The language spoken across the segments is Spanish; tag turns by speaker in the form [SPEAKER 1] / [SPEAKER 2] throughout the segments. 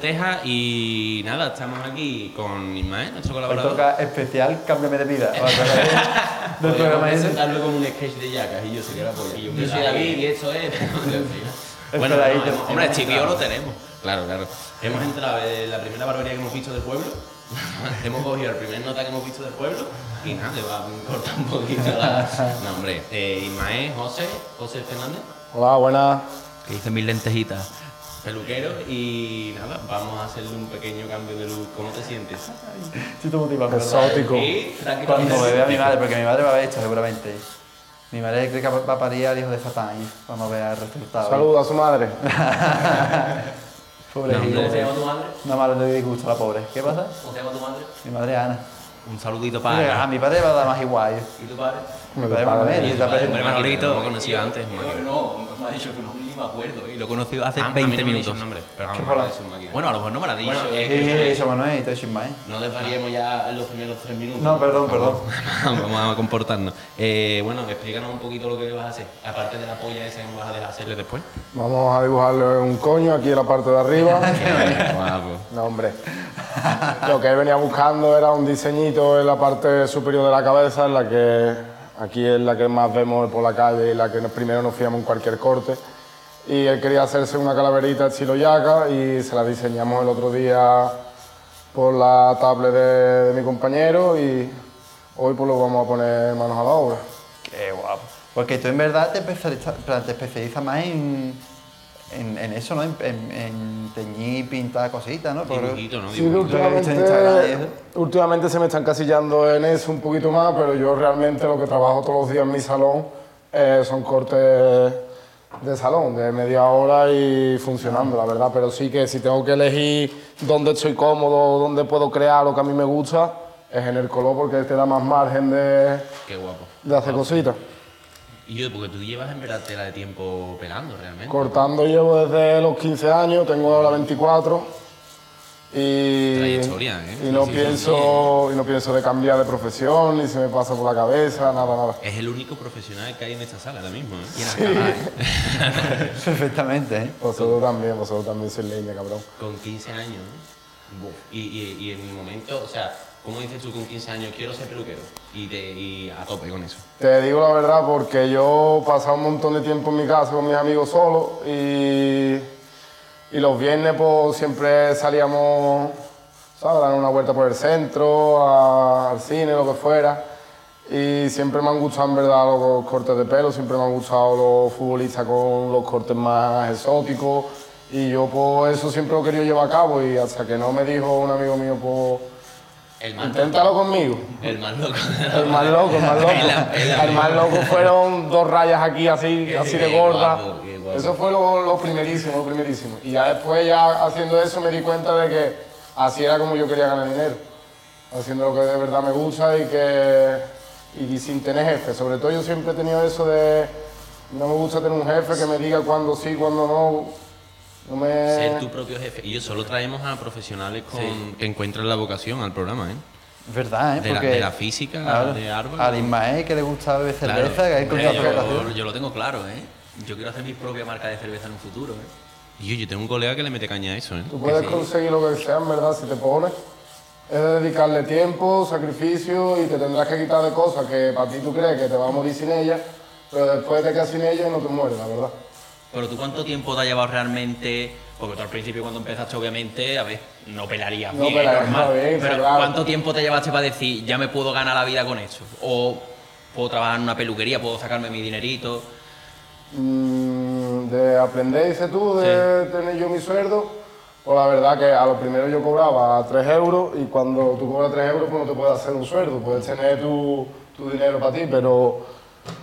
[SPEAKER 1] Teja y nada, estamos aquí con Ismael, nuestro
[SPEAKER 2] Hoy
[SPEAKER 1] colaborador.
[SPEAKER 2] toca especial Cámbiame de vida. Otra vez del
[SPEAKER 3] Podríamos
[SPEAKER 2] programa ese.
[SPEAKER 3] presentarlo como un sketch de Jackass y yo sería la polla.
[SPEAKER 1] Yo soy David y
[SPEAKER 3] esto es.
[SPEAKER 1] Bueno,
[SPEAKER 2] Espera ahí,
[SPEAKER 1] no,
[SPEAKER 2] ya-
[SPEAKER 1] hemos- hombre, chiquillo lo tenemos. Claro, claro. Hemos entrado en la primera barbería que hemos visto del pueblo. hemos cogido el primer nota que hemos visto del pueblo y nada, te va a cortar un poquito la. No, hombre, eh, Ismael, José, José Fernández,
[SPEAKER 4] Hola, buenas.
[SPEAKER 3] Que hice mis lentecitas.
[SPEAKER 1] peluquero y nada, vamos a hacerle un pequeño cambio de luz. ¿Cómo te sientes?
[SPEAKER 2] Sí, tú motivas, pero-
[SPEAKER 4] Exótico.
[SPEAKER 1] Y tranquilo.
[SPEAKER 2] Cuando me vea mi madre, porque mi madre va a ver esto seguramente. Mi madre cree que va a parir al hijo de Satán. y Vamos a ver el resultado.
[SPEAKER 4] Saludo a su madre.
[SPEAKER 2] Pobre
[SPEAKER 1] No,
[SPEAKER 3] ¿Cómo se
[SPEAKER 2] hijo.
[SPEAKER 3] llama tu madre?
[SPEAKER 2] Una madre de disgusto, la pobre. ¿Qué pasa?
[SPEAKER 3] ¿Cómo se llama tu madre?
[SPEAKER 2] Mi madre es Ana.
[SPEAKER 1] Un saludito
[SPEAKER 2] Mira,
[SPEAKER 1] para.
[SPEAKER 2] a mi padre va a dar más igual.
[SPEAKER 3] ¿Y tu padre?
[SPEAKER 2] Mi padre va a comer, y está
[SPEAKER 1] Hombre,
[SPEAKER 2] perdiendo-
[SPEAKER 1] Manolito, lo hemos conocido antes. Manolito.
[SPEAKER 3] Yo No, me ha dicho que no ni me acuerdo. Y lo he conocido hace
[SPEAKER 1] Ah, a mí no me
[SPEAKER 3] 20
[SPEAKER 1] dice
[SPEAKER 3] minutos.
[SPEAKER 1] el nombre, pero
[SPEAKER 2] Qué
[SPEAKER 1] vamos,
[SPEAKER 2] bola.
[SPEAKER 1] es un máquina.
[SPEAKER 3] Bueno, a lo mejor no me lo ha dicho.
[SPEAKER 1] Bueno,
[SPEAKER 3] eh.
[SPEAKER 2] Sí, sí, somos Noé y todo es Ismael.
[SPEAKER 3] No desvariemos ya en los primeros tres minutos.
[SPEAKER 2] ¿eh? No, perdón, perdón.
[SPEAKER 1] Vamos a comportarnos. Eh, bueno, explícanos un poquito lo que vas a hacer. Aparte de la polla esa que nos vas a dejar hacerle después.
[SPEAKER 4] Vamos a dibujarle un coño aquí en la parte de arriba.
[SPEAKER 1] Guapo.
[SPEAKER 4] No, hombre. Lo que él venía buscando era un diseñito en la parte superior de la cabeza, en la que aquí es la que más vemos por la calle y la que primero nos fiamos en cualquier corte. Y él quería hacerse una calaverita estilo yaca y se la diseñamos el otro día por la tablet de, de mi compañero y hoy pues lo vamos a poner manos a la obra.
[SPEAKER 2] Qué guapo. Porque tú en verdad te especializas, te especializas más en, en, en eso, ¿no? En, en- en teñir, pintar cositas, ¿no? Porque-
[SPEAKER 1] Dibujito, ¿no?
[SPEAKER 4] Sí, que
[SPEAKER 1] Dibujito.
[SPEAKER 2] Yo lo he visto en Instagram y
[SPEAKER 4] últimamente,
[SPEAKER 2] eso.
[SPEAKER 4] últimamente se me están casillando en eso un poquito más, pero yo realmente lo que trabajo todos los días en mi salón eh, son cortes de salón, de media hora y funcionando, la verdad. Pero sí que si tengo que elegir dónde estoy cómodo, dónde puedo crear lo que a mí me gusta, es en el color porque te da más margen de,
[SPEAKER 1] Qué guapo.
[SPEAKER 4] de hacer cositas.
[SPEAKER 1] Y yo, porque tú llevas en verdad tela de tiempo pelando realmente.
[SPEAKER 4] Cortando llevo desde los 15 años, tengo ahora 24. Y,
[SPEAKER 1] Trayectoria, ¿eh?
[SPEAKER 4] y no
[SPEAKER 1] Sí, sí,
[SPEAKER 4] pienso, y no pienso de cambiar de profesión, ni se me pasa por la cabeza, nada, nada.
[SPEAKER 1] Es el único profesional que hay en esta sala ahora mismo. ¿eh?
[SPEAKER 2] Perfectamente, ¿eh?
[SPEAKER 4] Vosotros también, vosotros también sois leña, cabrón.
[SPEAKER 1] Con 15 años. ¿eh? Y, y- y en mi momento, o sea, ¿cómo dices tú con 15 años quiero ser peluquero? Y, te, y a tope con eso.
[SPEAKER 4] Te digo la verdad porque yo pasaba un montón de tiempo en mi casa con mis amigos solo y, y los viernes pues siempre salíamos, ¿sabes? A dar una vuelta por el centro, a- al cine, lo que fuera. Y siempre me han gustado en verdad los cortes de pelo, siempre me han gustado los futbolistas con los cortes más exóticos y yo pues eso siempre lo he querido llevar a cabo y hasta que no me dijo un amigo mío pues
[SPEAKER 1] El más
[SPEAKER 4] inténtalo conmigo.
[SPEAKER 1] loco. El más loco.
[SPEAKER 4] El más loco, el más loco.
[SPEAKER 1] Pela, pela,
[SPEAKER 4] El más loco fueron dos rayas aquí así, así de
[SPEAKER 1] qué
[SPEAKER 4] gorda.
[SPEAKER 1] guapo, qué guapo.
[SPEAKER 4] Eso fue lo, lo primerísimo, lo primerísimo. Y ya después ya haciendo eso me di cuenta de que así era como yo quería ganar dinero. Haciendo lo que de verdad me gusta y que y sin tener jefe. Sobre todo yo siempre he tenido eso de no me gusta tener un jefe que me diga cuándo sí, cuándo no. No me
[SPEAKER 1] Ser tu propio jefe. Y yo solo traemos a profesionales con, que encuentran la vocación al programa, ¿eh?
[SPEAKER 2] Es verdad, ¿eh?
[SPEAKER 1] De la- de la física,
[SPEAKER 2] Claro,
[SPEAKER 1] de árbol.
[SPEAKER 2] Al Ismael que le gusta beber cerveza, que hay
[SPEAKER 3] Hombre,
[SPEAKER 2] encontrado
[SPEAKER 3] yo,
[SPEAKER 2] cerveza.
[SPEAKER 3] yo lo tengo claro, ¿eh? Yo quiero hacer mi propia marca de cerveza en un futuro, ¿eh?
[SPEAKER 1] Y yo, yo tengo un colega que le mete caña a eso, ¿eh?
[SPEAKER 4] Tú puedes conseguir lo que sea, en verdad, si te pones. Es de dedicarle tiempo, sacrificio y te tendrás que quitar de cosas que para ti tú crees que te vas a morir sin ellas, pero después te quedas sin ellas y no te mueres, la verdad.
[SPEAKER 3] Pero tú cuánto tiempo te ha llevado realmente, porque tú al principio cuando empezaste obviamente, a ver, no pelarías
[SPEAKER 4] No
[SPEAKER 3] bien,
[SPEAKER 4] pelarías
[SPEAKER 3] normal,
[SPEAKER 4] bien,
[SPEAKER 3] pero
[SPEAKER 4] claro.
[SPEAKER 3] cuánto tiempo te llevaste para decir, ya me puedo ganar la vida con esto, o puedo trabajar en una peluquería, puedo sacarme mi dinerito,
[SPEAKER 4] Mm, de aprender, dices tú, de tener yo mi sueldo, pues la verdad que a lo primero yo cobraba 3 euros y cuando tú cobras 3 euros pues no te puedes hacer un sueldo, puedes tener tu, tu dinero para ti, pero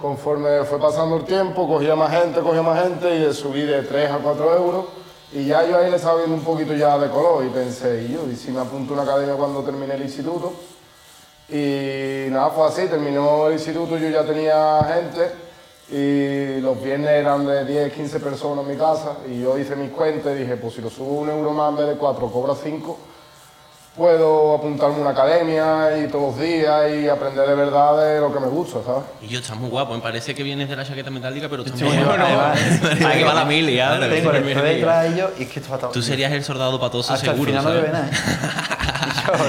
[SPEAKER 4] conforme fue pasando el tiempo cogía más gente, cogía más gente y subí de 3 a 4 euros y ya yo ahí le estaba viendo un poquito ya de color y pensé, y yo, y si me apunto a una academia cuando termine el instituto, y nada, fue así, terminó el instituto, yo ya tenía gente y los viernes eran de 10, 15 personas en mi casa y yo hice mis cuentas y dije, pues si lo subo un euro más en vez de cuatro, cobra cinco. puedo apuntarme a una academia y todos los días y aprender de verdad de lo que me gusta, ¿sabes?
[SPEAKER 1] Y yo, estás muy guapo, me parece que vienes de la chaqueta metálica, pero estás
[SPEAKER 2] Sí,
[SPEAKER 1] muy guapo.
[SPEAKER 2] bueno, además-
[SPEAKER 3] Hay que va la mili, ya.
[SPEAKER 2] Ahora tengo el estrés detrás de ellos y es que esto va a estar-
[SPEAKER 1] Tú serías el soldado patoso
[SPEAKER 2] Hasta
[SPEAKER 1] seguro,
[SPEAKER 2] el final no ¿eh?
[SPEAKER 1] ¿sabes?
[SPEAKER 2] bebe nada, ¿eh?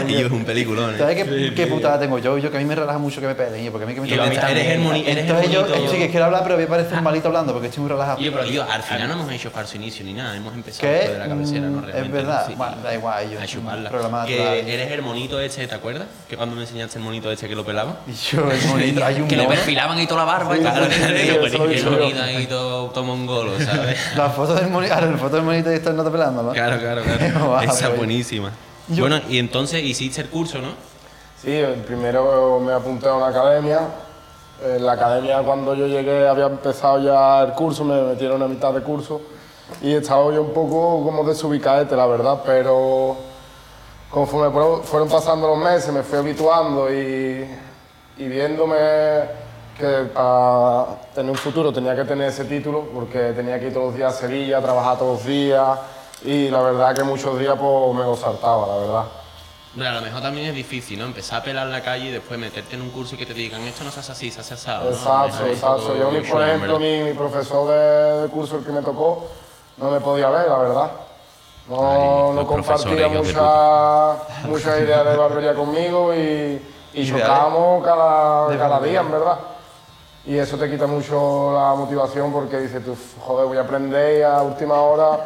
[SPEAKER 1] Y yo es un peliculón, ¿eh?
[SPEAKER 2] ¿Sabes qué, qué putada tengo yo? Yo que a mí me relaja mucho que me peleen, yo, porque a mí que me
[SPEAKER 1] Y yo a mí
[SPEAKER 2] toquen-
[SPEAKER 1] también, eres el moni- eres el
[SPEAKER 2] Entonces yo,
[SPEAKER 1] monito.
[SPEAKER 2] yo sí que quiero hablar, pero voy a parecer un malito hablando porque estoy muy relajado.
[SPEAKER 1] Tío, pero tío, al final no hemos hecho falso inicio ni nada, hemos empezado
[SPEAKER 2] ¿Qué?
[SPEAKER 1] por pues, de la cabecera, no
[SPEAKER 2] Mm,
[SPEAKER 1] realmente.
[SPEAKER 2] es verdad.
[SPEAKER 1] sí.
[SPEAKER 2] Bueno, da igual, yo-
[SPEAKER 1] A chuparla.
[SPEAKER 2] programa
[SPEAKER 1] Que eh,
[SPEAKER 2] natural.
[SPEAKER 1] eres el monito ese, ¿te acuerdas? Que cuando me enseñaste el monito ese que lo pelaba.
[SPEAKER 2] Y yo, el monito, hay un
[SPEAKER 3] Que le
[SPEAKER 2] mono.
[SPEAKER 3] perfilaban y toda la barba y
[SPEAKER 4] Sí,
[SPEAKER 3] tal.
[SPEAKER 4] sí, sí,
[SPEAKER 1] Qué
[SPEAKER 4] eso lo
[SPEAKER 1] bonito,
[SPEAKER 4] he
[SPEAKER 1] qué
[SPEAKER 4] hecho yo.
[SPEAKER 1] bonito ahí todo, todo mongolo, ¿sabes?
[SPEAKER 2] La foto del monito, ahora, la foto del monito y esto no te pelando, ¿no?
[SPEAKER 1] Claro, claro,
[SPEAKER 2] Qué
[SPEAKER 1] claro.
[SPEAKER 2] guapo,
[SPEAKER 1] Esa es
[SPEAKER 2] eh.
[SPEAKER 1] buenísima.
[SPEAKER 2] Yo-
[SPEAKER 1] Bueno, y entonces hiciste el curso, ¿no?
[SPEAKER 4] Sí, el primero me apunté a una academia. En la academia cuando yo llegué había empezado ya el curso, me metieron a mitad de curso y estaba yo un poco como desubicadete, la verdad, pero conforme pro- fueron pasando los meses me fui habituando y, y viéndome que para tener un futuro tenía que tener ese título porque tenía que ir todos los días a Sevilla, trabajar todos los días y la verdad que muchos días pues, me lo saltaba, la verdad.
[SPEAKER 1] Pero a lo mejor también es difícil, ¿no? Empezar a pelar la calle y después meterte en un curso y que te digan esto no se hace así, se hace asado. ¿no?
[SPEAKER 4] Exacto,
[SPEAKER 1] Es algo
[SPEAKER 4] exacto. Yo, ni,
[SPEAKER 1] mucho,
[SPEAKER 4] por
[SPEAKER 1] en
[SPEAKER 4] ejemplo,
[SPEAKER 1] verdad.
[SPEAKER 4] mi, mi profesor de, de curso, el que me tocó, no me podía ver, la verdad. No,
[SPEAKER 1] Ay, los
[SPEAKER 4] no compartía
[SPEAKER 1] profesores, hijos de
[SPEAKER 4] mucha- muchas ideas de barbería conmigo y, y
[SPEAKER 2] Ideales.
[SPEAKER 4] chocábamos cada,
[SPEAKER 2] De
[SPEAKER 4] cada
[SPEAKER 2] barbería.
[SPEAKER 4] día, en verdad. Y eso te quita mucho la motivación porque dices, tú, joder, voy a aprender y a última hora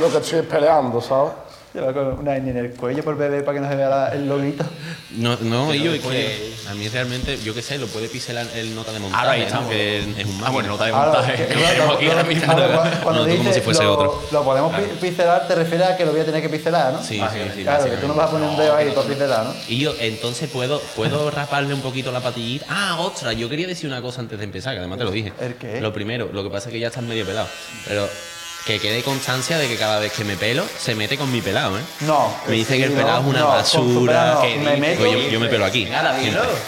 [SPEAKER 4] lo que estoy peleando, ¿sabes?
[SPEAKER 2] Lleva con una N en el cuello por beber para que no se vea la- el loguito.
[SPEAKER 1] No, no, y yo es que
[SPEAKER 3] puede-
[SPEAKER 1] a mí realmente, yo qué sé, lo puede piselar el nota de montaje.
[SPEAKER 3] Ahora ahí
[SPEAKER 1] ¿no?
[SPEAKER 3] estamos.
[SPEAKER 1] Que es un Ah, bueno, nota de
[SPEAKER 2] Ahora, que-
[SPEAKER 1] Tenemos aquí ahora
[SPEAKER 2] lo-
[SPEAKER 1] mismo.
[SPEAKER 2] ahora, cua- cuando
[SPEAKER 1] No, tú como
[SPEAKER 2] dices
[SPEAKER 1] si fuese
[SPEAKER 2] lo,
[SPEAKER 1] otro.
[SPEAKER 2] lo podemos pi-
[SPEAKER 1] Claro.
[SPEAKER 2] pincelar, te refieres a que lo voy a tener que pincelar, ¿no? Ah,
[SPEAKER 1] Sí, sí, sí.
[SPEAKER 2] Claro, que tú no vas a poner un dedo ahí y todo pincelado, ¿no?
[SPEAKER 1] Y yo, entonces puedo, puedo raparle un poquito la patillita. Ah, ostras, yo quería decir una cosa antes de empezar, que además te lo dije.
[SPEAKER 2] ¿El qué?
[SPEAKER 1] Lo primero, lo que pasa es que ya estás medio pelado. Pero que quede constancia de que cada vez que me pelo, se mete con mi pelado, ¿eh?
[SPEAKER 2] No.
[SPEAKER 1] Me dice que el
[SPEAKER 2] no,
[SPEAKER 1] pelado es una
[SPEAKER 2] no, con su
[SPEAKER 1] basura.
[SPEAKER 2] pelado no.
[SPEAKER 1] que
[SPEAKER 2] Me meto,
[SPEAKER 1] Oye, yo, yo me pelo aquí.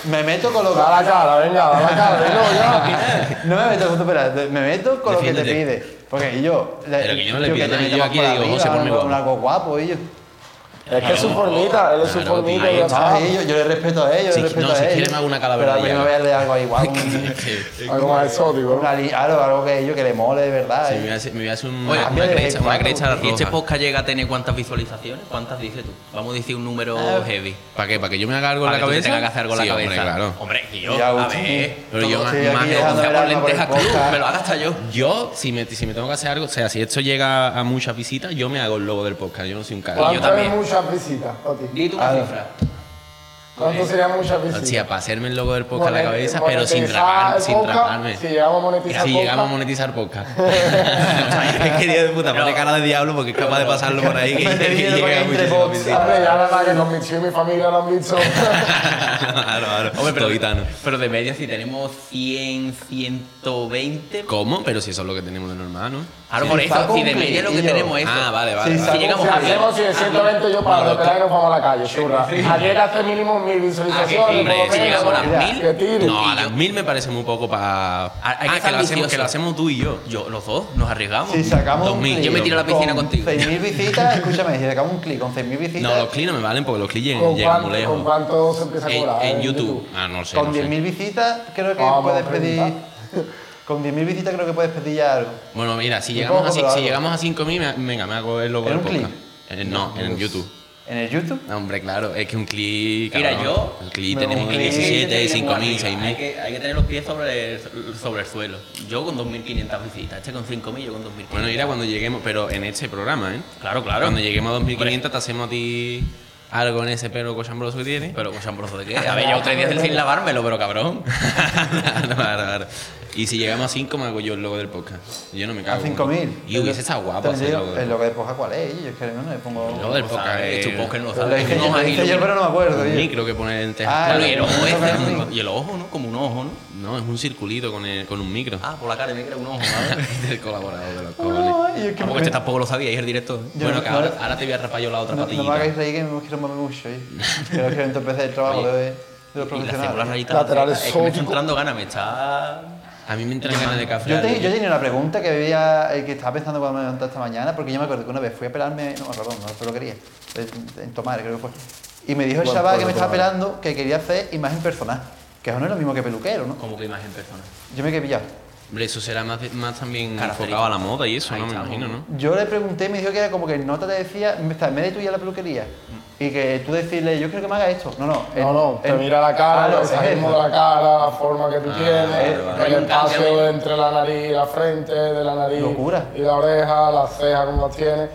[SPEAKER 2] me meto con lo que...
[SPEAKER 4] Da la cara, venga, da la cara, dilo ya.
[SPEAKER 2] No me meto con tu pelado, me meto con lo que te
[SPEAKER 1] Defiéndete.
[SPEAKER 2] pide. Porque yo... le-
[SPEAKER 1] Pero que yo no le pido
[SPEAKER 2] que te
[SPEAKER 1] nada,
[SPEAKER 2] mete
[SPEAKER 1] yo
[SPEAKER 2] más
[SPEAKER 1] aquí
[SPEAKER 2] por
[SPEAKER 1] digo,
[SPEAKER 2] arriba,
[SPEAKER 1] José, ponme
[SPEAKER 2] algo-
[SPEAKER 1] guapo.
[SPEAKER 2] algo guapo, y yo...
[SPEAKER 4] Es que es su formita, él es su
[SPEAKER 1] Claro,
[SPEAKER 4] formita
[SPEAKER 1] tío.
[SPEAKER 4] y ya está.
[SPEAKER 2] Ah, sí, yo, yo le respeto a ellos,
[SPEAKER 1] Si-
[SPEAKER 2] yo le respeto
[SPEAKER 1] no,
[SPEAKER 2] a
[SPEAKER 1] si
[SPEAKER 2] ellos.
[SPEAKER 1] quieren hago una calavera
[SPEAKER 2] Pero a mí
[SPEAKER 1] de
[SPEAKER 2] me voy a darle algo ahí guapo.
[SPEAKER 4] Algo más exótico. ¿no?
[SPEAKER 2] Una li- algo, algo que ellos que le mole de verdad.
[SPEAKER 1] Sí,
[SPEAKER 2] eh.
[SPEAKER 1] me voy a hacer- me voy a hacer un-
[SPEAKER 3] Oye,
[SPEAKER 1] una
[SPEAKER 2] hombre,
[SPEAKER 1] cresta, una
[SPEAKER 2] claro.
[SPEAKER 1] cresta
[SPEAKER 3] ¿Y este
[SPEAKER 1] roja.
[SPEAKER 3] podcast llega a tener cuántas visualizaciones? ¿Cuántas dices tú? Vamos a decir un número
[SPEAKER 2] Ah,
[SPEAKER 3] heavy.
[SPEAKER 1] ¿Para qué? ¿Para que yo me haga algo en la
[SPEAKER 3] Para que tú te
[SPEAKER 1] cabeza?
[SPEAKER 3] tengas que hacer algo en
[SPEAKER 1] Sí,
[SPEAKER 3] la
[SPEAKER 1] hombre,
[SPEAKER 3] cabeza.
[SPEAKER 1] claro.
[SPEAKER 3] Hombre, que yo,
[SPEAKER 2] Ya,
[SPEAKER 3] a
[SPEAKER 2] Agustín.
[SPEAKER 3] ver.
[SPEAKER 1] Pero yo más-
[SPEAKER 3] más,
[SPEAKER 2] estoy
[SPEAKER 1] más
[SPEAKER 2] aquí
[SPEAKER 1] que
[SPEAKER 2] dejando
[SPEAKER 3] con
[SPEAKER 2] verano por el
[SPEAKER 3] lentejas club,
[SPEAKER 2] podcast.
[SPEAKER 3] me lo hago hasta yo.
[SPEAKER 1] Yo, si me, si me tengo que hacer algo, o sea, si esto llega a muchas visitas, yo me hago el logo del podcast. Yo no soy un cagado.
[SPEAKER 3] yo
[SPEAKER 4] ¿Cuánto es
[SPEAKER 3] también.
[SPEAKER 4] muchas visitas, Pati?
[SPEAKER 3] Di tú una
[SPEAKER 2] Ah, no.
[SPEAKER 3] cifra.
[SPEAKER 1] eh,
[SPEAKER 4] ¿Cuánto serían muchas
[SPEAKER 1] O
[SPEAKER 4] visitas?
[SPEAKER 1] sea, para hacerme el logo del podcast en la
[SPEAKER 4] Monet-
[SPEAKER 1] cabeza, pero sin,
[SPEAKER 4] monetizar
[SPEAKER 1] tragar,
[SPEAKER 4] el
[SPEAKER 1] sin
[SPEAKER 4] podcast,
[SPEAKER 1] tragarme.
[SPEAKER 4] Si llegamos a monetizar
[SPEAKER 1] Si
[SPEAKER 4] el
[SPEAKER 1] llegamos a
[SPEAKER 4] podcast,
[SPEAKER 1] monetizar podcast. Es que tío de puta, pone cara de diablo porque es capaz de pasarlo por ahí que,
[SPEAKER 2] Me
[SPEAKER 1] que
[SPEAKER 2] entiendo,
[SPEAKER 1] llega
[SPEAKER 2] porque
[SPEAKER 1] a
[SPEAKER 2] entre
[SPEAKER 1] muchísimas
[SPEAKER 2] bots,
[SPEAKER 1] visitas.
[SPEAKER 4] Hombre, ya nada que con mi tío y mi familia lo han visto.
[SPEAKER 1] Claro, claro.
[SPEAKER 3] Hombre, pero,
[SPEAKER 1] Todo gitano.
[SPEAKER 3] pero de media si tenemos 100, 120.
[SPEAKER 1] ¿Cómo? Pero si eso es lo que tenemos de normal, ¿no?
[SPEAKER 3] Ahora por
[SPEAKER 2] Sí,
[SPEAKER 3] eso,
[SPEAKER 2] saco
[SPEAKER 3] si
[SPEAKER 2] un
[SPEAKER 3] de media lo que
[SPEAKER 2] cliquillo.
[SPEAKER 3] tenemos es.
[SPEAKER 1] Ah, vale, vale. vale.
[SPEAKER 2] Sí, saco-
[SPEAKER 3] Si llegamos
[SPEAKER 4] Si
[SPEAKER 3] a mil.
[SPEAKER 4] hacemos 720 yo para lo que nos vamos a la calle, churra. Aquí hay que hacer mínimo mil visualizaciones.
[SPEAKER 1] Ah, hombre,
[SPEAKER 4] por lo
[SPEAKER 1] si
[SPEAKER 4] menos,
[SPEAKER 1] llegamos a
[SPEAKER 3] las
[SPEAKER 4] que
[SPEAKER 3] mil,
[SPEAKER 4] tire.
[SPEAKER 1] No, a las mil me parece muy poco para.
[SPEAKER 3] hay que
[SPEAKER 1] Ah,
[SPEAKER 3] ser
[SPEAKER 1] que lo, hacemos,
[SPEAKER 3] ambicioso.
[SPEAKER 1] que lo hacemos tú y yo.
[SPEAKER 3] Yo, los dos, nos arriesgamos.
[SPEAKER 2] Si sacamos un
[SPEAKER 1] 2000,
[SPEAKER 2] clic
[SPEAKER 1] yo me
[SPEAKER 3] tiro a la piscina
[SPEAKER 2] con
[SPEAKER 3] contigo.
[SPEAKER 2] 6.000 visitas, escúchame, si sacamos un clic con 6.000 visitas,
[SPEAKER 1] No, los clics no me valen porque los clics llegan,
[SPEAKER 4] ¿Con
[SPEAKER 1] llegan muy
[SPEAKER 4] cuánto, con
[SPEAKER 1] lejos.
[SPEAKER 4] cuánto se empieza a
[SPEAKER 1] En,
[SPEAKER 4] cobrar? eh,
[SPEAKER 1] en YouTube. Ah, no sé.
[SPEAKER 2] con
[SPEAKER 1] no sé.
[SPEAKER 2] 10.000 visitas creo que
[SPEAKER 4] Vamos,
[SPEAKER 2] puedes
[SPEAKER 4] pregunta.
[SPEAKER 2] pedir... Con 10.000 visitas creo que puedes pedir ya algo.
[SPEAKER 1] Bueno, mira, si
[SPEAKER 2] Yo
[SPEAKER 1] llegamos a,
[SPEAKER 2] puedo
[SPEAKER 1] cin-
[SPEAKER 2] comprar
[SPEAKER 1] si
[SPEAKER 2] algo.
[SPEAKER 1] llegamos a 5.000, me- venga, me hago el logo del
[SPEAKER 2] ¿En un
[SPEAKER 1] podcast.
[SPEAKER 2] clic?
[SPEAKER 1] Eh, no, en YouTube.
[SPEAKER 2] ¿En el YouTube?
[SPEAKER 1] No, hombre, claro, es que un clic.
[SPEAKER 3] Mira,
[SPEAKER 1] cabrón.
[SPEAKER 3] yo-
[SPEAKER 1] El clic
[SPEAKER 2] Me
[SPEAKER 1] tenemos
[SPEAKER 2] voy.
[SPEAKER 1] que
[SPEAKER 2] Sí,
[SPEAKER 1] 17, 5.000,
[SPEAKER 3] Hay
[SPEAKER 1] 6.000.
[SPEAKER 3] que, hay que tener los pies sobre el, sobre el suelo. Yo con 2.500 visitas, este con 5.000, yo con 2.500.
[SPEAKER 1] Bueno, mira, cuando lleguemos, pero en este programa, ¿eh?
[SPEAKER 3] Claro, claro.
[SPEAKER 1] Cuando lleguemos a 2.500, te hacemos a ti algo en ese pelo cochambroso que tienes.
[SPEAKER 3] Pero cochambroso de qué? A ver, llevo tres días sin lavármelo, pero cabrón.
[SPEAKER 1] Claro, claro, claro. Y si llegamos a 5, me hago yo el logo del podcast. Yo no me
[SPEAKER 2] A
[SPEAKER 1] cago.
[SPEAKER 2] 5.000.
[SPEAKER 1] Y hubiese estado guapo hacer
[SPEAKER 2] Entonces
[SPEAKER 1] el
[SPEAKER 2] yo-
[SPEAKER 1] logo
[SPEAKER 2] El
[SPEAKER 1] del
[SPEAKER 2] logo de Poja, ¿cuál es? Yo es que no le
[SPEAKER 1] El
[SPEAKER 2] pongo...
[SPEAKER 1] logo del
[SPEAKER 3] No
[SPEAKER 1] podcast.
[SPEAKER 3] sabes,
[SPEAKER 1] es-
[SPEAKER 3] tu podcast no lo
[SPEAKER 2] Lo
[SPEAKER 3] sabes.
[SPEAKER 2] dije
[SPEAKER 3] No
[SPEAKER 2] yo,
[SPEAKER 3] has
[SPEAKER 2] lo dije
[SPEAKER 3] iluminado.
[SPEAKER 2] yo, pero no me acuerdo.
[SPEAKER 1] Un
[SPEAKER 2] tío.
[SPEAKER 1] micro que pone en teja.
[SPEAKER 2] Ah,
[SPEAKER 3] Bueno,
[SPEAKER 1] Claro,
[SPEAKER 3] y el ojo
[SPEAKER 2] No,
[SPEAKER 3] este,
[SPEAKER 2] no,
[SPEAKER 3] ¿no? y el ojo, ¿no? Como un ojo, ¿no?
[SPEAKER 1] No, es un circulito con, el- con un micro.
[SPEAKER 3] Ah, por la cara me queda un ojo, ¿vale?
[SPEAKER 1] del colaborador de los
[SPEAKER 4] Oh.
[SPEAKER 2] No,
[SPEAKER 1] cojones.
[SPEAKER 2] y es que
[SPEAKER 3] Ah, porque
[SPEAKER 2] me-
[SPEAKER 3] este tampoco lo sabía, es el director.
[SPEAKER 2] Yo
[SPEAKER 3] bueno,
[SPEAKER 2] no-
[SPEAKER 3] que ahora,
[SPEAKER 2] no-
[SPEAKER 3] ahora te voy a rapar yo la otra
[SPEAKER 2] No, no me
[SPEAKER 3] patilla.
[SPEAKER 2] hagáis reír que me quiero mover mucho. ¿eh? Creo que entonces el trabajo
[SPEAKER 3] Oye,
[SPEAKER 2] de, de los
[SPEAKER 3] y le hacemos las
[SPEAKER 2] profesionales.
[SPEAKER 3] rayitas.
[SPEAKER 4] Laterales
[SPEAKER 3] es que me está
[SPEAKER 4] exóticos.
[SPEAKER 3] entrando ganas, me está... A mí me entran ganas de café.
[SPEAKER 2] Yo, te- yo tenía una pregunta que veía, eh, que estaba pensando cuando me levanté esta mañana, porque yo me acuerdo que una vez fui a pelarme, no me acuerdo, no pero lo quería, eh, en Tomar, creo que fue. Y me dijo el
[SPEAKER 4] Buen
[SPEAKER 2] chaval que
[SPEAKER 4] pueblo,
[SPEAKER 2] me estaba
[SPEAKER 4] Tomar.
[SPEAKER 2] pelando que quería hacer imagen personal, que eso no es lo mismo que peluquero, ¿no?
[SPEAKER 3] Como que imagen personal.
[SPEAKER 2] Yo me quedé pillado.
[SPEAKER 3] Hombre, eso será más, de- más también
[SPEAKER 1] Característico.
[SPEAKER 3] enfocado a la moda y eso,
[SPEAKER 1] Ahí
[SPEAKER 3] ¿no? Me
[SPEAKER 1] estamos.
[SPEAKER 3] imagino, ¿no?
[SPEAKER 2] Yo le pregunté y me dijo que era como que el nota te decía, en vez en vez de tú ir a la peluquería, y que tú decirle, yo quiero que me haga esto. No, no. el-
[SPEAKER 4] No, no, te
[SPEAKER 2] el-
[SPEAKER 4] mira la
[SPEAKER 2] Ah,
[SPEAKER 4] cara,
[SPEAKER 2] no,
[SPEAKER 4] el
[SPEAKER 2] es
[SPEAKER 4] sarcasmo
[SPEAKER 2] eso.
[SPEAKER 4] de la cara, la forma que tú tienes,
[SPEAKER 1] vale,
[SPEAKER 4] el
[SPEAKER 3] vale.
[SPEAKER 4] espacio
[SPEAKER 3] Cambia.
[SPEAKER 4] entre la nariz y la frente, de la nariz
[SPEAKER 2] Locura.
[SPEAKER 4] y la oreja, las cejas, como las tienes.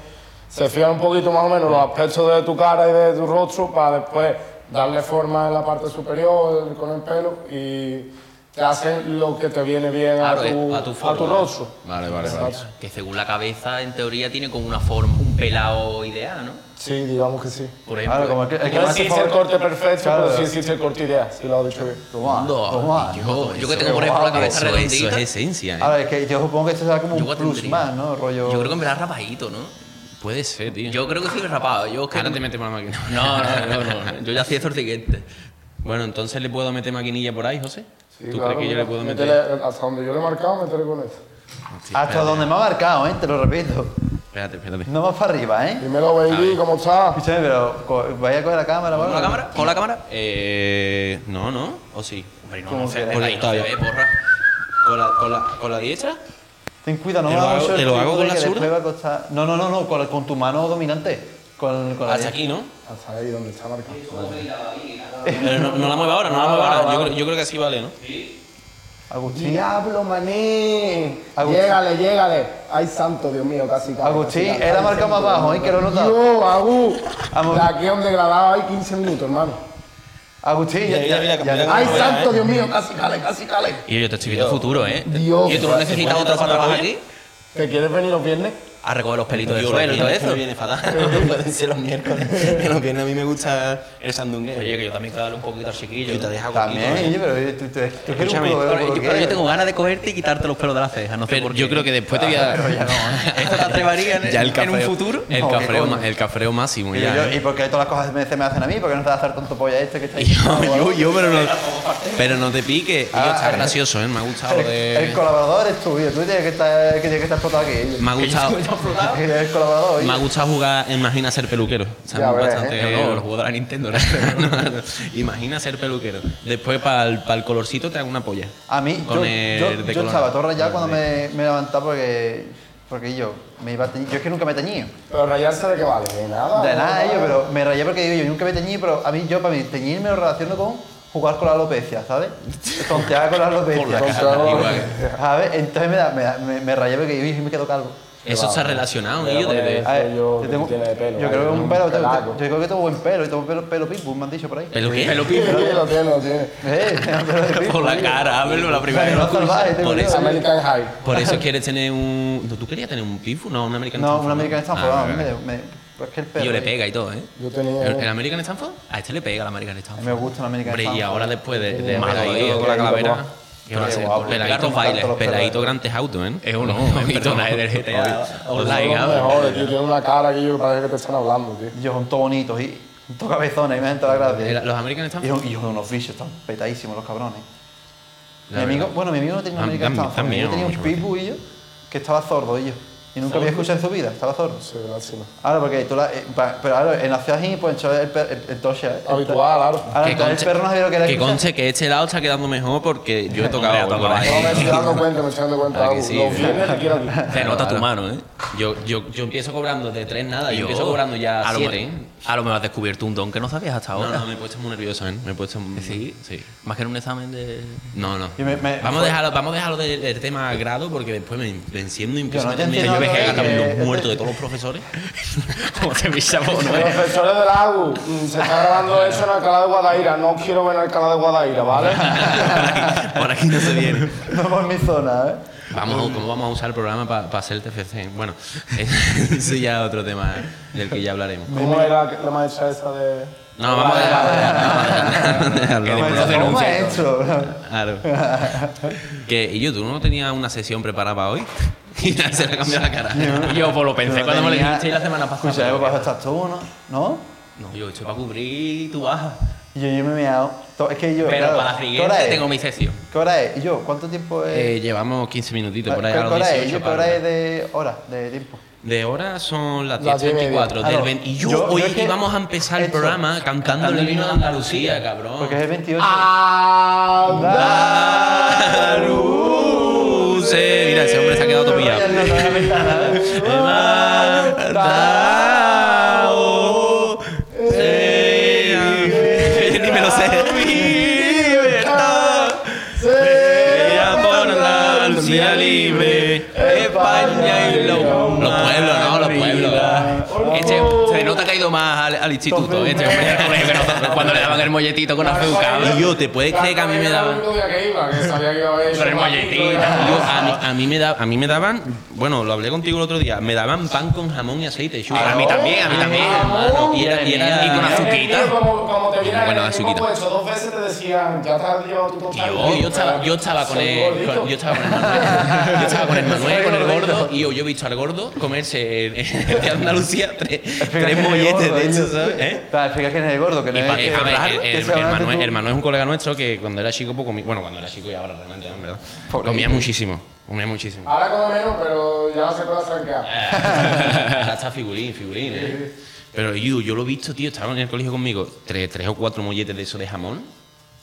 [SPEAKER 4] Se fijan un poquito más o menos los aspectos de tu cara y de tu rostro para después darle forma en la parte superior el- con el pelo y te hacen lo que te viene bien a,
[SPEAKER 3] Claro,
[SPEAKER 4] tu,
[SPEAKER 3] es- a tu
[SPEAKER 4] a tu
[SPEAKER 3] forma.
[SPEAKER 4] rostro.
[SPEAKER 1] Vale, vale, vale.
[SPEAKER 4] Exacto.
[SPEAKER 3] Que según la cabeza, en teoría, tiene como una forma, un pelado ideal, ¿no?
[SPEAKER 4] Sí, digamos que sí.
[SPEAKER 3] Por eh,
[SPEAKER 2] Claro, como el que, el que
[SPEAKER 4] No
[SPEAKER 2] me hace
[SPEAKER 4] existe el
[SPEAKER 2] favor-
[SPEAKER 4] corte perfecto,
[SPEAKER 2] Claro.
[SPEAKER 4] pero sí existe el corte idea, si lo has dicho bien.
[SPEAKER 2] Toma,
[SPEAKER 3] Anda,
[SPEAKER 2] toma.
[SPEAKER 3] ah, yo, yo que
[SPEAKER 2] Qué
[SPEAKER 3] tengo por ejemplo la
[SPEAKER 2] guapo.
[SPEAKER 3] cabeza
[SPEAKER 1] Eso, eso
[SPEAKER 3] redondita. Ah.
[SPEAKER 1] es esencia, ¿eh?
[SPEAKER 2] Ahora, es que yo supongo que esto será como
[SPEAKER 3] yo
[SPEAKER 2] un
[SPEAKER 3] que
[SPEAKER 2] plus
[SPEAKER 3] tendría.
[SPEAKER 2] más, ¿no? Rollo...
[SPEAKER 3] Yo creo que me la rapadito, ¿no?
[SPEAKER 1] Puede ser, tío.
[SPEAKER 3] Yo creo que soy rapado. Yo que
[SPEAKER 1] Ahora te metemos la máquina.
[SPEAKER 3] No, no, no, no. Yo ya hacía eso siguiente.
[SPEAKER 1] Bueno, entonces le puedo meter maquinilla por ahí, José.
[SPEAKER 4] Sí,
[SPEAKER 1] ¿Tú
[SPEAKER 4] claro,
[SPEAKER 1] crees que yo
[SPEAKER 4] mira,
[SPEAKER 1] le puedo meter?
[SPEAKER 4] métele- hasta donde yo le he marcado, meteré con eso.
[SPEAKER 2] Hasta donde me ha marcado, ¿eh? Te lo repito.
[SPEAKER 1] Espérate, espérate.
[SPEAKER 2] No más para arriba, ¿eh?
[SPEAKER 4] Primero, baby, ¿cómo estás?
[SPEAKER 2] Escúchame, pero co- vaya a coger la cámara,
[SPEAKER 3] ¿Con
[SPEAKER 2] ¿vale?
[SPEAKER 3] la cámara? ¿Con la cámara?
[SPEAKER 1] Eh, no, no, o sí.
[SPEAKER 3] Hombre, no,
[SPEAKER 2] Como
[SPEAKER 3] no sé.
[SPEAKER 2] quieras.
[SPEAKER 3] Por ahí no se ve, porra.
[SPEAKER 1] ¿Con la, con la, con la diestra?
[SPEAKER 2] Ten cuidado, no
[SPEAKER 1] ¿Te
[SPEAKER 2] me
[SPEAKER 1] lo
[SPEAKER 2] hagas
[SPEAKER 1] hago-
[SPEAKER 2] mucho el
[SPEAKER 1] te lo hago
[SPEAKER 2] truco
[SPEAKER 1] con
[SPEAKER 2] de
[SPEAKER 1] la
[SPEAKER 2] que
[SPEAKER 1] zurda?
[SPEAKER 2] después va a costar- No, no, no, no, con, con tu mano dominante. Con, con la
[SPEAKER 1] Hasta Ah,
[SPEAKER 2] diestra.
[SPEAKER 1] aquí, ¿no?
[SPEAKER 4] Hasta ahí donde está marcado.
[SPEAKER 1] Pero no, no la mueva ahora, no
[SPEAKER 4] Ah,
[SPEAKER 1] la mueva ahora. Yo, creo- yo creo que así vale, ¿no?
[SPEAKER 2] Agustín.
[SPEAKER 4] Diablo, maní.
[SPEAKER 2] Agustín.
[SPEAKER 4] Llegale, llegale. Ay, santo Dios mío, casi casi.
[SPEAKER 2] Agustín,
[SPEAKER 4] casi, casi.
[SPEAKER 2] él ha
[SPEAKER 4] Ay,
[SPEAKER 2] marcado
[SPEAKER 4] santo
[SPEAKER 2] más bajo,
[SPEAKER 4] Dios
[SPEAKER 2] ¿eh? Que lo he
[SPEAKER 4] mío.
[SPEAKER 2] notado.
[SPEAKER 4] Yo, Agu.
[SPEAKER 2] Vamos.
[SPEAKER 4] La que han degradado hay 15 minutos, hermano.
[SPEAKER 2] Agustín,
[SPEAKER 1] Mira,
[SPEAKER 2] ya, ya-
[SPEAKER 1] mira,
[SPEAKER 2] ya-
[SPEAKER 1] mira,
[SPEAKER 2] ya-
[SPEAKER 4] Ay,
[SPEAKER 1] buena,
[SPEAKER 4] santo
[SPEAKER 1] ¿eh?
[SPEAKER 4] Dios mío, casi cale, casi cale.
[SPEAKER 3] Y yo te estoy viendo futuro, ¿eh?
[SPEAKER 4] Dios.
[SPEAKER 3] Y tú no necesitas otra para trabajar aquí.
[SPEAKER 4] ¿Te quieres venir los viernes?
[SPEAKER 3] A recoger los pelitos del
[SPEAKER 1] Yo
[SPEAKER 3] suelo y todo eso.
[SPEAKER 1] viene fatal. No pueden ser los miércoles. Que los viernes a mí me gusta el sandungueo.
[SPEAKER 3] Oye, que yo también quiero darle un poquito al chiquillo.
[SPEAKER 1] yo te ¿eh? dejo
[SPEAKER 2] También, oye, pero tú, tú, tú quieres
[SPEAKER 1] Escúchame,
[SPEAKER 2] un
[SPEAKER 3] Pero,
[SPEAKER 2] poco de
[SPEAKER 3] yo, pero yo tengo ganas de cogerte y quitarte los pelos de la ceja. No sé
[SPEAKER 1] Pero
[SPEAKER 3] por
[SPEAKER 1] yo
[SPEAKER 3] qué.
[SPEAKER 1] creo que después te voy a
[SPEAKER 2] Pero ya no, ¿eh?
[SPEAKER 3] ¿Esto te atrevería en,
[SPEAKER 1] Ya el
[SPEAKER 3] en un
[SPEAKER 1] cafreo.
[SPEAKER 3] futuro?
[SPEAKER 1] El
[SPEAKER 2] No, qué
[SPEAKER 1] cafreo,
[SPEAKER 2] coño.
[SPEAKER 1] ma- el cafreo máximo
[SPEAKER 2] Y,
[SPEAKER 1] ya.
[SPEAKER 2] yo,
[SPEAKER 1] ¿eh?
[SPEAKER 2] ¿y por qué todas las cosas me- se me hacen a mí? ¿Por qué no te vas a hacer tonto polla este que está ahí?
[SPEAKER 1] Yo, yo, yo, pero no, pero no te pique. Tío,
[SPEAKER 2] Ah,
[SPEAKER 1] está
[SPEAKER 2] eh.
[SPEAKER 1] gracioso, ¿eh? Me ha gustado lo
[SPEAKER 2] El, el
[SPEAKER 1] de...
[SPEAKER 2] colaborador es tuyo, tú tienes que estar, que tienes que estar explotado aquí.
[SPEAKER 1] Me ha gustado...
[SPEAKER 2] El colaborador, oye.
[SPEAKER 1] Me ha gustado jugar, imagina ser peluquero. O sea,
[SPEAKER 4] Ya ves,
[SPEAKER 1] bastante
[SPEAKER 3] ¿eh?
[SPEAKER 1] no, los juegos de la Nintendo. ¿no? imagina ser peluquero. Después para el, colorcito te hago una polla.
[SPEAKER 2] A mí,
[SPEAKER 1] Con
[SPEAKER 2] yo,
[SPEAKER 1] el
[SPEAKER 2] yo,
[SPEAKER 1] de
[SPEAKER 2] yo
[SPEAKER 1] color.
[SPEAKER 2] estaba todo rayado cuando me, me levantaba porque, porque yo me iba a teñir. Yo es que nunca me he teñido.
[SPEAKER 4] Pero rayarse de qué Ah, vale, de nada.
[SPEAKER 2] De nada,
[SPEAKER 4] ¿no?
[SPEAKER 2] ello, pero me rayé porque digo, yo nunca me he teñido, pero a mí, yo para mí, teñir me lo relaciono con jugar con la alopecia, ¿sabes? Tontear con la alopecia.
[SPEAKER 4] cara, Tontear.
[SPEAKER 1] igual.
[SPEAKER 2] ¿Sabes? Entonces me, da, me, da- me, me rayé porque digo, yo me quedo calvo.
[SPEAKER 1] Eso está relacionado,
[SPEAKER 4] Pero
[SPEAKER 1] Guillo, de- de-
[SPEAKER 4] Eso
[SPEAKER 2] A ver,
[SPEAKER 4] yo- tú
[SPEAKER 2] tengo,
[SPEAKER 4] tienes de pelo,
[SPEAKER 2] yo
[SPEAKER 4] vale,
[SPEAKER 2] creo que un
[SPEAKER 4] un
[SPEAKER 2] pelo, tengo-
[SPEAKER 4] pelaco.
[SPEAKER 2] yo creo que tengo buen pelo, y tengo pelo, pelo pitbull, me han dicho por ahí.
[SPEAKER 1] ¿Pelo qué? Pelo
[SPEAKER 4] Sí, lo tiene, lo tiene.
[SPEAKER 2] Eh, tengo pelo de pitbull.
[SPEAKER 1] Por la cara, ábrelo la primera vez.
[SPEAKER 2] Pero no salvaje,
[SPEAKER 1] Por
[SPEAKER 2] tengo
[SPEAKER 1] eso,
[SPEAKER 4] American High.
[SPEAKER 1] por eso quieres tener un... ¿Tú querías tener un pifu? No, un American
[SPEAKER 2] No,
[SPEAKER 1] Stanford,
[SPEAKER 2] un americano está
[SPEAKER 1] Ah,
[SPEAKER 2] forrado,
[SPEAKER 1] vale,
[SPEAKER 2] me,
[SPEAKER 1] vale.
[SPEAKER 2] me, es que el pelo.
[SPEAKER 3] Yo le
[SPEAKER 2] eh.
[SPEAKER 3] pega y todo, ¿eh?
[SPEAKER 4] Yo tenía.
[SPEAKER 1] ¿El, el American Stanford?
[SPEAKER 3] A este le pega la American Stanford.
[SPEAKER 2] Me gusta el americano.
[SPEAKER 1] Hombre, y
[SPEAKER 2] Stanford.
[SPEAKER 1] ahora después de, de
[SPEAKER 4] Madre
[SPEAKER 1] haber
[SPEAKER 4] mía,
[SPEAKER 1] ido con
[SPEAKER 4] qué
[SPEAKER 1] la calavera...
[SPEAKER 4] guapo.
[SPEAKER 1] ¿Qué va a
[SPEAKER 2] Qué
[SPEAKER 1] ser?
[SPEAKER 2] guapo.
[SPEAKER 1] Peladito,
[SPEAKER 3] Tantos bailes,
[SPEAKER 1] peladito, peladito
[SPEAKER 2] peladores.
[SPEAKER 1] Grand Theft Auto, ¿eh?
[SPEAKER 3] Es uno,
[SPEAKER 1] Un
[SPEAKER 3] es uno.
[SPEAKER 1] personaje del GTA
[SPEAKER 4] Son
[SPEAKER 1] online,
[SPEAKER 4] los
[SPEAKER 1] ¿eh?
[SPEAKER 4] mejores, tío. Tiene una cara aquí que parece que te están hablando, tío.
[SPEAKER 2] Ellos son todos bonitos y son todos cabezones, y me han entrado la
[SPEAKER 3] Eh,
[SPEAKER 2] gracia.
[SPEAKER 1] El- Eh, Los American
[SPEAKER 2] Y
[SPEAKER 1] Stanford...
[SPEAKER 2] son, y son unos bichos, están petadísimos los cabrones. Mi
[SPEAKER 1] La
[SPEAKER 2] amigo,
[SPEAKER 1] verdad.
[SPEAKER 2] bueno, mi amigo no tenía un
[SPEAKER 1] Ah,
[SPEAKER 2] americano
[SPEAKER 1] dan-
[SPEAKER 2] Stanford,
[SPEAKER 1] dan
[SPEAKER 2] mi amigo
[SPEAKER 1] miedo
[SPEAKER 2] tenía un
[SPEAKER 1] mucho,
[SPEAKER 2] pitbull y yo, que estaba sordo y yo. Y nunca había escuchado en su vida, estaba sordo.
[SPEAKER 4] Sí, lástima.
[SPEAKER 2] Ahora, porque tú la, eh, pa- pero ahora en la ciudad y pues entonces el, per- el, el tosha, eh.
[SPEAKER 4] Habitual, claro.
[SPEAKER 2] Ahora
[SPEAKER 1] Que
[SPEAKER 2] entonces
[SPEAKER 1] conche-
[SPEAKER 2] el perro no sabía lo que era
[SPEAKER 1] Que
[SPEAKER 2] escuchar.
[SPEAKER 1] conche que este lado está quedando mejor porque yo he tocado
[SPEAKER 3] Hombre, ha tocado
[SPEAKER 1] por ahí.
[SPEAKER 4] No, me estoy dando cuenta, me estoy dando cuenta.
[SPEAKER 1] Ah, que
[SPEAKER 4] Abu.
[SPEAKER 1] sí,
[SPEAKER 4] Los
[SPEAKER 1] sí.
[SPEAKER 4] viernes te quiero aquí.
[SPEAKER 3] Se nota tu mano, ¿eh?
[SPEAKER 1] Yo, yo, yo empiezo cobrando de tres nada,
[SPEAKER 3] Ah,
[SPEAKER 1] yo, empiezo cobrando ya
[SPEAKER 3] a lo,
[SPEAKER 1] siete. ¿eh?
[SPEAKER 3] mejor, a lo mejor has descubierto un don que no sabías hasta
[SPEAKER 1] No,
[SPEAKER 3] ahora.
[SPEAKER 1] no, me he puesto muy nervioso, ¿eh? Me he puesto muy...
[SPEAKER 3] ¿Sí?
[SPEAKER 1] Sí.
[SPEAKER 3] Más que en un examen de...
[SPEAKER 1] No, no.
[SPEAKER 2] Y me- me-
[SPEAKER 1] vamos, a dejarlo, vamos a dejarlo de- del, tema grado porque después me, me enciendo y empiezo
[SPEAKER 2] Yo no
[SPEAKER 1] a
[SPEAKER 2] te
[SPEAKER 1] tener-
[SPEAKER 2] entiendo
[SPEAKER 1] Yo
[SPEAKER 2] lo
[SPEAKER 1] dejé
[SPEAKER 2] de-
[SPEAKER 1] acabar
[SPEAKER 2] de-
[SPEAKER 1] los muertos de todos los profesores. Como se me llamó, ¿no?
[SPEAKER 4] Los Profesores del AGU, mm, se está grabando eso en Alcalá de Guadaira. No quiero ver en Alcalá de Guadaira, ¿vale?
[SPEAKER 1] Por aquí no se viene.
[SPEAKER 2] No por mi zona, eh.
[SPEAKER 1] Vamos, a- ¿Cómo vamos a usar el programa para hacer el TFC? Bueno, eso ya es otro tema del que ya hablaremos.
[SPEAKER 4] ¿Cómo era la maestra esa de.?
[SPEAKER 1] No, vamos a dejarlo. vamos a dejarlo. Que después nos
[SPEAKER 2] Maestro, ¿cómo
[SPEAKER 1] denuncian.
[SPEAKER 2] maestro?
[SPEAKER 1] Claro. que, y yo, ¿tú no tenías una sesión preparada para hoy? y se le cambió la cara.
[SPEAKER 3] Yo pues lo pensé
[SPEAKER 2] Yo
[SPEAKER 3] cuando me lo
[SPEAKER 2] tenía- pues,
[SPEAKER 3] dijiste la semana pasada.
[SPEAKER 2] Escucha, ¿eh? ¿Vas a estar tú, no? ¿No?
[SPEAKER 3] No, yo estoy para cubrir tu baja.
[SPEAKER 2] Y yo, yo me he meado. To- Es que yo.
[SPEAKER 3] Pero
[SPEAKER 2] claro,
[SPEAKER 3] para la
[SPEAKER 2] ¿qué
[SPEAKER 3] siguiente
[SPEAKER 2] hora es?
[SPEAKER 3] tengo mi sesión.
[SPEAKER 2] ¿Qué hora es? Y yo, ¿cuánto tiempo es? Ah,
[SPEAKER 1] Eh, llevamos 15 minutitos por ahí
[SPEAKER 2] ¿Qué
[SPEAKER 1] a los
[SPEAKER 2] hora es?
[SPEAKER 1] 18
[SPEAKER 2] Yo, ¿Qué hora
[SPEAKER 1] para-
[SPEAKER 2] es de hora, de tiempo?
[SPEAKER 1] De hora son las 10.24
[SPEAKER 4] Las
[SPEAKER 2] diez y media. Ah,
[SPEAKER 1] del 20. Y yo,
[SPEAKER 2] Yo- yo
[SPEAKER 1] hoy
[SPEAKER 2] es que-
[SPEAKER 1] vamos a empezar el
[SPEAKER 2] Eso.
[SPEAKER 1] programa cantando el vino de Andalucía, cabrón.
[SPEAKER 2] Porque es el 28.
[SPEAKER 1] Andaluce. Mira, ese hombre uh, se ha quedado todo pillado.
[SPEAKER 2] No, no, no, no, no, no.
[SPEAKER 1] Levantao, sea- Ni me lo sé. Ella por Andalucía libre, España y los Los pueblos, ¿no? Los pueblos. Este, se nota que ha ido más al, al instituto. Este hombre ya no ve que nosotros cuando le daban el molletito con azúcar. Y yo, ¿te puedes creer que a mí me daban?
[SPEAKER 4] que iba, que sabía que iba a haber
[SPEAKER 3] Pero el
[SPEAKER 4] chocolatito,
[SPEAKER 3] molletito.
[SPEAKER 4] ¿verdad?
[SPEAKER 1] Yo, a, mí, a mí me da, a mí me daban, bueno, lo hablé contigo el otro día, me daban pan con jamón y aceite. chulo.
[SPEAKER 3] A mí también, a mí también.
[SPEAKER 1] hermano, y era, y era-
[SPEAKER 3] Y con
[SPEAKER 4] Es que, tío,
[SPEAKER 3] azuquita.
[SPEAKER 4] Como, como te viene
[SPEAKER 1] Bueno,
[SPEAKER 4] el mismo
[SPEAKER 1] azuquita.
[SPEAKER 4] puesto, dos veces te decían, ya estás llevando tu
[SPEAKER 1] Tío,
[SPEAKER 4] total.
[SPEAKER 1] yo estaba, yo estaba con
[SPEAKER 4] Soy
[SPEAKER 1] el.
[SPEAKER 4] gordito.
[SPEAKER 1] con- yo estaba con el Manuel. Yo estaba con el Manuel, con el gordo. Y yo, yo he visto al gordo comerse en- en de Andalucía tres,
[SPEAKER 2] Explica
[SPEAKER 1] tres
[SPEAKER 2] quién es el
[SPEAKER 1] molletes
[SPEAKER 2] gordo,
[SPEAKER 1] de hecho,
[SPEAKER 2] yo-
[SPEAKER 1] ¿sabes? ¿Eh?
[SPEAKER 2] Claro, explica quién es el gordo, que no
[SPEAKER 1] Y
[SPEAKER 2] es
[SPEAKER 1] pa-
[SPEAKER 2] que
[SPEAKER 1] eh, a ver,
[SPEAKER 2] es raro,
[SPEAKER 1] el, el-
[SPEAKER 2] que sea
[SPEAKER 1] el
[SPEAKER 2] grande
[SPEAKER 1] Manuel,
[SPEAKER 2] tú.
[SPEAKER 1] el Manuel es un colega nuestro que cuando era chico, pues, comía, bueno, cuando era chico y ahora realmente, en verdad,
[SPEAKER 2] Pobre.
[SPEAKER 1] comía muchísimo, comía muchísimo.
[SPEAKER 4] Ahora como menos, pero ya se puede tranquear.
[SPEAKER 1] Ahora está figurín, figurín, ¿eh? Pero yo, yo lo he visto, tío, estaba en el colegio conmigo, tres, tres o cuatro molletes de esos de jamón,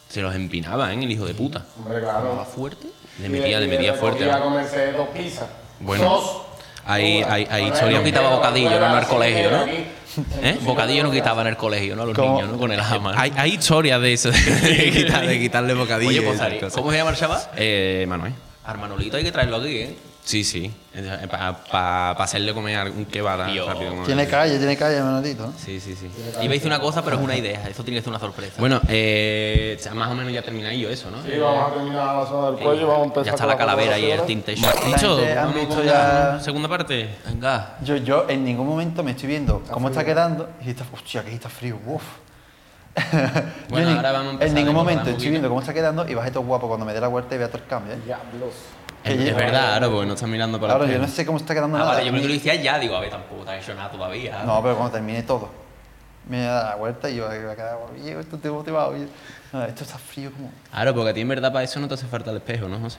[SPEAKER 1] se los empinaba, ¿eh? El hijo de puta.
[SPEAKER 4] Hombre, claro.
[SPEAKER 1] fuerte? Le
[SPEAKER 4] Y-
[SPEAKER 1] metía,
[SPEAKER 4] y
[SPEAKER 1] le metía fuerte.
[SPEAKER 4] recogía a comerse dos pizzas.
[SPEAKER 1] Bueno,
[SPEAKER 4] Dos.
[SPEAKER 1] hay, hay, hay
[SPEAKER 4] Bueno,
[SPEAKER 1] historias.
[SPEAKER 4] no
[SPEAKER 3] quitaba
[SPEAKER 4] quiero,
[SPEAKER 3] bocadillo,
[SPEAKER 4] fuera,
[SPEAKER 3] no al
[SPEAKER 4] sí,
[SPEAKER 3] colegio, ¿no?
[SPEAKER 4] aquí.
[SPEAKER 3] ¿Eh? Bocadillo no quitaba en el colegio, ¿no? A los
[SPEAKER 2] ¿Cómo?
[SPEAKER 3] niños, ¿no? Con el jamás.
[SPEAKER 1] Hay, hay historias de eso, de, quitar- de quitarle bocadillo.
[SPEAKER 3] Oye,
[SPEAKER 1] y
[SPEAKER 3] pues,
[SPEAKER 1] esas
[SPEAKER 3] Ari,
[SPEAKER 1] cosas.
[SPEAKER 3] ¿cómo se llama el chaval?
[SPEAKER 1] Eh, Manuel.
[SPEAKER 3] Armanolito, hay que traerlo aquí, ¿eh?
[SPEAKER 1] Sí, sí. Eh, Para hacerle comer un kebab
[SPEAKER 3] Tío.
[SPEAKER 1] rápido. como-
[SPEAKER 2] Tiene calle, tiene calle, Manolito.
[SPEAKER 1] Sí, sí, sí.
[SPEAKER 3] Iba a decir una cosa, pero es una idea. Eso tiene que ser una sorpresa.
[SPEAKER 1] Bueno, eh, más o menos ya termináis yo eso, ¿no?
[SPEAKER 4] Sí, vamos a terminar la zona del cuello, vamos a empezar
[SPEAKER 3] ya está
[SPEAKER 4] con
[SPEAKER 3] la calavera y el
[SPEAKER 4] colaboraciones.
[SPEAKER 3] tinte
[SPEAKER 1] Bueno,
[SPEAKER 3] shop.
[SPEAKER 1] dicho,
[SPEAKER 2] Gente, han
[SPEAKER 1] vamos
[SPEAKER 2] visto
[SPEAKER 1] con
[SPEAKER 2] ya-
[SPEAKER 1] la Segunda parte.
[SPEAKER 3] Venga.
[SPEAKER 2] Yo, yo en ningún momento me estoy viendo cómo está quedando y está, hostia, aquí está frío, uff.
[SPEAKER 1] Bueno, ahora vamos a empezar
[SPEAKER 2] En
[SPEAKER 1] a
[SPEAKER 2] ningún
[SPEAKER 1] decorar
[SPEAKER 2] momento
[SPEAKER 1] un
[SPEAKER 2] estoy
[SPEAKER 1] poquito.
[SPEAKER 2] viendo cómo está quedando y bajé todo guapo cuando me dé la vuelta y vea todo el cambio. ¿eh?
[SPEAKER 4] Diablos.
[SPEAKER 1] Es,
[SPEAKER 2] Que
[SPEAKER 1] es
[SPEAKER 2] yo-
[SPEAKER 1] verdad, ahora, porque no estás mirando para
[SPEAKER 2] Claro,
[SPEAKER 1] la
[SPEAKER 2] yo no sé cómo está quedando
[SPEAKER 3] Ah,
[SPEAKER 2] nada.
[SPEAKER 3] vale, yo me lo decía ya, digo, a ver, tampoco te has hecho nada todavía.
[SPEAKER 2] No, pero cuando termine todo. Me voy a dar la vuelta y yo me voy a quedar, oye, esto estoy motivado. oye". No, esto está frío como...
[SPEAKER 1] Claro, porque a ti en verdad para eso no te hace falta el espejo, ¿no, José?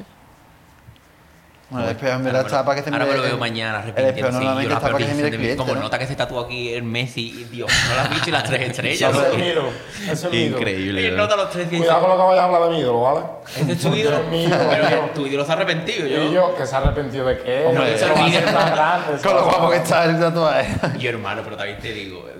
[SPEAKER 2] Bueno, el espejo en
[SPEAKER 3] Ahora
[SPEAKER 2] verdad
[SPEAKER 3] me
[SPEAKER 2] está
[SPEAKER 3] lo-
[SPEAKER 2] para que se
[SPEAKER 3] Ahora me
[SPEAKER 2] mire
[SPEAKER 3] lo veo
[SPEAKER 2] el-
[SPEAKER 3] mañana
[SPEAKER 2] El espejo
[SPEAKER 3] arrepintiéndose. y
[SPEAKER 2] normalmente está para que se mire el
[SPEAKER 3] llorando,
[SPEAKER 2] cliente,
[SPEAKER 3] Como
[SPEAKER 2] ¿no?
[SPEAKER 3] nota que se tatuó aquí el Messi, y Dios, no lo has visto y las tres estrellas.
[SPEAKER 4] Ese es
[SPEAKER 3] ¿no?
[SPEAKER 4] el ídolo, ese es el ídolo.
[SPEAKER 1] Increíble.
[SPEAKER 3] Y
[SPEAKER 1] ¿verdad?
[SPEAKER 3] nota los tres días.
[SPEAKER 4] Cuidado con lo que vayas a hablar de mi ídolo, ¿vale?
[SPEAKER 3] Este es tu ídolo.
[SPEAKER 4] Dios mío,
[SPEAKER 3] Pero que
[SPEAKER 4] Dios.
[SPEAKER 3] tu ídolo se ha arrepentido,
[SPEAKER 4] Y
[SPEAKER 3] yo.
[SPEAKER 4] yo, que se ha arrepentido de qué.
[SPEAKER 2] Hombre,
[SPEAKER 4] se lo va a hacer más grande. se
[SPEAKER 2] Con
[SPEAKER 4] va a
[SPEAKER 2] lo
[SPEAKER 4] hacer
[SPEAKER 2] guapo que
[SPEAKER 4] más-
[SPEAKER 2] está el tatuaje.
[SPEAKER 3] Yo, hermano, pero también te digo, eh,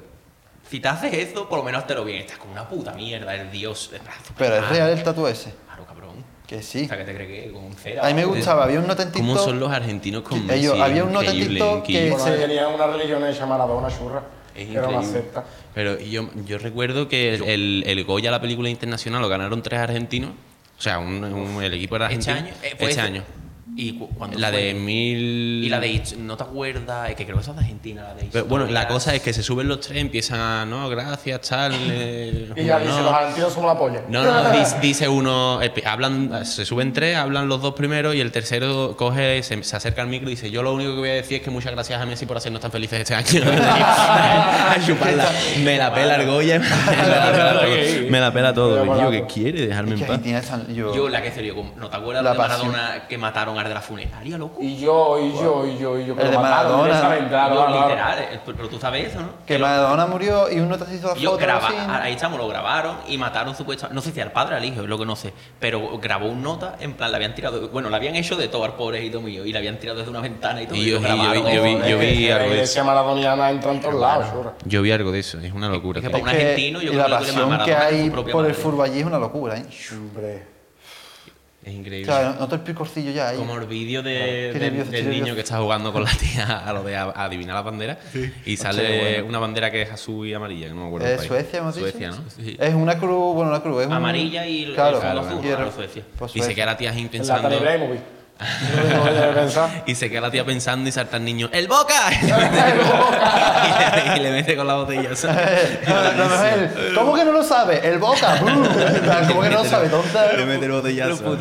[SPEAKER 3] si te haces eso, por lo menos te lo bien. Estás como una puta mierda, el dios de brazo.
[SPEAKER 2] Pero es
[SPEAKER 3] Ah,
[SPEAKER 2] real el tatuaje ese.
[SPEAKER 3] Claro, cabrón.
[SPEAKER 2] Que sí.
[SPEAKER 3] O sea, que te crees que con cera.
[SPEAKER 2] A mí me gustaba, había un nota en
[SPEAKER 1] ¿Cómo
[SPEAKER 2] TikTok-
[SPEAKER 1] son los argentinos con Messi?
[SPEAKER 2] Ellos- había un nota en
[SPEAKER 1] Increíble,
[SPEAKER 2] TikTok que-
[SPEAKER 1] increíble.
[SPEAKER 4] Bueno,
[SPEAKER 2] Sí.
[SPEAKER 4] tenía una religión hecha Maradona, churra.
[SPEAKER 1] Es
[SPEAKER 4] que era una
[SPEAKER 1] increíble.
[SPEAKER 4] secta.
[SPEAKER 1] Pero yo, yo recuerdo que el, el, el Goya, la película internacional, lo ganaron tres argentinos. O sea, un- un- el equipo era
[SPEAKER 3] Este
[SPEAKER 1] argentino.
[SPEAKER 3] año. eh, fue
[SPEAKER 1] este
[SPEAKER 3] ese.
[SPEAKER 1] año.
[SPEAKER 3] ¿Y cu- cuándo
[SPEAKER 1] La
[SPEAKER 3] fue?
[SPEAKER 1] de mil...
[SPEAKER 3] Y la de Hitch- no te acuerdas, es que creo que esa es de Argentina, la de
[SPEAKER 1] Pero, bueno, la
[SPEAKER 3] Historia.
[SPEAKER 1] cosa es que se suben los tres, empiezan a, no, gracias, tal. eh,
[SPEAKER 4] Y ya
[SPEAKER 1] no.
[SPEAKER 4] dice, los argentinos somos la polla.
[SPEAKER 1] No, no, dis- dice, uno, eh, hablan, se suben tres, hablan los dos primeros y el tercero coge, se, se acerca al micro y dice, yo lo único que voy a decir es que muchas gracias a Messi por hacernos tan felices este año. A chuparla. Me la pela argolla, me la pela todo. Me la pela todo.
[SPEAKER 4] Pero
[SPEAKER 1] Yo,
[SPEAKER 4] barato.
[SPEAKER 1] ¿qué quiere? Dejarme
[SPEAKER 2] Es
[SPEAKER 1] en
[SPEAKER 2] que
[SPEAKER 1] paz.
[SPEAKER 2] Argentina están- yo-
[SPEAKER 3] Yo la que se lió con- ¿No te acuerdas
[SPEAKER 2] La
[SPEAKER 3] de
[SPEAKER 2] pasión.
[SPEAKER 3] Maradona que mataron al de la funeraria, loco?
[SPEAKER 4] Y yo, y yo, y yo, y yo. que
[SPEAKER 2] El
[SPEAKER 4] lo
[SPEAKER 2] de
[SPEAKER 4] mataron
[SPEAKER 2] Maradona.
[SPEAKER 4] directamente, claro,
[SPEAKER 3] Yo,
[SPEAKER 4] claro, claro.
[SPEAKER 3] literal, eh, pero, pero tú sabes eso, ¿no?
[SPEAKER 2] Que Maradona murió y uno te hizo la
[SPEAKER 3] Y Yo
[SPEAKER 2] foto.
[SPEAKER 3] graba,
[SPEAKER 2] así, ¿no?
[SPEAKER 3] ahí estamos, lo grabaron y mataron supuestamente, no sé si al padre o al hijo, es lo que no sé, pero grabó un nota, en plan, la habían tirado, bueno, la habían hecho de todo al pobrecito mío y la habían tirado desde una ventana y todo.
[SPEAKER 1] Y
[SPEAKER 3] lo
[SPEAKER 1] yo- y yo-
[SPEAKER 3] grabaron.
[SPEAKER 1] yo vi-
[SPEAKER 4] Es
[SPEAKER 1] yo
[SPEAKER 4] que
[SPEAKER 1] vi
[SPEAKER 4] la
[SPEAKER 1] algo de
[SPEAKER 4] iglesia maradoniana entra en todos lados, churra.
[SPEAKER 1] Yo vi algo de eso, es una locura.
[SPEAKER 3] Es que
[SPEAKER 1] tío.
[SPEAKER 3] para un argentino, yo
[SPEAKER 2] y la
[SPEAKER 3] creo que lo que le
[SPEAKER 2] pasión
[SPEAKER 3] Maradona
[SPEAKER 2] que
[SPEAKER 3] es su
[SPEAKER 2] hay
[SPEAKER 3] propia
[SPEAKER 2] por el
[SPEAKER 3] madre.
[SPEAKER 2] fútbol allí es una locura, ¿eh?
[SPEAKER 4] Hombre.
[SPEAKER 1] Es
[SPEAKER 2] O
[SPEAKER 1] increíble.
[SPEAKER 2] sea, noto el picorcillo ya ahí.
[SPEAKER 1] Como el vídeo de,
[SPEAKER 2] Qué
[SPEAKER 1] del-
[SPEAKER 2] nervioso,
[SPEAKER 1] del niño
[SPEAKER 2] estoy nervioso.
[SPEAKER 1] que está jugando con la tía a lo de a- adivinar la bandera y sale una bandera que es azul y amarilla, que no me acuerdo. el
[SPEAKER 2] ¿Es
[SPEAKER 1] país.
[SPEAKER 2] Eh, Suecia, hemos dicho? Pues
[SPEAKER 1] Suecia, ¿no?
[SPEAKER 3] Sí.
[SPEAKER 2] Es una cruz, bueno, una cruz, es un-
[SPEAKER 3] Amarilla y el-
[SPEAKER 2] claro,
[SPEAKER 3] el fondo azul,
[SPEAKER 2] y el-
[SPEAKER 3] claro, Suecia.
[SPEAKER 2] pues
[SPEAKER 1] Y se
[SPEAKER 2] Suecia.
[SPEAKER 1] queda la tía ahí
[SPEAKER 4] En la
[SPEAKER 1] pensando.
[SPEAKER 4] Talibrimovic. No debe pensar.
[SPEAKER 1] Y se queda la tía pensando y salta el niño, ¡El Boca! Y le mete, y le- y le mete con la botella. ¿sabes?
[SPEAKER 2] A lo mejor el- ¿Cómo que no lo sabe? El Boca. ¿Cómo que no lo sabe? ¿Dónde?
[SPEAKER 1] Le mete el botellazo.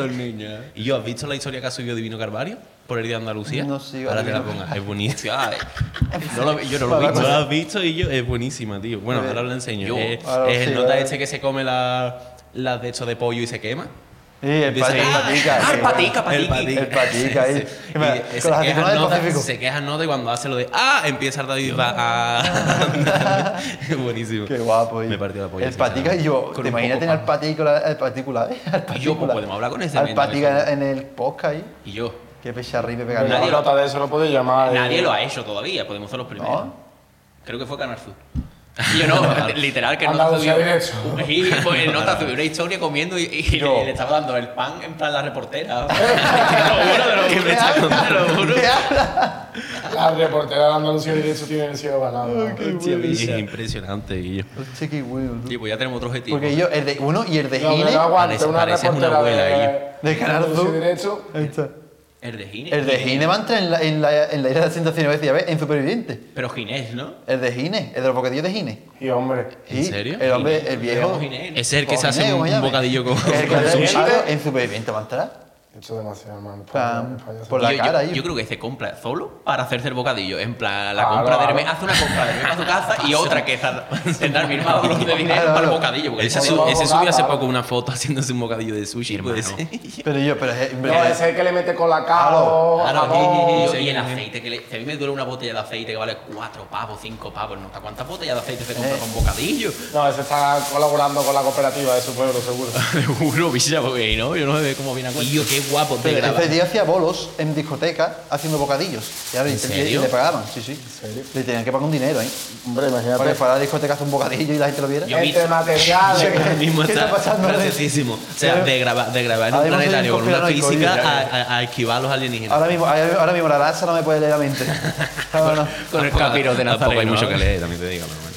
[SPEAKER 1] Y yo, ¿has visto la historia que ha subido Divino Carvalho?
[SPEAKER 3] por el día de Andalucía.
[SPEAKER 2] No, sí,
[SPEAKER 3] Ahora te la
[SPEAKER 2] no.
[SPEAKER 3] pongas. Es buenísima. Ay, no lo- yo no lo he
[SPEAKER 1] Tú
[SPEAKER 3] visto.
[SPEAKER 1] la has visto y yo, es buenísima, tío. Bueno,
[SPEAKER 2] Muy bien.
[SPEAKER 1] ahora lo enseño.
[SPEAKER 3] Yo-
[SPEAKER 1] es
[SPEAKER 2] Eh, Ahora eh.
[SPEAKER 1] es
[SPEAKER 2] sí,
[SPEAKER 1] el nota
[SPEAKER 2] ahora-
[SPEAKER 1] este que se come la- las de estos de pollo y se quema.
[SPEAKER 2] pues, Sí, el
[SPEAKER 1] Dice-
[SPEAKER 2] pati- patica.
[SPEAKER 3] Ah, el
[SPEAKER 2] sí.
[SPEAKER 3] patica,
[SPEAKER 1] El
[SPEAKER 3] patiqui.
[SPEAKER 1] patica.
[SPEAKER 2] El patica ahí.
[SPEAKER 3] Y
[SPEAKER 2] Mira,
[SPEAKER 3] eh, se,
[SPEAKER 2] con las
[SPEAKER 3] queja
[SPEAKER 2] aceitunas del
[SPEAKER 3] nota,
[SPEAKER 2] Pacífico.
[SPEAKER 3] se queja nota y cuando hace lo de ¡Ah! Empieza el David va ¡Ah! Buenísimo.
[SPEAKER 2] Qué guapo. y-
[SPEAKER 1] Me partió la polla,
[SPEAKER 2] El patica y yo.
[SPEAKER 3] Con
[SPEAKER 2] ¿Te
[SPEAKER 3] un
[SPEAKER 2] imaginas
[SPEAKER 3] poco
[SPEAKER 2] tener al
[SPEAKER 3] pan.
[SPEAKER 2] patícula, al patícula, eh? Al
[SPEAKER 3] Y yo, pues,
[SPEAKER 2] patícula.
[SPEAKER 3] podemos hablar con ese
[SPEAKER 2] Al
[SPEAKER 3] men, a ver
[SPEAKER 2] patica
[SPEAKER 3] cómo.
[SPEAKER 2] en el podcast ahí.
[SPEAKER 3] Y yo.
[SPEAKER 2] Qué pecharri me
[SPEAKER 4] Pero
[SPEAKER 2] pegando.
[SPEAKER 3] Nadie
[SPEAKER 4] Nadie
[SPEAKER 3] lo-
[SPEAKER 4] lo... de eso no podéis llamar. eh.
[SPEAKER 3] Nadie lo ha hecho todavía, podemos ser los primeros.
[SPEAKER 2] No.
[SPEAKER 3] Creo que fue Canal Sur. Y Yo no, literal, que el nota
[SPEAKER 4] Andalucía
[SPEAKER 3] subió.
[SPEAKER 4] directo.
[SPEAKER 3] Y pues el nota subió una historia comiendo y, y
[SPEAKER 2] Yo.
[SPEAKER 3] le, le estaba dando el pan en plan la reportera. te lo juro, te lo juro, te lo juro.
[SPEAKER 2] ¿Qué habla?
[SPEAKER 4] La reportera de Andalucía Directo tiene sido ganada.
[SPEAKER 1] Hostia, es impresionante, Guillo.
[SPEAKER 2] Hostia, qué bueno, tú.
[SPEAKER 3] Y pues ya tenemos otro objetivo.
[SPEAKER 2] Porque yo, el de uno y el de
[SPEAKER 4] No,
[SPEAKER 2] Gine.
[SPEAKER 4] pero no aguanta,
[SPEAKER 3] Parece-
[SPEAKER 4] una
[SPEAKER 3] parece una
[SPEAKER 4] reportera
[SPEAKER 3] abuela
[SPEAKER 4] de,
[SPEAKER 2] De Canal
[SPEAKER 4] Andalucía
[SPEAKER 2] Sur.
[SPEAKER 4] Directo.
[SPEAKER 2] Ahí está.
[SPEAKER 3] El de Gine.
[SPEAKER 2] El de Gine va a entrar en la, en la, en la isla de Tentaciones, voy a decir, a ver, en Superviviente.
[SPEAKER 3] Pero Ginés, ¿no?
[SPEAKER 2] El de Gine, el de los bocadillos de Gine.
[SPEAKER 4] Y hombre,
[SPEAKER 2] Sí,
[SPEAKER 3] ¿En serio?
[SPEAKER 2] El hombre, el viejo.
[SPEAKER 3] Digamos Ginés.
[SPEAKER 1] Es el que se
[SPEAKER 2] Con Gine,
[SPEAKER 1] hace un,
[SPEAKER 2] ¿cómo
[SPEAKER 1] un
[SPEAKER 2] se llama?
[SPEAKER 1] bocadillo con,
[SPEAKER 2] El que
[SPEAKER 1] con
[SPEAKER 2] hace
[SPEAKER 1] sushi.
[SPEAKER 2] algo en Superviviente va a entrar.
[SPEAKER 4] he hecho demasiado, hermano.
[SPEAKER 2] Pam,
[SPEAKER 4] España se-
[SPEAKER 2] por la
[SPEAKER 3] yo, yo-
[SPEAKER 2] cara ahí.
[SPEAKER 3] yo creo que se compra solo para hacerse el bocadillo. En plan, la
[SPEAKER 4] Claro,
[SPEAKER 3] compra de
[SPEAKER 4] claro.
[SPEAKER 3] Hermes, hace una compra de Hermes para su casa y otra que es tendrá el mismo valor de dinero
[SPEAKER 2] Claro,
[SPEAKER 3] para el
[SPEAKER 2] claro.
[SPEAKER 3] bocadillo. Porque
[SPEAKER 1] Ese,
[SPEAKER 3] ese-
[SPEAKER 1] su- ese subió hace
[SPEAKER 4] Claro.
[SPEAKER 1] poco una foto haciéndose un bocadillo de sushi, puede ser.
[SPEAKER 2] Pero yo, pero es.
[SPEAKER 4] No, ese es el que le mete con la cara.
[SPEAKER 2] Claro,
[SPEAKER 3] Claro,
[SPEAKER 4] jabón.
[SPEAKER 3] y, y- y el aceite, que le- si a mí me dura una botella de aceite que vale 4 pavos, 5 pavos, no sé cuántas botellas de aceite se compra
[SPEAKER 2] Eh.
[SPEAKER 3] con bocadillo.
[SPEAKER 4] No, ese está colaborando con la cooperativa de su pueblo, seguro.
[SPEAKER 3] Te juro, bicha, porque no, yo no sé cómo viene a cuenta. Tío, qué guapo te
[SPEAKER 2] Pero
[SPEAKER 3] grabas.
[SPEAKER 2] este día hacía bolos en discoteca haciendo bocadillos. Y ahora
[SPEAKER 3] ¿En
[SPEAKER 2] y- y- y
[SPEAKER 3] serio?
[SPEAKER 2] le pagaban, sí, sí.
[SPEAKER 4] serio?
[SPEAKER 2] Le tenían que pagar un dinero, ¿eh?
[SPEAKER 4] Hombre,
[SPEAKER 2] Para que
[SPEAKER 4] imagínate.
[SPEAKER 2] fuera a la discoteca a hacer un bocadillo y la gente lo viera.
[SPEAKER 3] Yo vi-
[SPEAKER 4] Este material.
[SPEAKER 2] ¿Qué
[SPEAKER 4] eh.
[SPEAKER 1] Ahora mismo
[SPEAKER 2] está pasando? Eh,
[SPEAKER 1] graciosísimo. O sea, de grabar, de grabar en un
[SPEAKER 2] Además, soy un
[SPEAKER 1] planetario con una
[SPEAKER 2] conspiranoico,
[SPEAKER 1] física
[SPEAKER 2] oye,
[SPEAKER 1] a, a- a esquivar a los alienígenas.
[SPEAKER 2] Ahora mismo, ahora mismo la raza no me puede leer la mente. No, no.
[SPEAKER 3] Con el
[SPEAKER 1] Tampoco
[SPEAKER 3] capirote nazareno,
[SPEAKER 1] hay mucho
[SPEAKER 3] ¿no?
[SPEAKER 1] que leer, también te digo, pero bueno.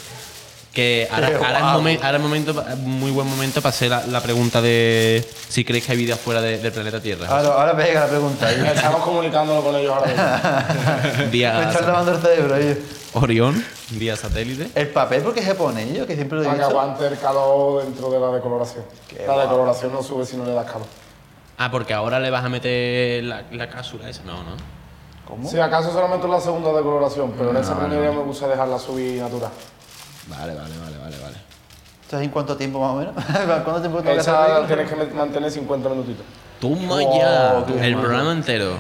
[SPEAKER 1] Que ahora,
[SPEAKER 2] Qué
[SPEAKER 1] ahora es
[SPEAKER 2] guapo.
[SPEAKER 1] momen- ahora es momento, pa- muy buen momento para hacer la, la pregunta de si creéis que hay vida fuera de- del planeta Tierra.
[SPEAKER 2] Ahora, ahora pega la pregunta. ¿eh?
[SPEAKER 4] Estamos comunicándolo con ellos ahora mismo.
[SPEAKER 1] Día
[SPEAKER 2] Me están
[SPEAKER 1] sat-
[SPEAKER 2] lavando el cerebro, ¿eh?
[SPEAKER 1] Orión, día satélite.
[SPEAKER 2] El papel, porque se pone, yo que siempre lo he
[SPEAKER 4] Para que
[SPEAKER 2] dicho.
[SPEAKER 4] aguante el calor dentro de la decoloración. La decoloración no sube si no le das calor.
[SPEAKER 3] Ah, porque ahora le vas a meter la, la cápsula esa. No, no. Ah.
[SPEAKER 2] ¿Cómo?
[SPEAKER 4] Si acaso solamente la segunda decoloración, pero en esa primera me gusta dejarla subir natural.
[SPEAKER 1] Vale, vale, vale, vale, vale.
[SPEAKER 2] ¿Sabes en cuánto tiempo más o menos? ¿Cuánto tiempo tengo que
[SPEAKER 4] Esa
[SPEAKER 2] hacer?
[SPEAKER 4] tienes que mantener 50 minutitos.
[SPEAKER 3] Toma
[SPEAKER 2] Oh,
[SPEAKER 3] ya.
[SPEAKER 2] qué
[SPEAKER 3] El
[SPEAKER 2] malo.
[SPEAKER 3] programa entero.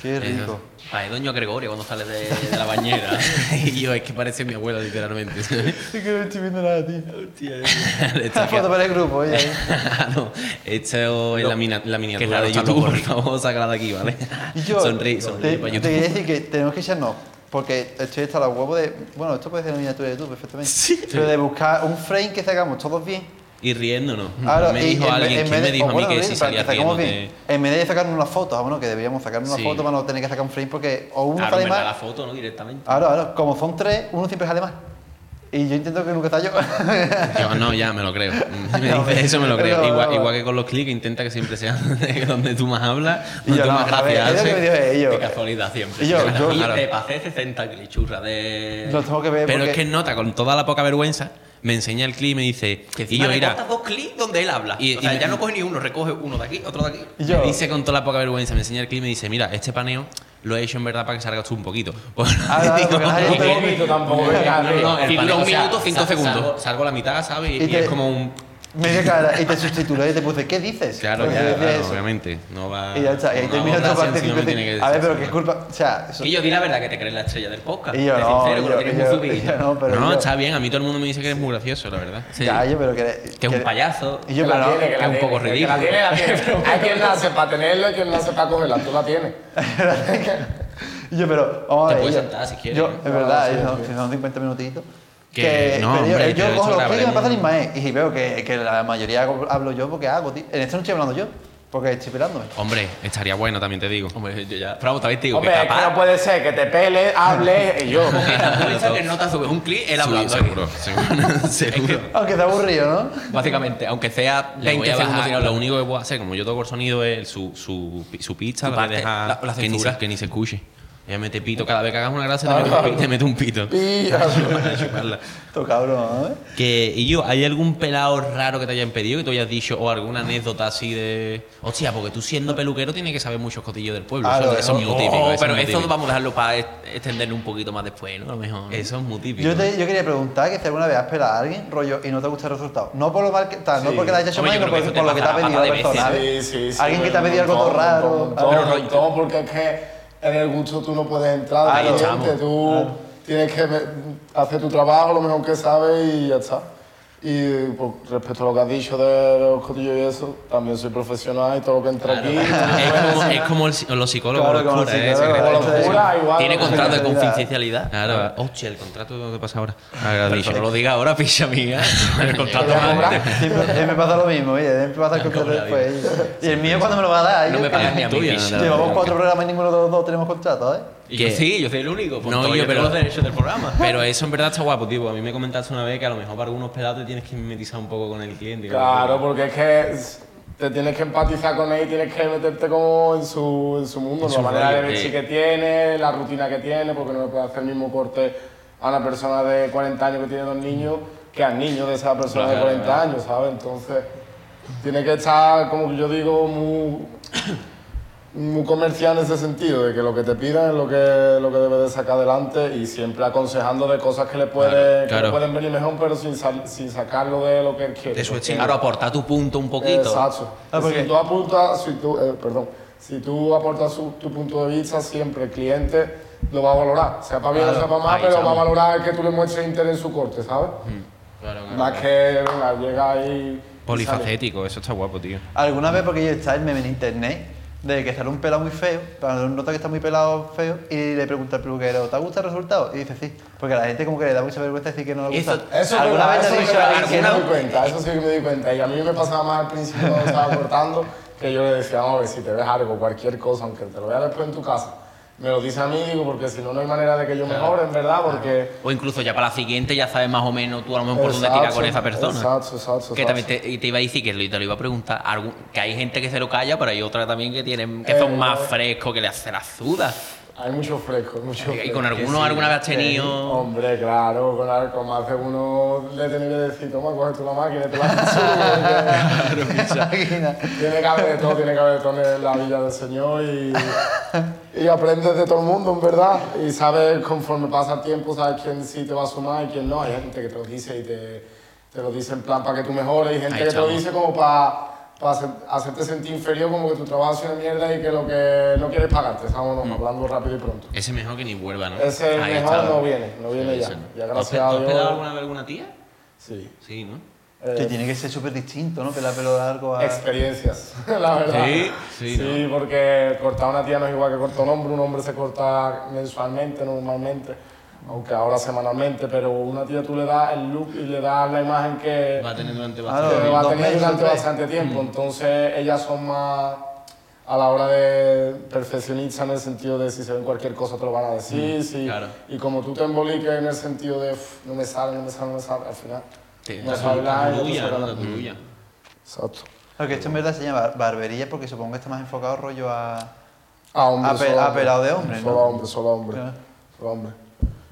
[SPEAKER 2] Qué rico.
[SPEAKER 3] Ay, doña Gregoria cuando sale de, de la bañera. y yo, es que parece mi abuela, literalmente.
[SPEAKER 2] Es que no estoy viendo nada, tío.
[SPEAKER 3] Le
[SPEAKER 2] La
[SPEAKER 3] está
[SPEAKER 2] foto para el grupo, oye. ahí.
[SPEAKER 3] no, esto es la, mina- la
[SPEAKER 1] Qué
[SPEAKER 3] miniatura
[SPEAKER 1] raro
[SPEAKER 3] de
[SPEAKER 1] está
[SPEAKER 3] YouTube,
[SPEAKER 1] loco,
[SPEAKER 3] por
[SPEAKER 1] ¿eh?
[SPEAKER 3] favor, sácala de aquí, ¿vale?
[SPEAKER 2] Y yo
[SPEAKER 3] sonríe,
[SPEAKER 2] te,
[SPEAKER 3] sonríe para
[SPEAKER 2] te
[SPEAKER 3] YouTube.
[SPEAKER 2] quería decir que tenemos que echarnos, porque estoy hasta los huevos de... Bueno, esto puede ser una miniatura de YouTube perfectamente.
[SPEAKER 3] Sí.
[SPEAKER 2] Pero de buscar un frame que sacamos todos bien.
[SPEAKER 3] Y riéndonos.
[SPEAKER 2] Ahora,
[SPEAKER 3] me
[SPEAKER 2] y
[SPEAKER 3] dijo
[SPEAKER 2] en vez-
[SPEAKER 3] alguien,
[SPEAKER 2] en
[SPEAKER 3] ¿quién
[SPEAKER 2] vez
[SPEAKER 3] me
[SPEAKER 2] de-
[SPEAKER 3] dijo
[SPEAKER 2] o
[SPEAKER 3] a mí
[SPEAKER 2] bueno,
[SPEAKER 3] que
[SPEAKER 2] bien,
[SPEAKER 3] si
[SPEAKER 2] para
[SPEAKER 3] salía
[SPEAKER 2] que sacamos
[SPEAKER 3] riéndote...
[SPEAKER 2] bien. En vez de sacarnos una foto, ah, bueno, que deberíamos sacarnos
[SPEAKER 3] Sí.
[SPEAKER 2] una foto para no tener que sacar un frame porque... O uno
[SPEAKER 3] Claro,
[SPEAKER 2] sale
[SPEAKER 3] me da
[SPEAKER 2] más.
[SPEAKER 3] la foto, ¿no? Directamente.
[SPEAKER 2] Ahora, ahora, como son tres, uno siempre sale más. Y yo intento que nunca salga yo.
[SPEAKER 3] Yo, no, ya, me lo creo. Si me
[SPEAKER 2] No,
[SPEAKER 3] dices eso, me lo
[SPEAKER 2] no,
[SPEAKER 3] creo.
[SPEAKER 2] no,
[SPEAKER 3] igual,
[SPEAKER 2] no.
[SPEAKER 3] igual que con los clics, intenta que siempre sea donde tú más hablas,
[SPEAKER 2] Y yo,
[SPEAKER 3] donde tú
[SPEAKER 2] no,
[SPEAKER 3] más
[SPEAKER 2] a ver,
[SPEAKER 3] gracias
[SPEAKER 2] es lo que me dijo
[SPEAKER 3] haces.
[SPEAKER 2] ellos.
[SPEAKER 3] Qué casualidad siempre.
[SPEAKER 2] Y yo, yo-
[SPEAKER 3] Y
[SPEAKER 2] claro.
[SPEAKER 3] te pasé 60 clics, churra de...
[SPEAKER 2] Lo tengo que ver
[SPEAKER 3] Pero
[SPEAKER 2] porque-
[SPEAKER 3] es que nota, con toda la poca vergüenza, me enseña el clic y me dice... Y yo, Vale, mira...
[SPEAKER 5] corta dos clics donde él habla.
[SPEAKER 3] Y-
[SPEAKER 5] o sea,
[SPEAKER 3] y-
[SPEAKER 5] ya no coge ni uno, recoge uno de aquí, otro de aquí.
[SPEAKER 2] Y yo-
[SPEAKER 3] Me dice con toda la poca vergüenza, me enseña el clip y me dice, mira, este paneo lo he hecho en verdad para que salgas tú un poquito. Bueno,
[SPEAKER 2] Ah, no, porque nadie
[SPEAKER 4] Un
[SPEAKER 2] te-
[SPEAKER 3] no,
[SPEAKER 4] poquito tampoco. venga,
[SPEAKER 3] no, no, el
[SPEAKER 5] Y dura
[SPEAKER 3] paneo,
[SPEAKER 5] un
[SPEAKER 3] o sea,
[SPEAKER 5] minuto, cinco
[SPEAKER 3] sal-
[SPEAKER 5] segundos.
[SPEAKER 3] Salgo, salgo a la mitad, ¿sabes? Y,
[SPEAKER 2] Y
[SPEAKER 3] y
[SPEAKER 2] te-
[SPEAKER 3] es como un...
[SPEAKER 2] Media cara y te sustitulé y te puse, ¿qué dices?
[SPEAKER 3] Claro,
[SPEAKER 2] Porque
[SPEAKER 3] ya,
[SPEAKER 2] decía
[SPEAKER 3] claro,
[SPEAKER 2] pues, eso.
[SPEAKER 3] obviamente. No va,
[SPEAKER 2] Y ya está, y ahí
[SPEAKER 3] no
[SPEAKER 2] termina
[SPEAKER 3] va
[SPEAKER 2] otra
[SPEAKER 3] a
[SPEAKER 2] parte.
[SPEAKER 3] votación, si no me tiene que
[SPEAKER 2] a ver,
[SPEAKER 3] decir
[SPEAKER 2] pero
[SPEAKER 3] eso,
[SPEAKER 2] qué
[SPEAKER 3] ¿no?
[SPEAKER 2] culpa. O sea, eso-
[SPEAKER 5] Y yo di la verdad que te crees la estrella del podcast.
[SPEAKER 2] Y yo
[SPEAKER 5] Sé
[SPEAKER 2] no,
[SPEAKER 5] sincero, que
[SPEAKER 2] yo-
[SPEAKER 5] lo tienes muy
[SPEAKER 2] yo-
[SPEAKER 5] subido.
[SPEAKER 2] yo no, pero
[SPEAKER 3] No,
[SPEAKER 2] yo-
[SPEAKER 3] está bien, a mí todo el mundo me dice que eres muy gracioso, la verdad. Sí.
[SPEAKER 2] Ya, yo, pero que.
[SPEAKER 3] Que es un payaso.
[SPEAKER 2] Y
[SPEAKER 4] Que
[SPEAKER 2] yo, pero
[SPEAKER 4] la
[SPEAKER 2] no.
[SPEAKER 4] tiene, que
[SPEAKER 3] es
[SPEAKER 4] la
[SPEAKER 3] un poco
[SPEAKER 4] tiene, que la
[SPEAKER 3] ridículo.
[SPEAKER 4] tiene, la tiene. Hay quien nace para tenerla y quien nace para cogerla. Tú la tienes.
[SPEAKER 2] Y yo, pero. Vamos a
[SPEAKER 3] Te
[SPEAKER 2] ver,
[SPEAKER 3] puedes
[SPEAKER 2] yo-
[SPEAKER 3] sentar si quieres.
[SPEAKER 2] Yo,
[SPEAKER 3] No,
[SPEAKER 2] es verdad,
[SPEAKER 4] sí,
[SPEAKER 2] yo-
[SPEAKER 4] sí.
[SPEAKER 2] si son 50 minutitos.
[SPEAKER 3] Que-
[SPEAKER 2] Que,
[SPEAKER 3] no,
[SPEAKER 2] pero yo-
[SPEAKER 3] hombre,
[SPEAKER 2] yo, cojo
[SPEAKER 3] pero eso
[SPEAKER 2] los clics que me
[SPEAKER 3] grabaremos.
[SPEAKER 2] pasan Ismael y veo que, que la mayoría hablo yo porque hago, tío. En este no estoy hablando yo, porque estoy pelándome.
[SPEAKER 3] Hombre, estaría bueno, también te digo. Hombre, yo ya... Bravo, también te digo
[SPEAKER 4] Hombre,
[SPEAKER 3] que
[SPEAKER 4] es que
[SPEAKER 3] capaz...
[SPEAKER 4] no puede ser que te pele, hable y yo.
[SPEAKER 5] Piensa que no te subes un clic, él
[SPEAKER 3] Sí,
[SPEAKER 5] hablando. aquí.
[SPEAKER 3] seguro, seguro, seguro.
[SPEAKER 2] Aunque está aburrido, ¿no?
[SPEAKER 3] Básicamente, aunque sea
[SPEAKER 5] Le voy
[SPEAKER 3] 20
[SPEAKER 5] a
[SPEAKER 3] segundos
[SPEAKER 5] bajar.
[SPEAKER 3] sin hablar. Lo único que puedo hacer, como yo toco el sonido, es su, su, su pizza,
[SPEAKER 5] Su
[SPEAKER 3] la
[SPEAKER 5] parte,
[SPEAKER 3] deja
[SPEAKER 5] la- la
[SPEAKER 3] que, ni se,
[SPEAKER 5] censura.
[SPEAKER 3] que ni se escuche. Ya mete pito. Cada vez que hagas una gracia
[SPEAKER 2] Ah,
[SPEAKER 3] te mete un pito. Te mete un pito. Para chuparla.
[SPEAKER 2] Tú cabrón, ¿eh?
[SPEAKER 3] Que, y yo, ¿hay algún pelado raro que te haya impedido que tú hayas dicho o alguna anécdota así de. Hostia, porque tú siendo peluquero tienes que saber muchos cotillos del pueblo.
[SPEAKER 2] Ah,
[SPEAKER 3] eso,
[SPEAKER 2] lo
[SPEAKER 3] eso es
[SPEAKER 2] de-
[SPEAKER 3] muy
[SPEAKER 2] oh,
[SPEAKER 3] típico. eso
[SPEAKER 5] pero
[SPEAKER 3] es muy
[SPEAKER 5] esto
[SPEAKER 3] típico.
[SPEAKER 5] vamos a dejarlo para extenderlo un poquito más después, ¿no? A lo mejor.
[SPEAKER 3] Eso es muy típico.
[SPEAKER 2] Yo, te- yo quería preguntar que si alguna vez has pelado a alguien, rollo, y no te gusta el resultado. No por lo mal que tal, no porque te hayas hecho
[SPEAKER 3] Hombre,
[SPEAKER 2] mal,
[SPEAKER 3] yo
[SPEAKER 2] sino
[SPEAKER 3] creo
[SPEAKER 2] por,
[SPEAKER 3] que eso
[SPEAKER 2] por lo que
[SPEAKER 3] te
[SPEAKER 2] te ha
[SPEAKER 3] pasará
[SPEAKER 2] pedido la
[SPEAKER 3] pata de
[SPEAKER 2] persona.
[SPEAKER 4] Sí, sí, sí.
[SPEAKER 2] Alguien que te ha
[SPEAKER 4] pero
[SPEAKER 2] pedido
[SPEAKER 4] un
[SPEAKER 2] algo todo
[SPEAKER 4] montón, un
[SPEAKER 2] raro.
[SPEAKER 4] montón,
[SPEAKER 2] algo-
[SPEAKER 4] un montón, porque es que en el gusto tú no puedes entrar.
[SPEAKER 2] Claro,
[SPEAKER 4] de
[SPEAKER 3] chamo,
[SPEAKER 4] cliente, tú tienes que ver- hacer tu trabajo lo mejor que sabes y ya está. Y por respecto a lo que has dicho de los cotillos y eso, también soy profesional y todo lo que entra aquí.
[SPEAKER 3] es como, es como el si- los psicólogos,
[SPEAKER 2] Claro, como
[SPEAKER 3] los curas,
[SPEAKER 2] el
[SPEAKER 3] ¿eh?
[SPEAKER 2] psicólogo,
[SPEAKER 3] Secreto.
[SPEAKER 2] como los
[SPEAKER 3] Secreto.
[SPEAKER 4] curas, igual,
[SPEAKER 3] Tiene
[SPEAKER 4] como
[SPEAKER 3] contrato de
[SPEAKER 2] confidencialidad.
[SPEAKER 3] confidencialidad. Claro, Ah, hostia, el contrato que pasa ahora. Ahora, dicho, no lo diga ahora, ficha mía. El contrato
[SPEAKER 4] Ya
[SPEAKER 3] madre.
[SPEAKER 4] cobra.
[SPEAKER 2] Siempre, siempre pasa lo mismo, oye, siempre pasa el contrato después. Y el mío, ¿cuándo me lo va a dar?
[SPEAKER 3] No
[SPEAKER 2] Yo-
[SPEAKER 3] me pagas ni a mí,
[SPEAKER 5] Tuya,
[SPEAKER 3] bicho.
[SPEAKER 5] nada.
[SPEAKER 2] Llevamos cuatro programas y ninguno de los dos tenemos contrato, ¿eh?
[SPEAKER 5] Y yo
[SPEAKER 3] ¿Qué?
[SPEAKER 5] sí, yo soy el único. pues,
[SPEAKER 3] No,
[SPEAKER 5] todo,
[SPEAKER 3] yo, pero-
[SPEAKER 5] tengo los derechos del programa.
[SPEAKER 3] Pero eso en verdad está guapo, tío. A mí me comentaste una vez que a lo mejor para algunos pelados te tienes que mimetizar un poco con el cliente.
[SPEAKER 4] Claro, porque es que s- te tienes que empatizar con él y tienes que meterte como en su, en su mundo,
[SPEAKER 3] En
[SPEAKER 4] ¿no?
[SPEAKER 3] su
[SPEAKER 4] la manera
[SPEAKER 3] rollo,
[SPEAKER 4] de vestir
[SPEAKER 3] eh.
[SPEAKER 4] que tiene, la rutina que tiene, porque no le puedes hacer el mismo corte a una persona de 40 años que tiene dos niños que al niño de esa persona de
[SPEAKER 3] Claro,
[SPEAKER 4] 40 años, ¿sabes? Entonces, tiene que estar, como yo digo, muy, muy comercial en ese sentido, de que lo que te pidan es lo que, lo que debes de sacar adelante y siempre aconsejando de cosas que le, puede, que le
[SPEAKER 3] claro.
[SPEAKER 4] pueden venir mejor, pero sin, sal- sin sacarlo de lo que él quiere.
[SPEAKER 3] De su
[SPEAKER 4] porque-
[SPEAKER 3] estilo. Claro, aportar tu punto un poquito.
[SPEAKER 4] Exacto.
[SPEAKER 2] Ah, porque-
[SPEAKER 4] Si tú apuntas, si tú, eh, perdón, si tú aportas su- tu punto de vista, siempre el cliente lo va a valorar. Sea para bien o sea para mal,
[SPEAKER 3] ahí
[SPEAKER 4] pero va a
[SPEAKER 3] estamos.
[SPEAKER 4] valorar que tú le muestres interés en su corte, ¿sabes?
[SPEAKER 2] Mm.
[SPEAKER 4] Más que, venga, llega ahí. y sale.
[SPEAKER 3] Polifacético, eso está guapo, tío.
[SPEAKER 2] Alguna vez, porque yo estaba el meme en internet de que sale un pelado muy feo, pero nota que está muy pelado feo, y le pregunta al peluquero, ¿te gusta el resultado? Y dice sí, porque a la gente como que le da mucha vergüenza decir que no le gusta.
[SPEAKER 3] Eso-
[SPEAKER 4] Eso es
[SPEAKER 2] ¿Alguna
[SPEAKER 4] verdad,
[SPEAKER 2] vez te
[SPEAKER 4] eso
[SPEAKER 2] ha
[SPEAKER 4] sí
[SPEAKER 2] dicho
[SPEAKER 4] que-
[SPEAKER 2] alguien que
[SPEAKER 4] eso me
[SPEAKER 2] no?
[SPEAKER 4] di cuenta, eso sí que me di cuenta. Y a mí me pasaba más al principio cuando estaba cortando, que yo le decía, no, a ver, si te ves algo, cualquier cosa, aunque te lo vea después en tu casa, me lo dice a mí, digo, porque si no, no hay manera de que yo mejore, en verdad, porque...
[SPEAKER 5] O incluso ya para la siguiente ya sabes más o menos tú a lo mejor por dónde tirar con esa persona.
[SPEAKER 4] Exacto, exacto,
[SPEAKER 5] Que
[SPEAKER 4] exacto.
[SPEAKER 5] también te, y te iba a decir que lo- te lo iba a preguntar, algún- que hay gente que se lo calla, pero hay otra también que tienen que son
[SPEAKER 4] Eh,
[SPEAKER 5] más
[SPEAKER 4] no.
[SPEAKER 5] frescos, que le hacen las sudas.
[SPEAKER 4] Hay mucho fresco, hay mucho fresco.
[SPEAKER 5] Y con alguno alguna vez has tenido.
[SPEAKER 4] Hombre, claro, con, al- con más de uno le tiene que decir, toma, coge tú la máquina, y te la subo, porque
[SPEAKER 2] Imagina.
[SPEAKER 4] Tiene que haber de todo, tiene que haber de todo en la Villa del Señor y, y aprendes de todo el mundo, en verdad. Y sabes, conforme pasa el tiempo, sabes quién sí te va a sumar y quién no. Hay gente que te lo dice y te, te lo dice en plan para que tú mejores. Hay gente
[SPEAKER 3] Ay,
[SPEAKER 4] que te lo
[SPEAKER 3] chamo.
[SPEAKER 4] dice como para hacerte sentir inferior, como que tu trabajo es una mierda y que lo que no quieres pagarte. Estamos hablando rápido y pronto.
[SPEAKER 3] Ese mejor que ni vuelva, ¿no?
[SPEAKER 4] Ese
[SPEAKER 3] Mm. Ahí
[SPEAKER 4] mejor
[SPEAKER 3] está.
[SPEAKER 4] no viene, no viene
[SPEAKER 3] Ahí
[SPEAKER 4] ya.
[SPEAKER 3] está.
[SPEAKER 4] Ya
[SPEAKER 3] ¿Tú has-
[SPEAKER 4] gracias a
[SPEAKER 3] ¿Tú has pelado
[SPEAKER 4] Dios.
[SPEAKER 3] alguna vez alguna tía?
[SPEAKER 4] Sí.
[SPEAKER 3] Sí, ¿no?
[SPEAKER 4] Eh,
[SPEAKER 2] Que tiene que ser súper distinto, ¿no? Pelar pelo largo a...
[SPEAKER 4] Experiencias, la verdad.
[SPEAKER 3] Sí, sí,
[SPEAKER 4] porque cortar una tía no es igual que cortar un hombre. Un hombre se corta mensualmente, normalmente, aunque ahora semanalmente, pero una tía tú le das el look y le das la imagen que
[SPEAKER 3] Va a tener durante
[SPEAKER 2] Claro.
[SPEAKER 4] que
[SPEAKER 3] bastante
[SPEAKER 4] va a
[SPEAKER 2] dos
[SPEAKER 4] tener
[SPEAKER 2] meses,
[SPEAKER 4] durante
[SPEAKER 2] tres.
[SPEAKER 4] bastante
[SPEAKER 3] Mm.
[SPEAKER 4] tiempo. Entonces ellas son más a la hora de perfeccionistas en el sentido de si se ven cualquier cosa te lo van a decir. si-
[SPEAKER 3] Mm, claro.
[SPEAKER 4] Y como tú te emboliques en el sentido de "Uf, no me sale, no me sale, no me sale, al final.
[SPEAKER 3] Te-
[SPEAKER 4] no
[SPEAKER 3] te-
[SPEAKER 4] sabes hablar y
[SPEAKER 3] te
[SPEAKER 4] no
[SPEAKER 3] tuya,
[SPEAKER 4] sabes
[SPEAKER 3] ¿no?
[SPEAKER 4] hablar.
[SPEAKER 3] Te tuya.
[SPEAKER 4] Exacto.
[SPEAKER 2] Porque esto en verdad se llama barbería porque supongo que está más enfocado rollo a...
[SPEAKER 4] A hombre,
[SPEAKER 2] A pe-
[SPEAKER 4] solo
[SPEAKER 2] a
[SPEAKER 4] hombre.
[SPEAKER 2] pelado de hombre,
[SPEAKER 4] Solo
[SPEAKER 2] ¿no?
[SPEAKER 4] a hombre, solo a hombre.
[SPEAKER 2] Claro.
[SPEAKER 4] Solo a hombre.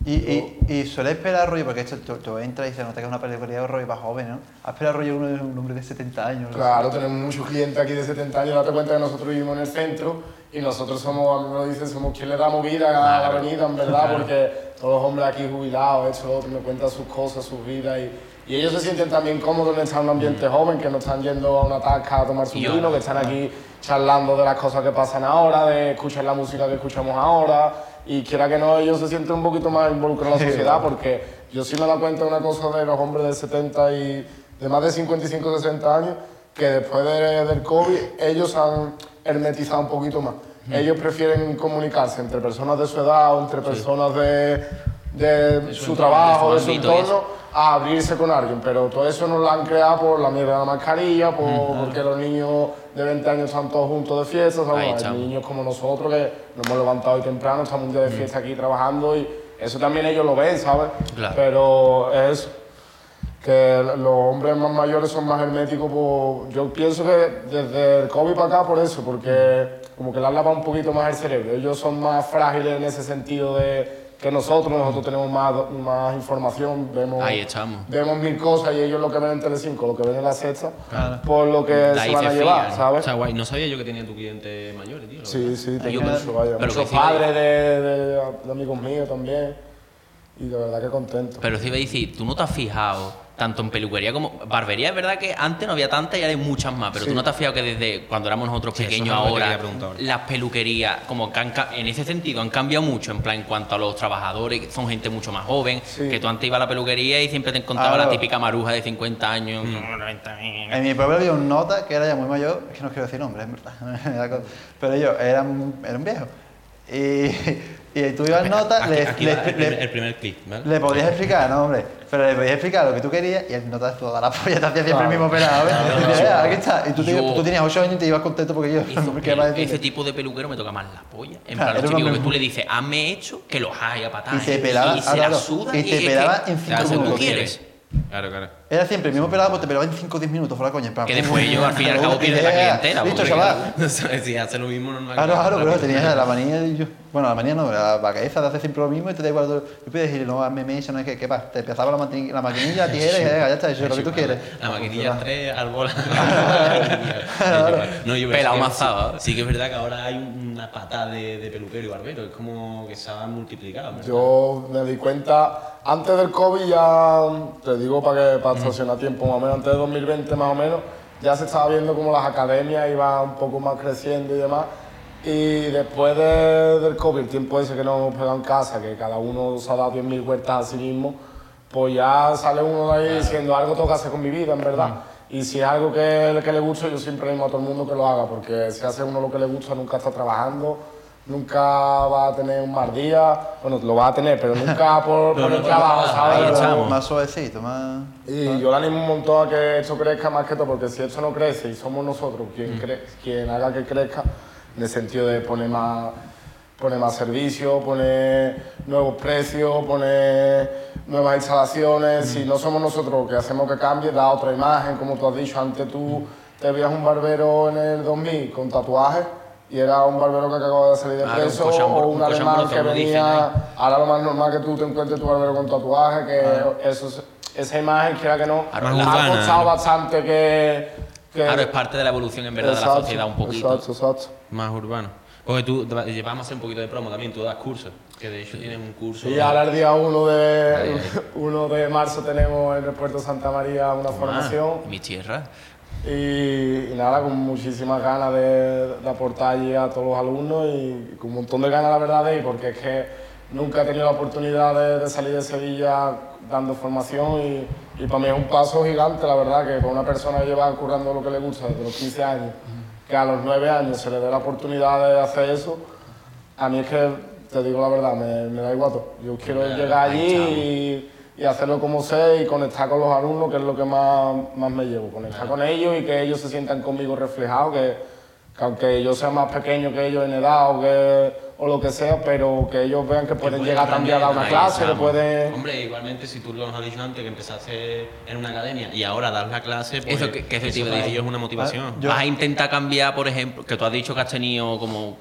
[SPEAKER 2] Y, y, y sueles pelar rollo, porque esto tú, tú entras y se nota que es una peluquería de rollo para jóvenes, ¿no? Has pelado rollo uno de un hombre de 70 años. ¿no?
[SPEAKER 4] Claro, tenemos muchos clientes aquí de 70 años. Date cuenta que nosotros vivimos en el centro y nosotros somos, a mí me lo dicen, somos quien le damos vida a la avenida, en verdad, porque todos los hombres aquí jubilados, esto, lo otro, me cuentan sus cosas, sus vidas y, y ellos se sienten también cómodos en estar en un ambiente joven, que no están yendo a una tasca a tomar su
[SPEAKER 3] Yo-
[SPEAKER 4] vino, que están aquí charlando de las cosas que pasan ahora, de escuchar la música que escuchamos ahora. Y quiera que no, ellos se sienten un poquito más involucrados en la sociedad porque yo sí me he dado cuenta de una cosa de los hombres de 70 y de más de 55, 60 años, que después de- del COVID ellos han hermetizado un poquito más. Ellos prefieren comunicarse entre personas de su edad o entre personas de, de su, trabajo, de su
[SPEAKER 3] ámbito y eso.
[SPEAKER 4] entorno, a abrirse con alguien. Pero todo eso nos lo han creado por la mierda de la mascarilla, por, porque los niños de 20 años están todos juntos de fiesta. ¿sabes?
[SPEAKER 3] Ahí
[SPEAKER 4] Hay
[SPEAKER 3] estamos.
[SPEAKER 4] niños como nosotros que nos hemos levantado hoy temprano, estamos un día de fiesta aquí trabajando y eso también ellos lo ven, ¿sabes?
[SPEAKER 3] Claro.
[SPEAKER 4] Pero es eso que los hombres más mayores son más herméticos. por- yo pienso que desde el COVID para acá por eso, porque como que le han lavado un poquito más el cerebro. Ellos son más frágiles en ese sentido de que nosotros, nosotros tenemos más, más información, vemos,
[SPEAKER 3] Ahí estamos.
[SPEAKER 4] vemos mil cosas y ellos lo que ven en Telecinco, lo que ven en la sexta, por lo que
[SPEAKER 3] Ahí
[SPEAKER 4] se van
[SPEAKER 3] se
[SPEAKER 4] a llevar,
[SPEAKER 3] fían.
[SPEAKER 1] O
[SPEAKER 4] ¿sabes?
[SPEAKER 1] sea, guay, no sabía yo que tenía tu cliente mayor, tío. la
[SPEAKER 4] Sí,
[SPEAKER 1] verdad.
[SPEAKER 4] sí,
[SPEAKER 3] yo
[SPEAKER 4] tengo
[SPEAKER 3] me-
[SPEAKER 4] mucho, vaya.
[SPEAKER 3] pero que
[SPEAKER 4] Muchos
[SPEAKER 3] sí.
[SPEAKER 4] padres de, de- de amigos míos también. Y de verdad que contento.
[SPEAKER 3] Pero sí iba a decir, tú no te has fijado tanto en peluquería como. Barbería es verdad que antes no había tantas y ahora hay muchas más, pero
[SPEAKER 4] Sí.
[SPEAKER 3] tú no te has fijado que desde cuando éramos nosotros
[SPEAKER 5] Sí, eso
[SPEAKER 3] pequeños
[SPEAKER 5] es algo que
[SPEAKER 3] ahora,
[SPEAKER 5] te quería preguntar ahora.
[SPEAKER 3] las peluquerías, como que han ca- en ese sentido, han cambiado mucho en plan en cuanto a los trabajadores, que son gente mucho más joven,
[SPEAKER 4] Sí.
[SPEAKER 3] que tú antes ibas a la peluquería y siempre te encontrabas
[SPEAKER 2] Ah,
[SPEAKER 3] la
[SPEAKER 2] no.
[SPEAKER 3] típica maruja de 50 años.
[SPEAKER 5] Mm.
[SPEAKER 3] 90.
[SPEAKER 2] En mi pueblo había un nota que era ya muy mayor, es que no quiero decir nombre, en verdad. me da cosa. Pero ellos eran, eran viejos. Y, y tú ibas al nota,
[SPEAKER 1] Aquí,
[SPEAKER 2] le,
[SPEAKER 1] aquí
[SPEAKER 2] le-
[SPEAKER 1] va el,
[SPEAKER 2] le-
[SPEAKER 1] primer, el primer clip, ¿vale?
[SPEAKER 2] le podías explicar, no, hombre. Pero le podías explicar lo que tú querías y el nota te toda la polla, te hacía siempre el mismo pelado. ¿ves? Y decía, "Eh, aquí está. Y tú, te-
[SPEAKER 3] Yo-
[SPEAKER 2] tú tenías 8 años y te ibas contento porque yo.
[SPEAKER 3] Eso,
[SPEAKER 2] porque iba a
[SPEAKER 3] el- ese
[SPEAKER 2] decirle.
[SPEAKER 3] tipo de peluquero me toca más la polla.
[SPEAKER 2] Claro,
[SPEAKER 3] En plan, los
[SPEAKER 2] era lo
[SPEAKER 3] típicos que
[SPEAKER 2] mismo.
[SPEAKER 3] tú le dices, hazme hecho, que los haya patadas.
[SPEAKER 2] Y te pelaba-
[SPEAKER 3] y se
[SPEAKER 2] ahora
[SPEAKER 3] la
[SPEAKER 2] lo-
[SPEAKER 3] suda
[SPEAKER 2] y te
[SPEAKER 3] es que-
[SPEAKER 2] pelaba en
[SPEAKER 3] te
[SPEAKER 2] cinco
[SPEAKER 3] hace lo que
[SPEAKER 2] minutos.
[SPEAKER 3] quieres.
[SPEAKER 1] Claro, claro.
[SPEAKER 2] Era siempre el mismo pelado, pues te pelaba en 5 o 10 minutos, fuera coña. en plan,
[SPEAKER 3] Que después yo, al fin y al cabo, pierdes la
[SPEAKER 2] idea.
[SPEAKER 3] clientela,
[SPEAKER 2] Listo,
[SPEAKER 3] porque-
[SPEAKER 2] chaval.
[SPEAKER 1] si hace lo mismo normal.
[SPEAKER 2] Claro, claro, pero
[SPEAKER 1] rápido.
[SPEAKER 2] tenías la manía de yo. Bueno, la manía no, la vaqueza de hacer siempre lo mismo y te da igual. Yo puedes decir, no, hazme mecha, no es que, ¿qué pasa? Te empezaba la, mati- la maquinilla, la tijera y ya está hecho, lo que tú quieres.
[SPEAKER 1] La maquinilla 3 al bola. no, yo
[SPEAKER 3] Pelao
[SPEAKER 1] sí que-
[SPEAKER 3] mazado.
[SPEAKER 1] Sí que es verdad que ahora hay una patada de, de peluquero y barbero. Es como que se ha multiplicado. ¿verdad?
[SPEAKER 4] Yo me di cuenta, antes del COVID ya, te digo para que para estacionar tiempo más o menos, antes de 2020 más o menos, ya se estaba viendo como las academias iban un poco más creciendo y demás. Y después de- del COVID, el tiempo ese que nos hemos pegado en casa, que cada uno se ha dado 10.000 vueltas a sí mismo, pues ya sale uno de ahí diciendo algo tengo que hacer con mi vida, en verdad. Y si es algo que, que le gusta, yo siempre animo a todo el mundo que lo haga, porque si hace uno lo que le gusta, nunca está trabajando, nunca va a tener un mal día, bueno, lo va a tener, pero nunca por, por el trabajo,
[SPEAKER 3] ahí
[SPEAKER 4] ¿sabes?
[SPEAKER 3] estamos.
[SPEAKER 2] Más suavecito, más.
[SPEAKER 4] Y yo le animo un montón a que esto crezca más que todo, porque si esto no crece y somos nosotros
[SPEAKER 3] Mm.
[SPEAKER 4] quien, cre- quien haga que crezca, en el sentido de poner más, poner más servicios, poner nuevos precios, poner nuevas
[SPEAKER 3] Mm.
[SPEAKER 4] instalaciones, si no somos nosotros los que hacemos que cambie, da otra imagen, como tú has dicho, antes tú te veías un barbero en el 2000 con tatuajes y era un barbero que acababa de salir de
[SPEAKER 3] Claro, un
[SPEAKER 4] preso
[SPEAKER 3] cochambro-
[SPEAKER 4] o un
[SPEAKER 3] un
[SPEAKER 4] alemán
[SPEAKER 3] cochambrote,
[SPEAKER 4] que
[SPEAKER 3] como dicen
[SPEAKER 4] venía...
[SPEAKER 3] ahí.
[SPEAKER 4] Ahora lo más normal que tú te encuentres tu barbero con tatuaje, que
[SPEAKER 3] Ah.
[SPEAKER 4] eso es- esa imagen, quiera que no,
[SPEAKER 3] Ahora
[SPEAKER 4] ha
[SPEAKER 3] es
[SPEAKER 5] urbana,
[SPEAKER 4] costado
[SPEAKER 5] ¿no?
[SPEAKER 4] bastante que... que
[SPEAKER 3] Claro, es parte de la evolución en verdad de
[SPEAKER 4] Exacto,
[SPEAKER 3] la sociedad un poquito.
[SPEAKER 4] Exacto, exacto.
[SPEAKER 1] Más urbano. Oye, tú te va- vamos a hacer un poquito de promo también. Tú das cursos. Que de hecho tienes un curso.
[SPEAKER 4] Y ahora el día 1 de, 1 de marzo tenemos en el Puerto Santa María una formación
[SPEAKER 3] Ah, mis tierras.
[SPEAKER 4] y, y nada, con muchísimas ganas de, de aportar allí a todos los alumnos y con un montón de ganas, la verdad, de ir, porque es que nunca he tenido la oportunidad de, de salir de Sevilla dando formación y, y para mí es un paso gigante, la verdad, que para una persona que lleva currando lo que le gusta desde los 15 años, que a los 9 años se le dé la oportunidad de hacer eso, a mí es que, te digo la verdad, me, me da igual todo. Yo quiero llegar allí y, y hacerlo como sé y conectar con los alumnos, que es lo que más, más me llevo. Conectar con ellos y que ellos se sientan conmigo reflejados, que, que aunque yo sea más pequeño que ellos en edad o, que, o lo que sea, pero que ellos vean que pueden llegar también a dar una
[SPEAKER 1] Ahí
[SPEAKER 4] clase, que
[SPEAKER 1] estamos.
[SPEAKER 4] pueden...
[SPEAKER 1] Hombre, igualmente, si tú lo has dicho antes, que empezaste en una academia y ahora das la clase, pues,
[SPEAKER 3] Eso que- que eso te iba a
[SPEAKER 1] para
[SPEAKER 3] decir.
[SPEAKER 1] ellos es una motivación.
[SPEAKER 6] Ah,
[SPEAKER 2] Yo-
[SPEAKER 3] Vas a intentar cambiar, por ejemplo, que tú has dicho que has tenido como.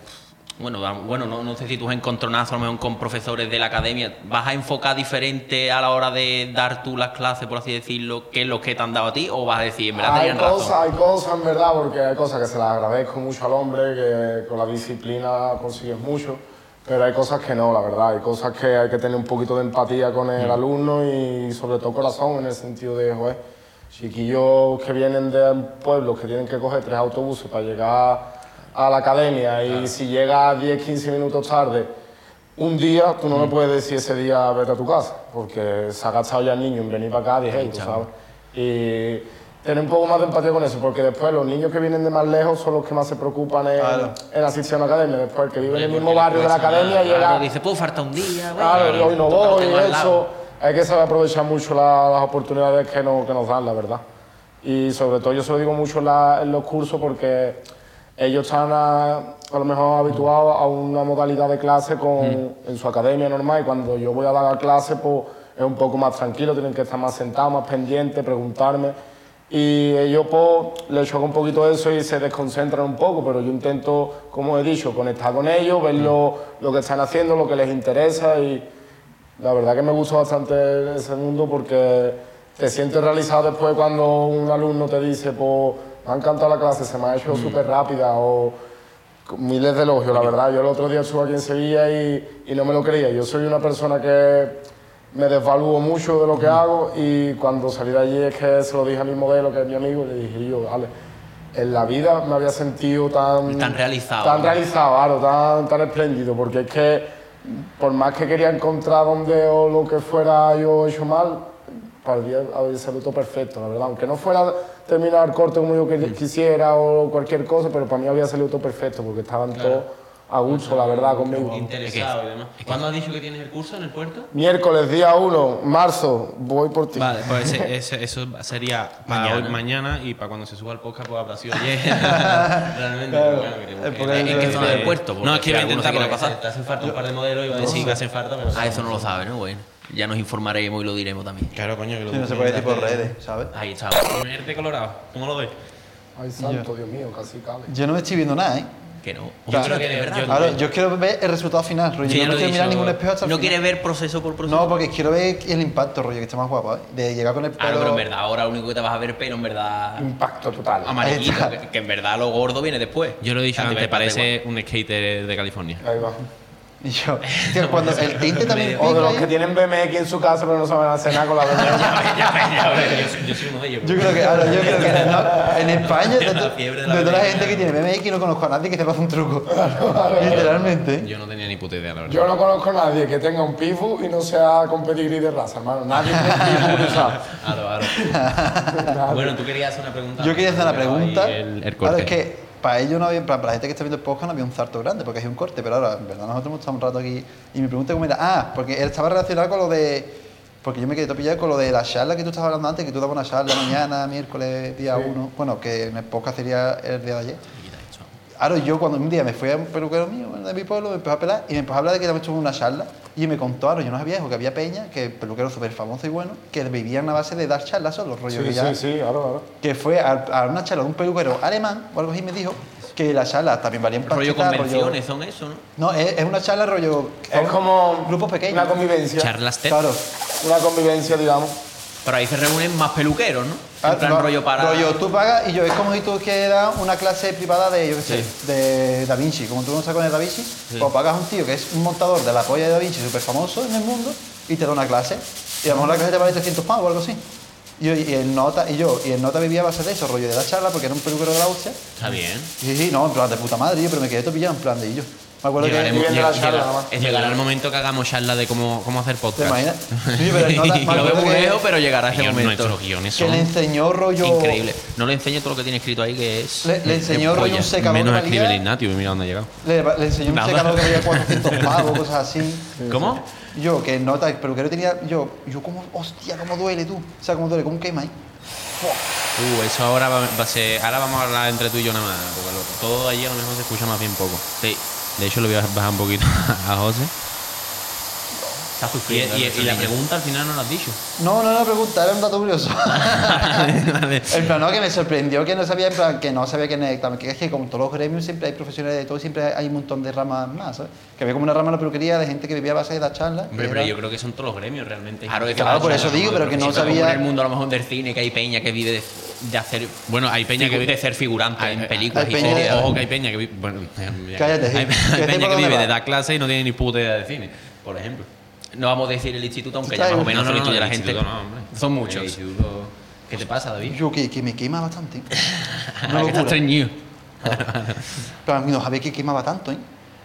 [SPEAKER 3] Bueno, da- bueno no, no sé si tus encontronazos a lo mejor con profesores de la academia, ¿vas a enfocar diferente a la hora de dar tú las clases, por así decirlo, que los que te han dado a ti? ¿O vas a decir, en verdad,
[SPEAKER 4] Hay
[SPEAKER 3] tenían razón?
[SPEAKER 4] cosas, hay cosas en verdad, porque hay cosas que se las agradezco mucho al hombre, que con la disciplina consigues mucho, pero hay cosas que no, la verdad. Hay cosas que hay que tener un poquito de empatía con el alumno y sobre todo corazón, en el sentido de, joder, chiquillos que vienen de pueblos que tienen que coger tres autobuses para llegar a la academia y si llega 10, 15 minutos tarde, un día tú no me puedes decir ese día vete a tu casa, porque se ha gastado ya el niño en venir para acá, dije, tú sabes. Y tener un poco más de empatía con eso, porque después los niños que vienen de más lejos son los que más se preocupan en,
[SPEAKER 2] Claro.
[SPEAKER 4] en asistir a la academia. Después el que vive en el
[SPEAKER 1] Porque
[SPEAKER 4] mismo
[SPEAKER 1] le
[SPEAKER 4] barrio de la
[SPEAKER 1] cuesta más,
[SPEAKER 4] academia
[SPEAKER 3] Claro,
[SPEAKER 4] llega,
[SPEAKER 3] dice, puedo faltar un día, güey.
[SPEAKER 4] claro, y Ah, hoy no
[SPEAKER 3] toca, lo
[SPEAKER 4] voy,
[SPEAKER 3] tengo al lado.
[SPEAKER 4] eso. Hay que saber aprovechar mucho la- las oportunidades que, no- que nos dan, la verdad. Y sobre todo yo se lo digo mucho en, la- en los cursos porque ellos están a, a lo mejor habituados a una modalidad de clase con,
[SPEAKER 3] Mm.
[SPEAKER 4] en su academia normal y cuando yo voy a dar clase pues, es un poco más tranquilo, tienen que estar más sentados, más pendientes, preguntarme. Y ellos pues, le choca un poquito eso y se desconcentran un poco, pero yo intento, como he dicho, conectar con ellos, ver lo, lo que están haciendo, lo que les interesa y la verdad que me gusta bastante ese mundo porque te sientes realizado después cuando un alumno te dice, pues, me ha encantado la clase, se me ha hecho
[SPEAKER 3] Mm.
[SPEAKER 4] súper rápida o miles de elogios, la verdad. Yo el otro día estuve aquí en Sevilla y, y no me lo creía. Yo soy una persona que me desvalúo mucho de lo
[SPEAKER 3] Mm.
[SPEAKER 4] que hago y cuando salí de allí es que se lo dije a mi modelo, que es mi amigo, y le dije yo, vale, en la vida me había sentido tan...
[SPEAKER 3] Tan realizado,
[SPEAKER 4] Tan
[SPEAKER 3] ¿no?
[SPEAKER 4] realizado, claro, tan, tan espléndido, porque es que por más que quería encontrar donde o lo que fuera yo hecho mal, parecía haber sido todo perfecto, la verdad. Aunque no fuera terminar corto como yo que- quisiera o cualquier cosa, pero para mí había salido todo perfecto, porque estaban todos a gusto, la verdad, conmigo.
[SPEAKER 1] Interesado y demás. ¿Cuándo has dicho que tienes el curso en el puerto?
[SPEAKER 4] Miércoles, día 1, marzo, voy por ti.
[SPEAKER 6] Vale, pues ese- ese- eso sería para
[SPEAKER 3] Mañana.
[SPEAKER 6] hoy mañana y para cuando se suba el podcast pues habrá sido ayer.
[SPEAKER 1] Realmente, pero bueno,
[SPEAKER 2] es
[SPEAKER 1] queremos
[SPEAKER 2] porque-
[SPEAKER 1] que-
[SPEAKER 3] ¿En qué zona del puerto? Porque
[SPEAKER 6] No, es que iba a
[SPEAKER 3] hay algunos
[SPEAKER 6] intentar
[SPEAKER 3] que no
[SPEAKER 6] porque
[SPEAKER 3] pasan.
[SPEAKER 1] Te hacen falta un par de modelos y va a decir que hacen falta, pero...
[SPEAKER 3] Ah, eso no lo sabe, ¿no? Bueno, ya nos informaremos y lo diremos también.
[SPEAKER 6] Claro, coño, que lo
[SPEAKER 2] Si no se
[SPEAKER 6] documentas.
[SPEAKER 2] puede decir por redes, ¿sabes?
[SPEAKER 3] Ahí estamos.
[SPEAKER 6] Primer de Colorado, ¿cómo lo ves?
[SPEAKER 4] Ay, santo, Dios mío, casi cabe.
[SPEAKER 2] Yo no me estoy viendo nada, ¿eh?
[SPEAKER 3] Que no.
[SPEAKER 2] Claro.
[SPEAKER 3] Yo creo que de verdad.
[SPEAKER 2] Ahora, yo quiero ver el resultado final, rollo.
[SPEAKER 3] Sí, ya
[SPEAKER 2] yo no
[SPEAKER 3] lo he
[SPEAKER 2] quiero mirar
[SPEAKER 3] dicho.
[SPEAKER 2] ningún espejo hasta el
[SPEAKER 3] No
[SPEAKER 2] final.
[SPEAKER 3] quiere ver proceso por proceso.
[SPEAKER 2] No, porque quiero ver el impacto, rollo, que está más guapo, ¿eh? De llegar con el
[SPEAKER 3] Ah, no,
[SPEAKER 2] pelo...
[SPEAKER 3] pero en verdad, ahora lo único que te vas a ver es pelo, en verdad.
[SPEAKER 4] Impacto total.
[SPEAKER 3] Amarillito,
[SPEAKER 2] Ahí
[SPEAKER 3] que,
[SPEAKER 2] está.
[SPEAKER 3] que en verdad lo gordo viene después.
[SPEAKER 6] Yo lo he dicho
[SPEAKER 3] A nivel
[SPEAKER 6] antes,
[SPEAKER 3] parte
[SPEAKER 6] parece un skater de California.
[SPEAKER 4] Ahí va.
[SPEAKER 2] Y yo, tío, cuando el tinte también
[SPEAKER 4] O de los que
[SPEAKER 2] pica, ¿eh?
[SPEAKER 4] tienen BMX en su casa pero no saben hacer nada con la BMX.
[SPEAKER 3] igual. Ya ves, ya ves, yo, soy, yo soy uno de ellos.
[SPEAKER 2] Yo creo que, ahora, yo creo que ¿no? en España, de,
[SPEAKER 3] La
[SPEAKER 2] to-
[SPEAKER 3] fiebre de
[SPEAKER 2] de
[SPEAKER 3] la
[SPEAKER 2] toda la
[SPEAKER 3] BMX.
[SPEAKER 2] gente que tiene BMX, no conozco a nadie que te pase un truco. Literalmente. ¿eh?
[SPEAKER 6] Yo no tenía ni puta idea, la verdad.
[SPEAKER 4] Yo no conozco a nadie que tenga un pifu y no sea con pedigrí de raza, hermano. Nadie tiene pifu cruzado.
[SPEAKER 1] Aro, aro. Bueno, tú querías hacer una pregunta.
[SPEAKER 2] Yo quería hacer una
[SPEAKER 1] Ahí
[SPEAKER 2] pregunta.
[SPEAKER 6] el-
[SPEAKER 2] Claro,
[SPEAKER 6] el corte.
[SPEAKER 2] es que para ellos no había, para para la gente que está viendo el podcast no había un salto grande, porque hay un corte, pero ahora, en verdad, nosotros hemos estado un rato aquí. Y mi pregunta como era, ah, porque él estaba relacionado con lo de. Porque yo me quedé todo pillado con lo de la charla que tú estabas hablando antes, que tú dabas una charla mañana, miércoles, día 1. Bueno, que en el podcast sería el día de ayer. Ahora yo cuando un día me fui a un peluquero mío de mi pueblo, me empezó a pelar y me empezó a hablar de que había hecho una charla y me contó, ahora yo no sabía eso, que había peña, que peluqueros súper famosos y buenos, que vivían a base de dar charlas solo, rollo que
[SPEAKER 4] Sí,
[SPEAKER 2] ya-
[SPEAKER 4] sí, sí, claro, claro.
[SPEAKER 2] que fue a, a una charla de un peluquero alemán o algo así me dijo que la charla también valía un
[SPEAKER 3] Rollo convenciones son eso, ¿no?
[SPEAKER 2] No, es, es una charla rollo.
[SPEAKER 4] Es como
[SPEAKER 2] grupos pequeños.
[SPEAKER 4] una convivencia.
[SPEAKER 3] Charlas TED.
[SPEAKER 2] Claro.
[SPEAKER 4] Una convivencia, digamos.
[SPEAKER 3] Pero ahí se reúnen más peluqueros, ¿no?
[SPEAKER 2] Ah,
[SPEAKER 3] En plan
[SPEAKER 2] no,
[SPEAKER 3] rollo para.
[SPEAKER 2] rollo, tú pagas y yo es como si tú quieras una clase privada de, yo qué sé, de Da Vinci. Como tú no sabes con el Da Vinci, pues pagas a un tío que es un montador de la polla de Da Vinci súper famoso en el mundo y te da una clase. Y a lo mejor la clase te vale 300 pounds o algo así. Y, yo- y el nota, y yo, y el nota vivía a base de eso, rollo de la charla, porque era un peluquero de la Austria.
[SPEAKER 3] Está bien.
[SPEAKER 2] Sí, sí, no, en plan de puta madre, yo, pero me quedé todo pillado en plan de y yo. Me acuerdo
[SPEAKER 4] Llegaremos.
[SPEAKER 2] que.
[SPEAKER 4] viendo la charla, nada más.
[SPEAKER 6] es llegará el momento que hagamos charla de cómo, cómo hacer podcast.
[SPEAKER 2] ¿Te imaginas? Sí, pero no
[SPEAKER 3] Y lo veo muy lejos, pero llegará ese
[SPEAKER 6] Guión,
[SPEAKER 3] momento.
[SPEAKER 6] Nuestros guiones
[SPEAKER 2] Que
[SPEAKER 6] son
[SPEAKER 2] le enseñó rollo.
[SPEAKER 3] Increíble. No le enseño todo lo que tiene escrito ahí, que es.
[SPEAKER 2] Le, le enseñó
[SPEAKER 6] Oye,
[SPEAKER 2] rollo un secador
[SPEAKER 6] menos
[SPEAKER 2] que
[SPEAKER 6] escribe el
[SPEAKER 2] valía.
[SPEAKER 6] Ignatio y mira dónde ha llegado.
[SPEAKER 2] Le, le enseñó un
[SPEAKER 6] Nada.
[SPEAKER 2] secador que valía 400 pavos, cosas así.
[SPEAKER 6] ¿Cómo?
[SPEAKER 2] Yo, que nota, el peluquero tenía. Yo, yo como, hostia, cómo duele tú. O sea, cómo duele, cómo quema ahí.
[SPEAKER 6] Uh, eso ahora va, va a ser. Ahora vamos a hablar entre tú y yo nada más. Porque lo- todo allí a lo mejor se escucha más bien poco. Sí. De hecho, lo voy a bajar un poquito a José.
[SPEAKER 3] Está
[SPEAKER 6] Y,
[SPEAKER 3] sufriendo.
[SPEAKER 6] y-
[SPEAKER 3] ese
[SPEAKER 6] y la
[SPEAKER 3] niño.
[SPEAKER 6] pregunta al final no la has dicho.
[SPEAKER 2] No, no era una pregunta, era un dato curioso.
[SPEAKER 6] Vale.
[SPEAKER 2] En plan, no, que me sorprendió que no sabía, en plan, que no sabía que en el- también, que es que como todos los gremios siempre hay profesionales de todo, siempre hay un montón de ramas más, ¿sabes? Que había como una rama de la peluquería de gente que vivía a base de dar charlas.
[SPEAKER 6] Hombre,
[SPEAKER 2] que
[SPEAKER 6] pero
[SPEAKER 2] era-
[SPEAKER 6] yo creo que son todos los gremios realmente.
[SPEAKER 3] Claro, es que
[SPEAKER 2] Claro, por
[SPEAKER 3] pasa,
[SPEAKER 2] eso digo, pero que no
[SPEAKER 3] siempre como
[SPEAKER 2] sabía-
[SPEAKER 3] En el mundo a lo mejor del cine, que hay peña que vive de, de hacer.
[SPEAKER 6] Bueno, hay peña que
[SPEAKER 3] figu- de
[SPEAKER 6] vive.
[SPEAKER 3] ser figurante
[SPEAKER 6] Hay-
[SPEAKER 3] en
[SPEAKER 6] hay-
[SPEAKER 3] películas
[SPEAKER 2] hay
[SPEAKER 3] y
[SPEAKER 2] peña-
[SPEAKER 3] series.
[SPEAKER 6] Ojo que hay peña que vive. Bueno, ya-
[SPEAKER 2] Cállate, sí.
[SPEAKER 6] hay, hay
[SPEAKER 2] Que sé
[SPEAKER 6] peña
[SPEAKER 2] por
[SPEAKER 6] que
[SPEAKER 2] dónde
[SPEAKER 6] vive
[SPEAKER 2] va.
[SPEAKER 6] de dar clases y no tiene ni puta idea de cine, por ejemplo.
[SPEAKER 3] No vamos a decir el instituto, aunque
[SPEAKER 2] Está
[SPEAKER 3] ya más o
[SPEAKER 2] bien.
[SPEAKER 3] menos
[SPEAKER 6] No, no,
[SPEAKER 3] se lo
[SPEAKER 6] no,
[SPEAKER 3] estudia la
[SPEAKER 6] el
[SPEAKER 3] gente.
[SPEAKER 6] instituto no, hombre.
[SPEAKER 3] Son
[SPEAKER 1] El
[SPEAKER 3] muchos.
[SPEAKER 1] instituto- ¿Qué te pasa, David?
[SPEAKER 2] Yo que, que me quema bastante. Una
[SPEAKER 6] Ah, que estás
[SPEAKER 2] locura.
[SPEAKER 6] estreñido.
[SPEAKER 2] Pero no sabía que quemaba tanto, ¿eh?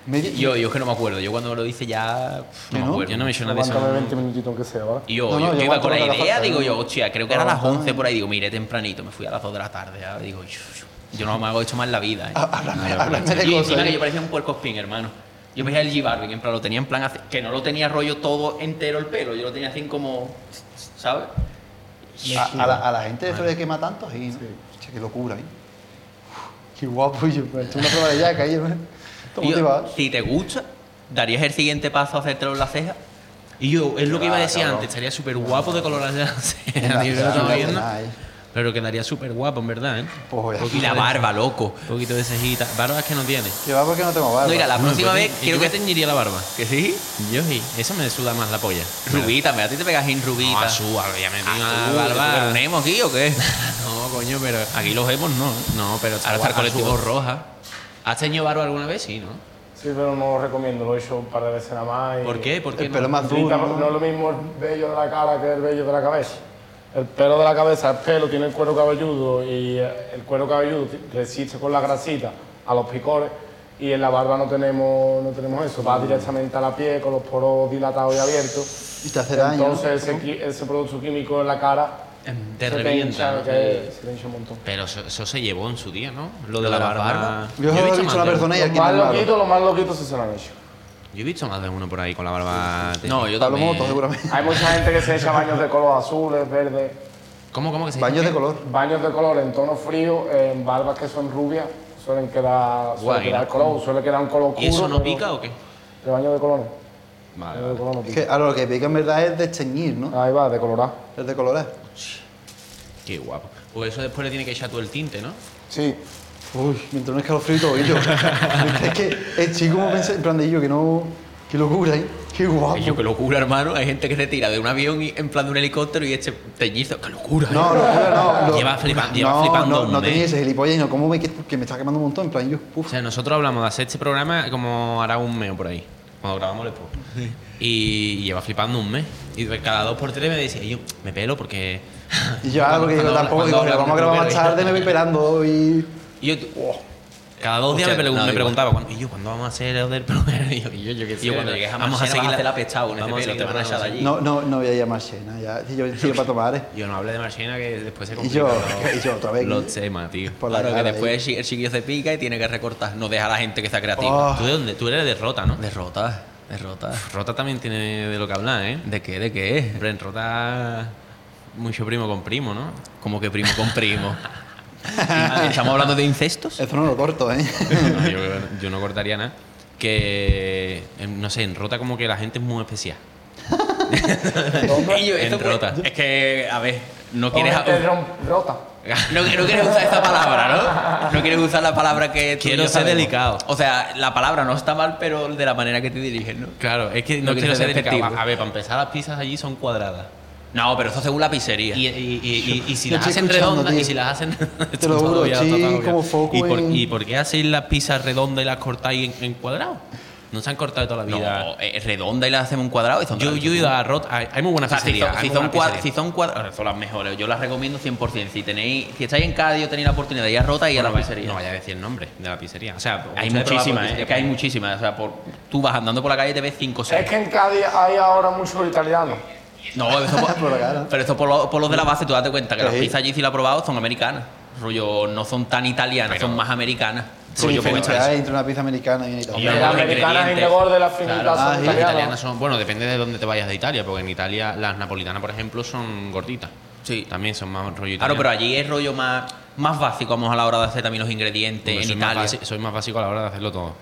[SPEAKER 2] Medio-
[SPEAKER 3] Yo, yo es que no me acuerdo. Yo cuando me lo dice ya. pff, No
[SPEAKER 2] ¿Que
[SPEAKER 3] me
[SPEAKER 2] no?
[SPEAKER 3] acuerdo.
[SPEAKER 6] Yo no me he hecho nada de
[SPEAKER 4] Aguántame
[SPEAKER 6] eso.
[SPEAKER 4] 20 minutitos aunque sea, ¿vale?
[SPEAKER 3] Y yo,
[SPEAKER 2] No, no,
[SPEAKER 3] yo,
[SPEAKER 2] yo
[SPEAKER 3] iba con la
[SPEAKER 2] aguanto lo que haga
[SPEAKER 3] idea,
[SPEAKER 2] falta,
[SPEAKER 3] digo
[SPEAKER 2] ¿no?
[SPEAKER 3] yo, hostia, creo que era a las
[SPEAKER 2] Aguanta,
[SPEAKER 3] 11 por ahí, digo, mire tempranito, me fui a las 2 de la tarde, ya, digo, yo, yo- yo no me hago esto más en la vida. ¿eh?
[SPEAKER 2] Ah, Háblame, háblame de
[SPEAKER 3] Y encima
[SPEAKER 2] cosas.
[SPEAKER 3] que
[SPEAKER 2] ¿eh?
[SPEAKER 3] yo parecía un puerco spin, hermano. Yo parecía el G. Balvin, en plan, lo tenía en plan, así- que no lo tenía rollo todo entero el pelo, yo lo tenía así como, ¿sabes?
[SPEAKER 2] A, a la, a la gente eso le quema tanto, sí, ¿no? Che, qué locura, ¿eh? Qué guapo, yo. Me he hecho una prueba de yaca, ¿eh? Todo
[SPEAKER 3] Y yo,
[SPEAKER 2] motivado.
[SPEAKER 3] si te gusta, darías el siguiente paso a hacértelo en la ceja. Y yo, es lo que iba a decir antes, estaría súper guapo de color las cejas.
[SPEAKER 2] Nada,
[SPEAKER 6] Yo lo
[SPEAKER 2] nada,
[SPEAKER 6] estaba viendo.
[SPEAKER 2] nada, ¿eh?
[SPEAKER 1] Pero quedaría súper guapo, en verdad, ¿eh?
[SPEAKER 2] Pues voy a-
[SPEAKER 1] Porque
[SPEAKER 3] Y la barba, loco.
[SPEAKER 1] Un poquito de cejita. Barba es que no tiene.
[SPEAKER 2] Que va porque no tengo barba.
[SPEAKER 3] No, mira, la
[SPEAKER 1] No,
[SPEAKER 3] próxima
[SPEAKER 1] pues,
[SPEAKER 3] vez
[SPEAKER 1] ¿y
[SPEAKER 3] quiero
[SPEAKER 1] yo me
[SPEAKER 3] que
[SPEAKER 1] teñiría la barba.
[SPEAKER 3] ¿Que sí?
[SPEAKER 1] Yo sí. Eso me suda más la polla.
[SPEAKER 3] Rubita, me a ti te pegas en
[SPEAKER 1] No,
[SPEAKER 3] rubita.
[SPEAKER 1] a su barba, ya me tengo
[SPEAKER 3] Ah,
[SPEAKER 1] la
[SPEAKER 3] tú, ¿tú eres un
[SPEAKER 1] barba.
[SPEAKER 3] emo aquí o qué?
[SPEAKER 1] No, coño, pero aquí los vemos, no. No, pero
[SPEAKER 3] Ahora está el colectivo
[SPEAKER 1] roja. ¿Has teñido barba alguna vez? Sí, ¿no?
[SPEAKER 4] Sí, pero no lo recomiendo, lo he hecho un par de veces nada más. y-
[SPEAKER 1] ¿Por qué? ¿Por qué
[SPEAKER 2] El
[SPEAKER 1] no?
[SPEAKER 2] pelo más
[SPEAKER 4] Rita,
[SPEAKER 2] duro.
[SPEAKER 4] no, no es lo mismo el vello de la cara que el vello de la cabeza. El pelo de la cabeza, el pelo tiene el cuero cabelludo y eh, el cuero cabelludo ti- resiste con la grasita a los picores y en la barba no tenemos, no tenemos eso. Va directamente a la piel con los poros dilatados y abiertos.
[SPEAKER 2] Y te hace daño.
[SPEAKER 4] Entonces ese, qui- ese producto químico en la cara
[SPEAKER 1] Em, Te
[SPEAKER 4] se te
[SPEAKER 1] revienta.
[SPEAKER 4] hincha,
[SPEAKER 1] ¿no?
[SPEAKER 4] que se te hincha un montón.
[SPEAKER 1] Pero eso, eso se llevó en su día, ¿no? Lo,
[SPEAKER 3] de la barba.
[SPEAKER 2] Yo
[SPEAKER 1] he
[SPEAKER 2] solo he visto
[SPEAKER 1] más
[SPEAKER 2] una
[SPEAKER 1] de
[SPEAKER 2] persona y
[SPEAKER 4] Los
[SPEAKER 2] aquí no
[SPEAKER 4] más
[SPEAKER 2] hay barba.
[SPEAKER 4] loquitos, los más loquitos sí se lo han hecho.
[SPEAKER 1] Yo he visto más de uno por ahí con la barba. teñida.
[SPEAKER 3] No, yo
[SPEAKER 2] Pablo
[SPEAKER 3] también.
[SPEAKER 2] Moto, seguramente.
[SPEAKER 4] Hay mucha gente que se echa baños de color azules, verdes.
[SPEAKER 1] ¿Cómo, cómo que se llama?
[SPEAKER 2] Baños de color.
[SPEAKER 4] Baños de color en tono frío, en barbas que son rubias, suelen quedar, suele
[SPEAKER 3] Guay,
[SPEAKER 4] quedar
[SPEAKER 3] ¿no?
[SPEAKER 4] color, suele quedar un color oscuro.
[SPEAKER 3] ¿Y eso no
[SPEAKER 4] pero-
[SPEAKER 3] pica o qué?
[SPEAKER 4] El baño de color no. El de color no
[SPEAKER 2] Es
[SPEAKER 4] pica.
[SPEAKER 2] que ahora lo que pica en verdad es desteñir, ¿no?
[SPEAKER 4] Ahí va, de colorar.
[SPEAKER 2] Es de colorar.
[SPEAKER 1] Qué guapo. Pues eso después le tiene que echar tú el tinte, ¿no?
[SPEAKER 4] Sí.
[SPEAKER 2] Uy, me entró un escalofrío y todo ello. es que el chico como pensé, en plan de ello, que no. Qué locura, ¿eh? Qué guapo.
[SPEAKER 3] Yo, qué locura, hermano. Hay gente que se tira de un avión y, en plan de un helicóptero y este teñizo. ¡Qué locura!
[SPEAKER 2] No,
[SPEAKER 3] eh!
[SPEAKER 2] locura, no. lo-
[SPEAKER 1] Lleva flipa- lleva
[SPEAKER 2] no,
[SPEAKER 1] flipando
[SPEAKER 2] No,
[SPEAKER 1] un
[SPEAKER 2] no
[SPEAKER 1] mes.
[SPEAKER 2] tenía ese gilipollas y no, ¿cómo me, que, que me está quemando un montón? En plan, yo,
[SPEAKER 1] O
[SPEAKER 2] uff.
[SPEAKER 1] sea, nosotros hablamos de hacer este programa como hará un mes o por ahí, cuando grabamos el podcast. Y lleva flipando un mes. Y de cada dos por tres me decía, yo me pelo porque.
[SPEAKER 2] Y yo algo que digo,
[SPEAKER 1] Cuando-
[SPEAKER 2] tampoco,
[SPEAKER 1] cuando
[SPEAKER 2] digo,
[SPEAKER 1] habla
[SPEAKER 2] que vamos a
[SPEAKER 1] con el
[SPEAKER 2] grabar más
[SPEAKER 1] primero,
[SPEAKER 2] tarde, me voy esperando y.
[SPEAKER 1] Y yo,
[SPEAKER 3] Oh,
[SPEAKER 1] "Wow". Cada dos días
[SPEAKER 3] Hostia,
[SPEAKER 1] me, pregun-
[SPEAKER 3] no,
[SPEAKER 1] me
[SPEAKER 3] igual.
[SPEAKER 1] preguntaba, "¿Cuándo- y yo, ¿cuándo vamos a hacer el del pelo? Y yo, y yo, yo qué sé.
[SPEAKER 3] Y yo, cuando llegues a
[SPEAKER 1] vamos a
[SPEAKER 3] Marcena,
[SPEAKER 1] seguir
[SPEAKER 3] vas a hacer la pechada con este
[SPEAKER 1] vamos a
[SPEAKER 3] pelo,
[SPEAKER 1] seguir
[SPEAKER 3] te van a echar de allí.
[SPEAKER 2] No, no, no voy a llamar a Shena, ya. Y yo, tío, para tomar, ¿eh?
[SPEAKER 1] Yo no hable de Marchena que después se
[SPEAKER 2] Y
[SPEAKER 1] complica.
[SPEAKER 2] yo,
[SPEAKER 1] ¿no?
[SPEAKER 2] y yo otra vez.
[SPEAKER 1] Los temas, tío.
[SPEAKER 2] Por la
[SPEAKER 3] Claro, que
[SPEAKER 2] cara,
[SPEAKER 3] después
[SPEAKER 2] ahí.
[SPEAKER 3] el chi- el chiquillo se pica y tiene que recortar. No deja a la gente que sea creativa.
[SPEAKER 2] Oh.
[SPEAKER 1] ¿Tú de dónde? Tú eres de Rota, ¿no?
[SPEAKER 3] Derrota, derrota.
[SPEAKER 1] Rota también tiene de lo que hablar, ¿eh?
[SPEAKER 3] ¿De qué? ¿De qué?
[SPEAKER 1] Hombre, en Rota. Mucho primo con primo, ¿no?
[SPEAKER 3] Como que primo con primo. ¿Estamos hablando de incestos?
[SPEAKER 2] Eso no lo corto, ¿eh?
[SPEAKER 1] No, yo, yo no cortaría nada. Que, en- no sé, en Rota como que la gente es muy especial.
[SPEAKER 3] Ello,
[SPEAKER 1] En
[SPEAKER 3] esto fue-
[SPEAKER 1] Rota.
[SPEAKER 3] Es que, a ver, no quieres,
[SPEAKER 4] O gente rom- rota.
[SPEAKER 3] no, no quieres usar esta palabra, ¿no? No quieres usar la palabra que... tú y
[SPEAKER 1] Quiero
[SPEAKER 3] yo
[SPEAKER 1] ser
[SPEAKER 3] sabemos.
[SPEAKER 1] delicado.
[SPEAKER 3] O sea, la palabra no está mal, pero de la manera que te dirigen, ¿no?
[SPEAKER 1] Oh, Claro, es que no,
[SPEAKER 3] No quiero
[SPEAKER 1] quiero
[SPEAKER 3] ser
[SPEAKER 1] ser delicado.
[SPEAKER 3] despectivo.
[SPEAKER 1] A ver, para empezar, las pizzas allí son cuadradas.
[SPEAKER 3] No, pero eso según la pizzería.
[SPEAKER 1] Y, y- y- y- y si
[SPEAKER 2] Lo
[SPEAKER 1] las
[SPEAKER 2] estoy
[SPEAKER 1] hacen
[SPEAKER 2] escuchando,
[SPEAKER 1] redondas,
[SPEAKER 2] tío.
[SPEAKER 1] y si las hacen.
[SPEAKER 2] Te lo
[SPEAKER 1] Está
[SPEAKER 2] juro,
[SPEAKER 1] obviado, está
[SPEAKER 2] sí,
[SPEAKER 1] obviado.
[SPEAKER 2] como foco
[SPEAKER 1] ¿Y por,
[SPEAKER 2] en-
[SPEAKER 1] y por qué hacéis las pizzas redondas y las cortáis en, en cuadrado? No se han cortado toda la
[SPEAKER 3] No,
[SPEAKER 1] vida.
[SPEAKER 3] eh, redonda y la hacemos un cuadrado y son
[SPEAKER 1] yo, yo he ido a Rota. Hay, hay muy
[SPEAKER 3] O
[SPEAKER 1] buenas
[SPEAKER 3] sea, si
[SPEAKER 1] pizzerías.
[SPEAKER 3] son,
[SPEAKER 1] hay
[SPEAKER 3] si
[SPEAKER 1] muy
[SPEAKER 3] son
[SPEAKER 1] buenas
[SPEAKER 3] cuad-
[SPEAKER 1] pizzerías.
[SPEAKER 3] si son cuad- son las mejores. Yo las recomiendo 100%. Si tenéis, si estáis en Cádiz o tenéis la oportunidad de ir a Rota y a la
[SPEAKER 1] Bueno,
[SPEAKER 3] pizzería.
[SPEAKER 1] No vaya a decir el nombre de la pizzería. O sea,
[SPEAKER 3] hay
[SPEAKER 1] ustedes probaron
[SPEAKER 3] muchísimas, eh,
[SPEAKER 1] pizzería
[SPEAKER 3] es que hay
[SPEAKER 1] por-
[SPEAKER 3] muchísimas. O sea, por- tú vas andando por la calle y te ves 5 o
[SPEAKER 4] Es
[SPEAKER 3] 6.
[SPEAKER 4] que en Cádiz hay ahora muchos italianos.
[SPEAKER 3] No, eso por,
[SPEAKER 2] Por la cara.
[SPEAKER 3] pero eso por, lo- por los de la base, tú date cuenta que las
[SPEAKER 2] Sí.
[SPEAKER 3] pizzas allí, si la he probado, son americanas. Rollo, no son tan italianas, son más americanas. Rollo, pues, porque
[SPEAKER 2] Diferencia hay entre una pizza americana y una italiana.
[SPEAKER 1] Hombre,
[SPEAKER 4] Las
[SPEAKER 1] los
[SPEAKER 4] americanas en
[SPEAKER 1] ingredientes.
[SPEAKER 4] de las finitas
[SPEAKER 3] Claro.
[SPEAKER 2] Ah,
[SPEAKER 4] son
[SPEAKER 2] sí.
[SPEAKER 1] Las
[SPEAKER 4] italianas.
[SPEAKER 1] italianas son, bueno, depende de dónde te vayas de Italia, porque en Italia las napolitanas, por ejemplo, son gorditas.
[SPEAKER 3] Sí.
[SPEAKER 1] También son más rollo
[SPEAKER 3] Claro,
[SPEAKER 1] italiano.
[SPEAKER 3] pero allí es rollo más, más básico, vamos a la hora de hacer también los ingredientes
[SPEAKER 1] Porque
[SPEAKER 3] en
[SPEAKER 1] soy más
[SPEAKER 3] Italia.
[SPEAKER 1] basi- soy más básico a la hora de hacerlo todo.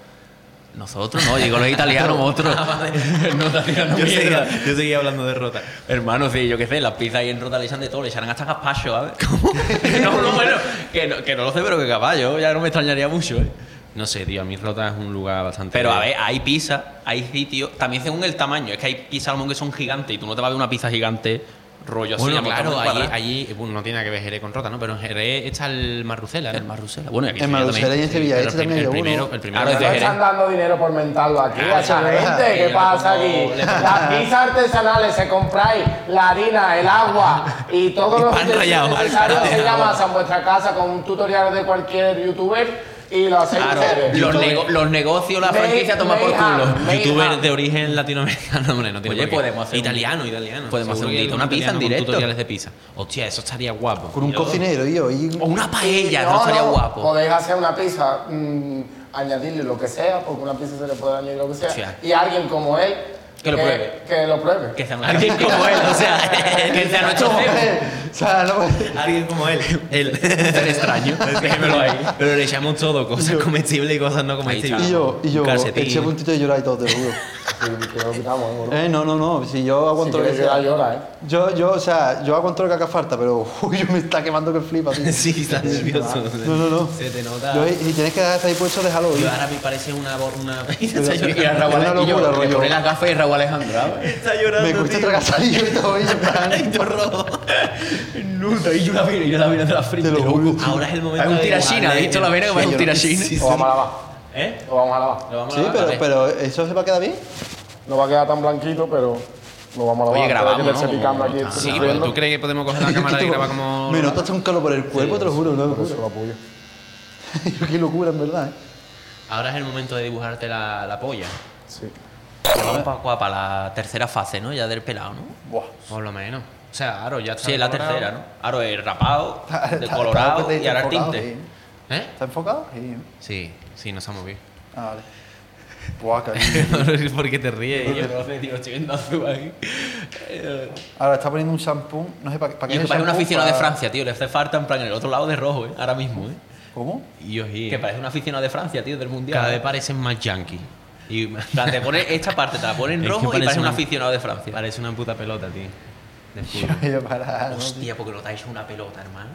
[SPEAKER 3] Nosotros no, digo los italianos, otros.
[SPEAKER 1] Ah, Yo
[SPEAKER 3] mierda.
[SPEAKER 1] seguía, yo seguía hablando de rota.
[SPEAKER 3] Hermano, sí, yo qué sé, las pizzas ahí en Rota le echan de todo, le echarán hasta gazpacho, ¿sabes? ¿Cómo? no, no, bueno, que no, que no lo sé, pero que capaz, yo ya no me extrañaría mucho, ¿eh?
[SPEAKER 1] No sé, tío, a mí rota es un lugar bastante.
[SPEAKER 3] Pero a ver, hay pizza, hay sitios, también según el tamaño, es que hay pizzas a lo mejor que son gigantes y tú no te vas a ver una pizza gigante rollo así.
[SPEAKER 1] Bueno,
[SPEAKER 3] a montar
[SPEAKER 1] claro,
[SPEAKER 3] una
[SPEAKER 1] allí,
[SPEAKER 3] cuadrada.
[SPEAKER 1] allí, bueno, no tiene nada que ver Jerez con Rota, ¿no? Pero en Jerez está el Marrucela, ¿no?
[SPEAKER 3] El Marrucela. Bueno, y aquí
[SPEAKER 2] En
[SPEAKER 3] Sevilla
[SPEAKER 2] Marrucela y en
[SPEAKER 3] también.
[SPEAKER 2] Sevilla,
[SPEAKER 1] Pero
[SPEAKER 2] este
[SPEAKER 1] el, el
[SPEAKER 2] también hay uno.
[SPEAKER 1] primero, el primero
[SPEAKER 3] Ahora
[SPEAKER 1] es
[SPEAKER 4] Ah, No
[SPEAKER 1] de
[SPEAKER 3] dice-
[SPEAKER 1] Jerez.
[SPEAKER 4] están dando dinero por mentarlo aquí
[SPEAKER 3] Ah,
[SPEAKER 4] a esa gente. ¿Qué
[SPEAKER 3] yo
[SPEAKER 4] pasa
[SPEAKER 3] como-
[SPEAKER 4] aquí?
[SPEAKER 3] le-
[SPEAKER 4] Las pizzas artesanales se compráis la harina, el agua y todos
[SPEAKER 3] El
[SPEAKER 4] los
[SPEAKER 3] pan rallado,
[SPEAKER 4] necesarios
[SPEAKER 3] el pan
[SPEAKER 4] que
[SPEAKER 3] rallado.
[SPEAKER 4] llamas a vuestra casa con un tutorial de cualquier youtuber y lo hacéis
[SPEAKER 3] Claro,
[SPEAKER 4] ustedes.
[SPEAKER 3] los, nego- los negocios, la
[SPEAKER 4] May-
[SPEAKER 3] franquicia toma por
[SPEAKER 4] Mayhem.
[SPEAKER 2] ah.
[SPEAKER 3] culo.
[SPEAKER 4] Mayhem.
[SPEAKER 1] Youtuber de origen latinoamericano, hombre, no tiene
[SPEAKER 3] Oye,
[SPEAKER 1] por qué.
[SPEAKER 3] podemos hacer un-
[SPEAKER 1] italiano, italiano.
[SPEAKER 3] podemos hacer un
[SPEAKER 1] que
[SPEAKER 3] dito,
[SPEAKER 1] algún
[SPEAKER 3] una pizza en
[SPEAKER 1] italiano con
[SPEAKER 3] directo.
[SPEAKER 1] tutoriales de pizza. Hostia, eso estaría guapo.
[SPEAKER 2] Con un
[SPEAKER 1] Yo-
[SPEAKER 2] cocinero, tío. Y...
[SPEAKER 3] O una paella, no,
[SPEAKER 4] No,
[SPEAKER 3] estaría
[SPEAKER 4] no,
[SPEAKER 3] guapo.
[SPEAKER 4] Podéis hacer una pizza, mm, añadirle lo que sea, porque una pizza se le puede añadir lo que sea.
[SPEAKER 3] Sí.
[SPEAKER 4] Y alguien como él
[SPEAKER 3] Que lo pruebe.
[SPEAKER 4] Que lo pruebe.
[SPEAKER 3] Que sea un- alguien como él, o sea, que sea nuestro jefe.
[SPEAKER 2] o sea, no
[SPEAKER 5] Alguien como él. Él. Ser extraño. Dejémoslo ahí. Pero le echamos todo, cosas comestibles y cosas no comestibles.
[SPEAKER 2] Y yo, y yo,
[SPEAKER 5] Calcetín.
[SPEAKER 2] eché puntito de llorar y todo, te lo juro.
[SPEAKER 4] Sí, que lo quitamos, ¿eh, bro?
[SPEAKER 2] Eh, no, no, no, si yo
[SPEAKER 4] Si
[SPEAKER 2] aguanto lo que
[SPEAKER 4] quieres llorar,
[SPEAKER 2] sea.
[SPEAKER 4] llora, ¿eh?
[SPEAKER 2] Yo, yo, o sea, yo aguanto lo que haga falta, pero uy, yo me está quemando que flipa, tío.
[SPEAKER 5] Sí, está nervioso.
[SPEAKER 2] No, no, no.
[SPEAKER 5] Se te nota.
[SPEAKER 2] Yo, y, y tienes que dejar ahí puesto, déjalo ¿eh?
[SPEAKER 5] Y
[SPEAKER 2] ir.
[SPEAKER 5] ahora me parece una. bo- una...
[SPEAKER 1] Y a Raúl
[SPEAKER 2] Es una
[SPEAKER 1] Ale- y yo,
[SPEAKER 2] locura,
[SPEAKER 1] le
[SPEAKER 2] rollo.
[SPEAKER 1] pone las gafas y Raúl Alejandro. ¿eh? ¿sabes?
[SPEAKER 5] está llorando.
[SPEAKER 2] Me cuesta tragar salillo y todo, y en plan,
[SPEAKER 5] Nudo. Y yo la vi, yo la vi de la frente.
[SPEAKER 2] Te lo
[SPEAKER 5] loco.
[SPEAKER 2] juro, tío.
[SPEAKER 5] Ahora es el momento.
[SPEAKER 1] Hay un
[SPEAKER 5] de
[SPEAKER 1] tirachina,
[SPEAKER 5] guardarle
[SPEAKER 1] ¿has visto la vena que parece un tirachina?
[SPEAKER 4] Lo vamos a lavar.
[SPEAKER 5] ¿Eh?
[SPEAKER 4] Lo vamos a lavar.
[SPEAKER 5] Lo vamos a
[SPEAKER 2] Sí,
[SPEAKER 5] lavar,
[SPEAKER 2] pero,
[SPEAKER 5] vale.
[SPEAKER 2] pero eso se va a quedar bien.
[SPEAKER 4] No va a quedar tan blanquito, pero lo vamos a lavar.
[SPEAKER 5] Oye,
[SPEAKER 4] Pero hay que
[SPEAKER 5] grabamos,
[SPEAKER 4] irse
[SPEAKER 5] ¿no?
[SPEAKER 4] picando aquí,
[SPEAKER 5] Ah,
[SPEAKER 6] Sí,
[SPEAKER 4] sufriendo.
[SPEAKER 6] pero ¿tú crees que podemos coger la cámara y grabar como.?
[SPEAKER 2] Me notas un calor por el cuerpo, te lo juro, no lo
[SPEAKER 4] Por eso
[SPEAKER 2] juro.
[SPEAKER 4] lo apoyo.
[SPEAKER 2] Qué locura, en verdad, ¿eh?
[SPEAKER 5] Ahora es el momento de dibujarte la, la polla.
[SPEAKER 4] Sí.
[SPEAKER 5] Ya vamos para la tercera fase, ¿no? Ya del pelado, ¿no?
[SPEAKER 6] Por lo menos. O sea, Aro ya está.
[SPEAKER 5] Pues Sí, es la
[SPEAKER 6] decorado.
[SPEAKER 5] tercera, ¿no? Ahora es rapado,
[SPEAKER 2] Está-
[SPEAKER 5] decolorado
[SPEAKER 2] está- está
[SPEAKER 5] y ahora el
[SPEAKER 2] enfocado,
[SPEAKER 5] tinte.
[SPEAKER 2] sí.
[SPEAKER 6] ¿Eh?
[SPEAKER 2] ¿Está enfocado? Sí.
[SPEAKER 6] Sí, sí, nos ha movido.
[SPEAKER 2] Ah, vale. Buah, cabrón.
[SPEAKER 6] ¿Por qué te ríes?
[SPEAKER 5] Yo no sé, tío, estoy viendo azul ahí. Eh,
[SPEAKER 2] Ahora está poniendo un shampoo, no sé para qué. ¿para qué
[SPEAKER 5] Yo
[SPEAKER 2] es
[SPEAKER 5] que
[SPEAKER 2] el
[SPEAKER 5] parece un
[SPEAKER 2] shampoo?
[SPEAKER 5] aficionado de
[SPEAKER 2] Para-
[SPEAKER 5] Francia, tío. Le hace falta en plan en el otro lado de rojo, ¿eh? Ahora mismo, ¿eh?
[SPEAKER 2] ¿Cómo?
[SPEAKER 6] Y yo sí.
[SPEAKER 5] Que parece un aficionado de Francia, tío, del mundial.
[SPEAKER 6] Cada
[SPEAKER 5] ¿eh?
[SPEAKER 6] vez parecen más yankees. Y
[SPEAKER 5] En plan, te pone esta parte, te la pone en
[SPEAKER 6] Es que
[SPEAKER 5] rojo y
[SPEAKER 6] parece
[SPEAKER 5] parece un
[SPEAKER 6] un-
[SPEAKER 5] aficionado de Francia.
[SPEAKER 6] parece una puta pelota, tío. De fútbol.
[SPEAKER 2] Yo para.
[SPEAKER 5] Hostia, porque no te ha hecho una pelota, hermano.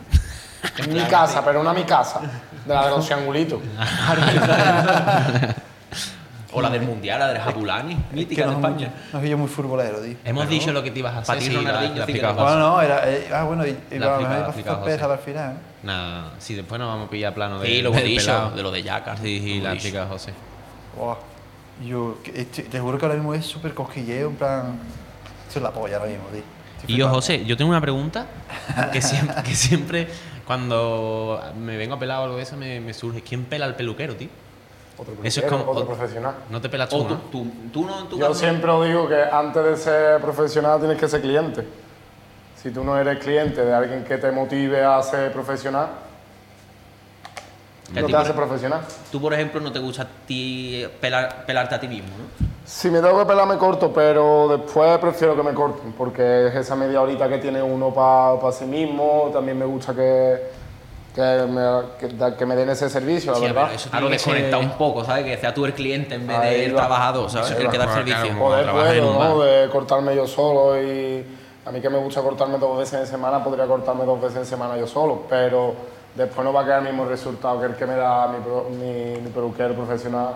[SPEAKER 4] En mi casa, pero una mi casa. De la de los triangulitos.
[SPEAKER 5] O la del mundial, la del Jabulani, mítica de
[SPEAKER 2] no,
[SPEAKER 5] España.
[SPEAKER 2] No soy yo muy futbolero, tío.
[SPEAKER 5] Hemos dicho lo que te ibas a hacer.
[SPEAKER 6] Para ti,
[SPEAKER 5] sí,
[SPEAKER 6] Ronaldinho,
[SPEAKER 5] la-
[SPEAKER 6] sí
[SPEAKER 5] la
[SPEAKER 6] que
[SPEAKER 5] pica-
[SPEAKER 6] lo
[SPEAKER 2] Bueno, no, era. eh, ah, bueno, y, y
[SPEAKER 6] La
[SPEAKER 2] a lo
[SPEAKER 6] aplica-
[SPEAKER 2] mejor
[SPEAKER 6] la
[SPEAKER 2] iba a
[SPEAKER 6] aplica
[SPEAKER 2] hacer
[SPEAKER 6] José.
[SPEAKER 2] perra al final. ¿eh?
[SPEAKER 6] Nada, si después nos vamos a pillar plano de.
[SPEAKER 5] Sí, lo hemos
[SPEAKER 6] del
[SPEAKER 5] dicho,
[SPEAKER 6] pelado.
[SPEAKER 5] de lo de Yaka.
[SPEAKER 6] Sí, sí,
[SPEAKER 5] Lo
[SPEAKER 6] la
[SPEAKER 5] hemos dicho.
[SPEAKER 6] chica José.
[SPEAKER 2] Buah. Yo, que- eh, te te juro que ahora mismo es súper cosquilleo, en plan. Eso es la polla ahora mismo, tío. Estoy
[SPEAKER 6] Y yo,
[SPEAKER 2] flipando.
[SPEAKER 6] José, yo tengo una pregunta que siempre, que siempre cuando me vengo a pelar o algo de eso me, me surge. ¿Quién pela al peluquero, tío?
[SPEAKER 4] Otro
[SPEAKER 6] Eso es
[SPEAKER 4] peluquero,
[SPEAKER 6] como-
[SPEAKER 4] otro
[SPEAKER 6] o-
[SPEAKER 4] profesional.
[SPEAKER 6] No te pelas tú,
[SPEAKER 5] O tú,
[SPEAKER 6] ¿no?
[SPEAKER 5] tú, tú no, tú
[SPEAKER 4] Yo
[SPEAKER 5] no-
[SPEAKER 4] siempre os digo que antes de ser profesional tienes que ser cliente. Si tú no eres cliente de alguien que te motive a ser profesional,
[SPEAKER 5] Que a
[SPEAKER 4] no
[SPEAKER 5] ti,
[SPEAKER 4] te
[SPEAKER 5] por-
[SPEAKER 4] haces profesional.
[SPEAKER 5] Tú, por ejemplo, no te gusta a ti pelar, pelarte a ti mismo, ¿no?
[SPEAKER 4] Si me tengo que pelar, me corto, pero después prefiero que me corten, porque es esa media horita que tiene uno para sí mismo. También me gusta que, que, me, que da- que me den ese servicio, la
[SPEAKER 5] Sí,
[SPEAKER 4] verdad.
[SPEAKER 5] pero eso
[SPEAKER 6] Algo
[SPEAKER 5] tiene que desconectar un poco, ¿sabes? Que sea tú el cliente en vez
[SPEAKER 4] Ahí
[SPEAKER 5] del
[SPEAKER 4] va.
[SPEAKER 5] trabajador, ¿sabes?
[SPEAKER 4] Ahí
[SPEAKER 5] El
[SPEAKER 4] va,
[SPEAKER 5] que da el
[SPEAKER 6] claro,
[SPEAKER 5] servicio.
[SPEAKER 6] claro.
[SPEAKER 4] Joder,
[SPEAKER 6] trabajas en
[SPEAKER 4] puedo,
[SPEAKER 6] un
[SPEAKER 4] ¿no?
[SPEAKER 6] bar.
[SPEAKER 4] De cortarme yo solo y a mí que me gusta cortarme dos veces en semana, podría cortarme dos veces en semana yo solo, pero después no va a quedar el mismo resultado que el que me da mi, pro- mi- mi peluquero profesional.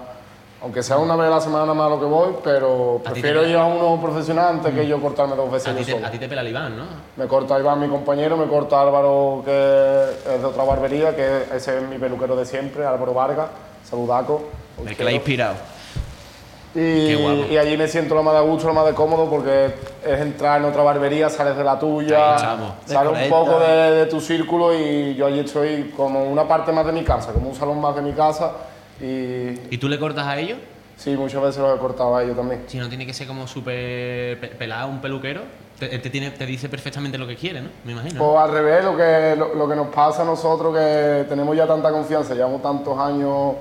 [SPEAKER 4] Aunque sea una vez a la semana más a lo que voy, pero
[SPEAKER 5] A ti te
[SPEAKER 4] prefiero
[SPEAKER 5] queda- Mm.
[SPEAKER 4] ir a uno profesional antes que yo cortarme dos
[SPEAKER 5] A
[SPEAKER 4] veces
[SPEAKER 5] ti
[SPEAKER 4] yo
[SPEAKER 5] te-
[SPEAKER 4] solo.
[SPEAKER 5] a ti te pela el Iván, ¿no?
[SPEAKER 4] Me corta Iván, mi compañero, me corta Álvaro, que es de otra barbería, que ese es mi peluquero de siempre, Álvaro Vargas, saludaco. os
[SPEAKER 5] El que le
[SPEAKER 4] quiero.
[SPEAKER 5] ha inspirado.
[SPEAKER 4] Y,
[SPEAKER 5] guapo.
[SPEAKER 4] y allí me siento lo más de gusto, lo más de cómodo, porque es entrar en otra barbería, sales de la
[SPEAKER 5] Ahí
[SPEAKER 4] tuya,
[SPEAKER 5] estamos.
[SPEAKER 4] sales un
[SPEAKER 2] Desconecta.
[SPEAKER 4] poco de, de tu círculo y yo allí estoy como una parte más de mi casa, como un salón más de mi casa. Y
[SPEAKER 6] ¿Y tú le cortas a ellos?
[SPEAKER 4] sí, muchas veces lo he cortado a ellos también.
[SPEAKER 6] Si no tiene que ser como súper pe- pelado un peluquero, te, él te, tiene, te dice perfectamente lo que quiere, ¿no? Me imagino.
[SPEAKER 4] O Pues al revés, lo que, lo, lo que nos pasa a nosotros, que tenemos ya tanta confianza, llevamos tantos años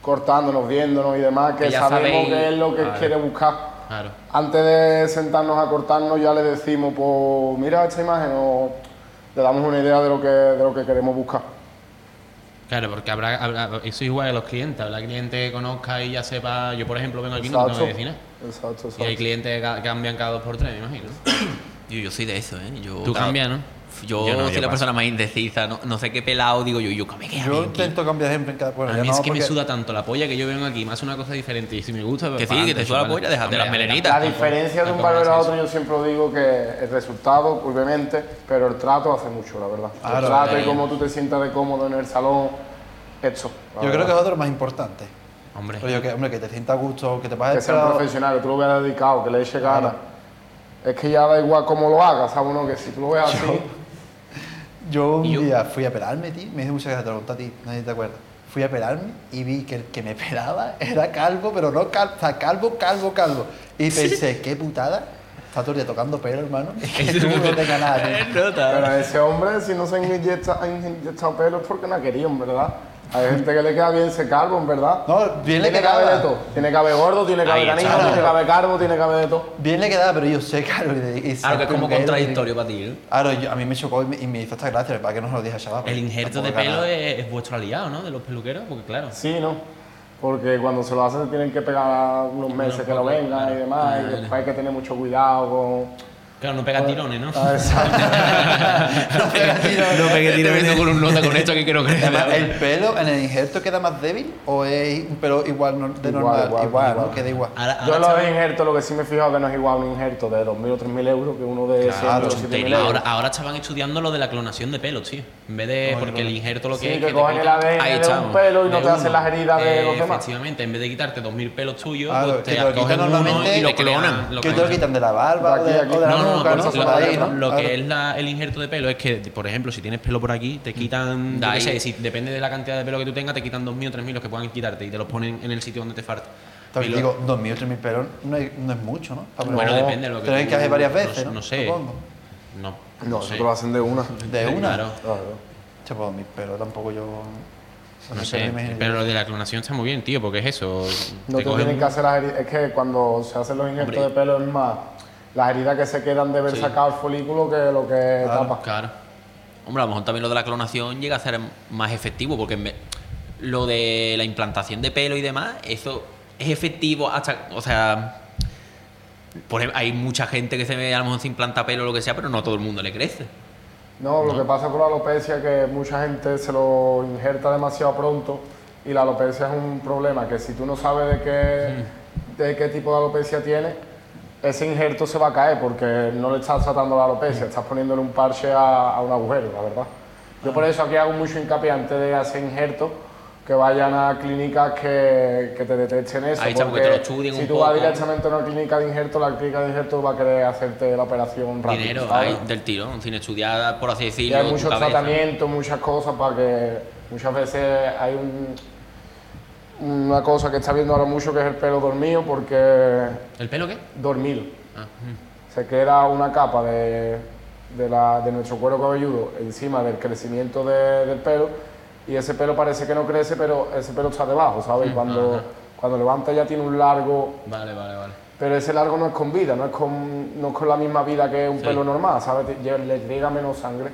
[SPEAKER 4] cortándonos, viéndonos y demás, que,
[SPEAKER 5] Que ya
[SPEAKER 4] sabemos
[SPEAKER 5] sabéis-
[SPEAKER 4] qué es lo que
[SPEAKER 6] Claro.
[SPEAKER 4] quiere buscar.
[SPEAKER 6] Claro.
[SPEAKER 4] Antes de sentarnos a cortarnos ya le decimos, pues mira esta imagen o le damos una idea de lo que, de lo que queremos buscar.
[SPEAKER 6] Claro, porque habrá, habrá- eso es igual a los clientes. Habrá clientes que conozca y ya sepa. Yo, por ejemplo, vengo aquí y no tengo que decir nada.
[SPEAKER 4] Exacto,
[SPEAKER 6] Y hay
[SPEAKER 4] exacto.
[SPEAKER 6] clientes que ca- cambian cada dos por tres, me imagino.
[SPEAKER 5] Yo, yo soy de eso, ¿eh? Yo,
[SPEAKER 6] Tú
[SPEAKER 5] cada-
[SPEAKER 6] cambias, ¿no?
[SPEAKER 5] Yo,
[SPEAKER 6] Yo no,
[SPEAKER 5] soy
[SPEAKER 6] yo
[SPEAKER 5] la
[SPEAKER 6] paso.
[SPEAKER 5] persona más indecisa, no, no sé qué pelado digo yo, yo que me queda
[SPEAKER 2] Yo
[SPEAKER 5] bien, tío.
[SPEAKER 2] intento cambiar siempre en cada. Bueno,
[SPEAKER 6] a
[SPEAKER 2] ya
[SPEAKER 6] mí
[SPEAKER 2] no,
[SPEAKER 6] es que me
[SPEAKER 2] porque-
[SPEAKER 6] suda tanto la polla que yo vengo aquí, me hace una cosa diferente. Y si me gusta,
[SPEAKER 3] pues,
[SPEAKER 5] Que
[SPEAKER 6] pa'
[SPEAKER 5] sí, que te
[SPEAKER 6] antes,
[SPEAKER 5] suda la
[SPEAKER 6] chaval.
[SPEAKER 5] polla, déjate
[SPEAKER 6] Hombre,
[SPEAKER 5] las
[SPEAKER 6] a ver,
[SPEAKER 5] melenitas.
[SPEAKER 4] La diferencia de un
[SPEAKER 6] Tampoco me
[SPEAKER 4] barbero a
[SPEAKER 6] hagas
[SPEAKER 4] otro, yo siempre os digo que el resultado, obviamente, pero el trato hace mucho, la verdad.
[SPEAKER 2] Claro,
[SPEAKER 4] el trato
[SPEAKER 5] claro.
[SPEAKER 4] y cómo tú te sientas de cómodo en el salón, eso. la
[SPEAKER 2] Yo creo que
[SPEAKER 4] verdad.
[SPEAKER 2] es otro más importante.
[SPEAKER 6] Hombre,
[SPEAKER 2] Rollo que, hombre, que te sientas a gusto, que te
[SPEAKER 4] que
[SPEAKER 2] pases
[SPEAKER 4] sea un
[SPEAKER 2] pelado.
[SPEAKER 4] profesional, que tú lo veas dedicado, que le eche ganas. Es que ya da igual cómo lo hagas, ¿sabes? Uno que si tú lo veas así,
[SPEAKER 2] Yo un
[SPEAKER 5] Y yo-
[SPEAKER 2] día fui a pelarme, tío. Me hice muchas gracias, te lo conté a ti, nadie te acuerda. Fui a pelarme y vi que el que me pelaba era calvo, pero no calvo, calvo, calvo, calvo. Y pensé, qué putada. Está todo el día tocando pelo, hermano. Y que tú no tengas nada, tío.
[SPEAKER 5] Nota.
[SPEAKER 4] Pero ese hombre, si no se ha inyecta- ha inyectado pelo es porque no ha querido, en verdad. Hay gente que le queda bien ese calvo, en verdad.
[SPEAKER 2] No, bien le
[SPEAKER 4] Tiene que
[SPEAKER 2] quedaba.
[SPEAKER 4] haber de todo. Tiene que haber gordo, tiene que haber canino,
[SPEAKER 2] está.
[SPEAKER 4] tiene que haber calvo, tiene que haber de todo.
[SPEAKER 2] Bien le quedaba, pero yo sé, claro. Y, y sé
[SPEAKER 3] Claro, que es
[SPEAKER 2] cómo
[SPEAKER 3] como
[SPEAKER 2] caer,
[SPEAKER 3] contradictorio para ti. ¿eh?
[SPEAKER 2] Claro, yo- a mí me chocó y me, y me hizo esta gracia, para que no se lo dije a Shabba.
[SPEAKER 3] El
[SPEAKER 2] porque
[SPEAKER 3] injerto
[SPEAKER 2] tampoco
[SPEAKER 3] de
[SPEAKER 2] era
[SPEAKER 3] pelo
[SPEAKER 2] nada.
[SPEAKER 3] es, es vuestro aliado, ¿no? De los peluqueros, porque claro.
[SPEAKER 4] Sí, ¿no? Porque cuando se lo hacen se tienen que pegar unos meses que lo vengan y demás. Y después hay que tener mucho cuidado con...
[SPEAKER 3] Claro, no pegan tirones, ¿no?
[SPEAKER 4] Ah, Exacto.
[SPEAKER 2] No pega tiro.
[SPEAKER 6] No pegué
[SPEAKER 5] ¿eh?
[SPEAKER 6] tiramiento con un nota con esto que quiero creer.
[SPEAKER 2] Además, ¿El pelo en el injerto queda más débil o es un pelo igual no- de
[SPEAKER 4] Igual,
[SPEAKER 2] normal? Igual,
[SPEAKER 4] igual,
[SPEAKER 2] ¿no?
[SPEAKER 4] igual.
[SPEAKER 2] Queda igual.
[SPEAKER 3] Ahora-
[SPEAKER 4] Yo
[SPEAKER 3] ahora
[SPEAKER 4] lo
[SPEAKER 3] estamos-
[SPEAKER 4] de injerto, lo que sí me he fijado que no es igual un injerto de 2.000 o 3.000 euros que uno de 100 o
[SPEAKER 2] Claro,
[SPEAKER 4] 7.000 euros.
[SPEAKER 3] Ahora, ahora estaban estudiando lo de la clonación de pelos, tío. En vez de. porque el injerto lo
[SPEAKER 4] Sí,
[SPEAKER 3] que es.
[SPEAKER 4] que
[SPEAKER 3] te
[SPEAKER 4] cogen el
[SPEAKER 3] quita-
[SPEAKER 4] ADN de un
[SPEAKER 3] estamos,
[SPEAKER 4] pelo y no te hacen
[SPEAKER 3] uno.
[SPEAKER 4] las heridas de los demás.
[SPEAKER 3] Eh, Efectivamente, en vez de quitarte 2.000 pelos tuyos,
[SPEAKER 2] Claro,
[SPEAKER 3] pues
[SPEAKER 2] que te lo quitan
[SPEAKER 3] acogen uno
[SPEAKER 2] normalmente-
[SPEAKER 3] y lo
[SPEAKER 2] que
[SPEAKER 3] clonan. lo
[SPEAKER 2] que te lo
[SPEAKER 3] clonan.
[SPEAKER 2] quitan de la barba
[SPEAKER 4] De
[SPEAKER 2] o de,
[SPEAKER 4] aquí,
[SPEAKER 2] o de la
[SPEAKER 4] aquí.
[SPEAKER 3] No, no,
[SPEAKER 2] nuca,
[SPEAKER 3] no,
[SPEAKER 2] ¿no?
[SPEAKER 3] por eso
[SPEAKER 2] Por ahí,
[SPEAKER 3] lo-
[SPEAKER 2] ¿no?
[SPEAKER 3] lo
[SPEAKER 2] Claro.
[SPEAKER 3] que es la- el injerto de pelo es que, por ejemplo, si tienes pelo por aquí, te quitan, yo
[SPEAKER 5] Da
[SPEAKER 3] qué
[SPEAKER 5] ahí.
[SPEAKER 3] sé, si depende de la cantidad de pelo que tú tengas, te quitan 2.000 o 3.000 los que puedan quitarte y te los ponen en el sitio donde te falta.
[SPEAKER 2] También
[SPEAKER 3] Y lo-
[SPEAKER 2] digo, 2.000 o 3.000 pelos no es, no es mucho, ¿no? Para
[SPEAKER 3] bueno,
[SPEAKER 2] luego
[SPEAKER 3] depende de lo que
[SPEAKER 2] Tener
[SPEAKER 3] tú-
[SPEAKER 2] que hacer varias
[SPEAKER 3] no-
[SPEAKER 2] veces,
[SPEAKER 3] no,
[SPEAKER 2] ¿no?
[SPEAKER 3] sé.
[SPEAKER 2] Supongo.
[SPEAKER 3] No.
[SPEAKER 4] No,
[SPEAKER 3] sé.
[SPEAKER 4] eso te lo hacen de una.
[SPEAKER 2] De una.
[SPEAKER 3] Claro.
[SPEAKER 4] Claro.
[SPEAKER 2] Chapo, mis pelos tampoco yo...
[SPEAKER 6] No
[SPEAKER 2] mis
[SPEAKER 6] sé,
[SPEAKER 2] pelos me imagino
[SPEAKER 6] pero
[SPEAKER 2] yo.
[SPEAKER 6] lo de la clonación está muy bien, tío, porque es eso.
[SPEAKER 4] No te,
[SPEAKER 6] cogen-
[SPEAKER 4] tienen que hacer las heridas. Es que cuando se hacen los injertos de pelo es más las heridas que se quedan de haber sacado el folículo que lo que tapa.
[SPEAKER 3] Claro.
[SPEAKER 5] Hombre, a lo mejor también lo de la clonación llega a ser más efectivo, porque en vez- lo de la implantación de pelo y demás, eso es efectivo hasta. O sea. por ejemplo, hay mucha gente que se ve, a lo mejor se implanta pelo o lo que sea, pero no a todo el mundo le crece.
[SPEAKER 4] No, lo que pasa con la alopecia es que mucha gente se lo injerta demasiado pronto y la alopecia es un problema que si tú no sabes de qué, de qué tipo de alopecia tienes, ese injerto se va a caer porque no le estás tratando la alopecia, estás poniéndole un parche a, a un agujero, la verdad. Yo
[SPEAKER 5] Ah.
[SPEAKER 4] por eso aquí hago mucho hincapié antes de hacer injerto que vayan a clínicas que, que te detecten eso.
[SPEAKER 5] Ahí está, porque te lo estudien
[SPEAKER 4] si
[SPEAKER 5] un
[SPEAKER 4] tú vas
[SPEAKER 5] poco.
[SPEAKER 4] directamente a una clínica de injerto, la clínica de injerto va a querer hacerte la operación rápido.
[SPEAKER 5] Dinero
[SPEAKER 4] ¿sabes?
[SPEAKER 5] hay del tirón, sin estudiar, por así
[SPEAKER 4] Y
[SPEAKER 5] decirlo.
[SPEAKER 4] hay
[SPEAKER 5] tu
[SPEAKER 4] muchos
[SPEAKER 5] cabeza.
[SPEAKER 4] tratamientos, muchas cosas para que muchas veces hay un- una cosa que está viendo ahora mucho que es el pelo dormido porque
[SPEAKER 3] ¿El pelo qué?
[SPEAKER 4] dormido.
[SPEAKER 5] Ah.
[SPEAKER 4] Se queda una capa de, de la- de nuestro cuero cabelludo encima del crecimiento de- del pelo y ese pelo parece que no crece pero ese pelo está debajo, ¿sabes? Y Cuando, cuando levanta ya tiene un largo
[SPEAKER 3] Vale, vale, vale.
[SPEAKER 4] pero ese largo no es con vida, no es con, no es con la misma vida que un pelo normal, ¿sabes? Te- lle- Le llega menos sangre.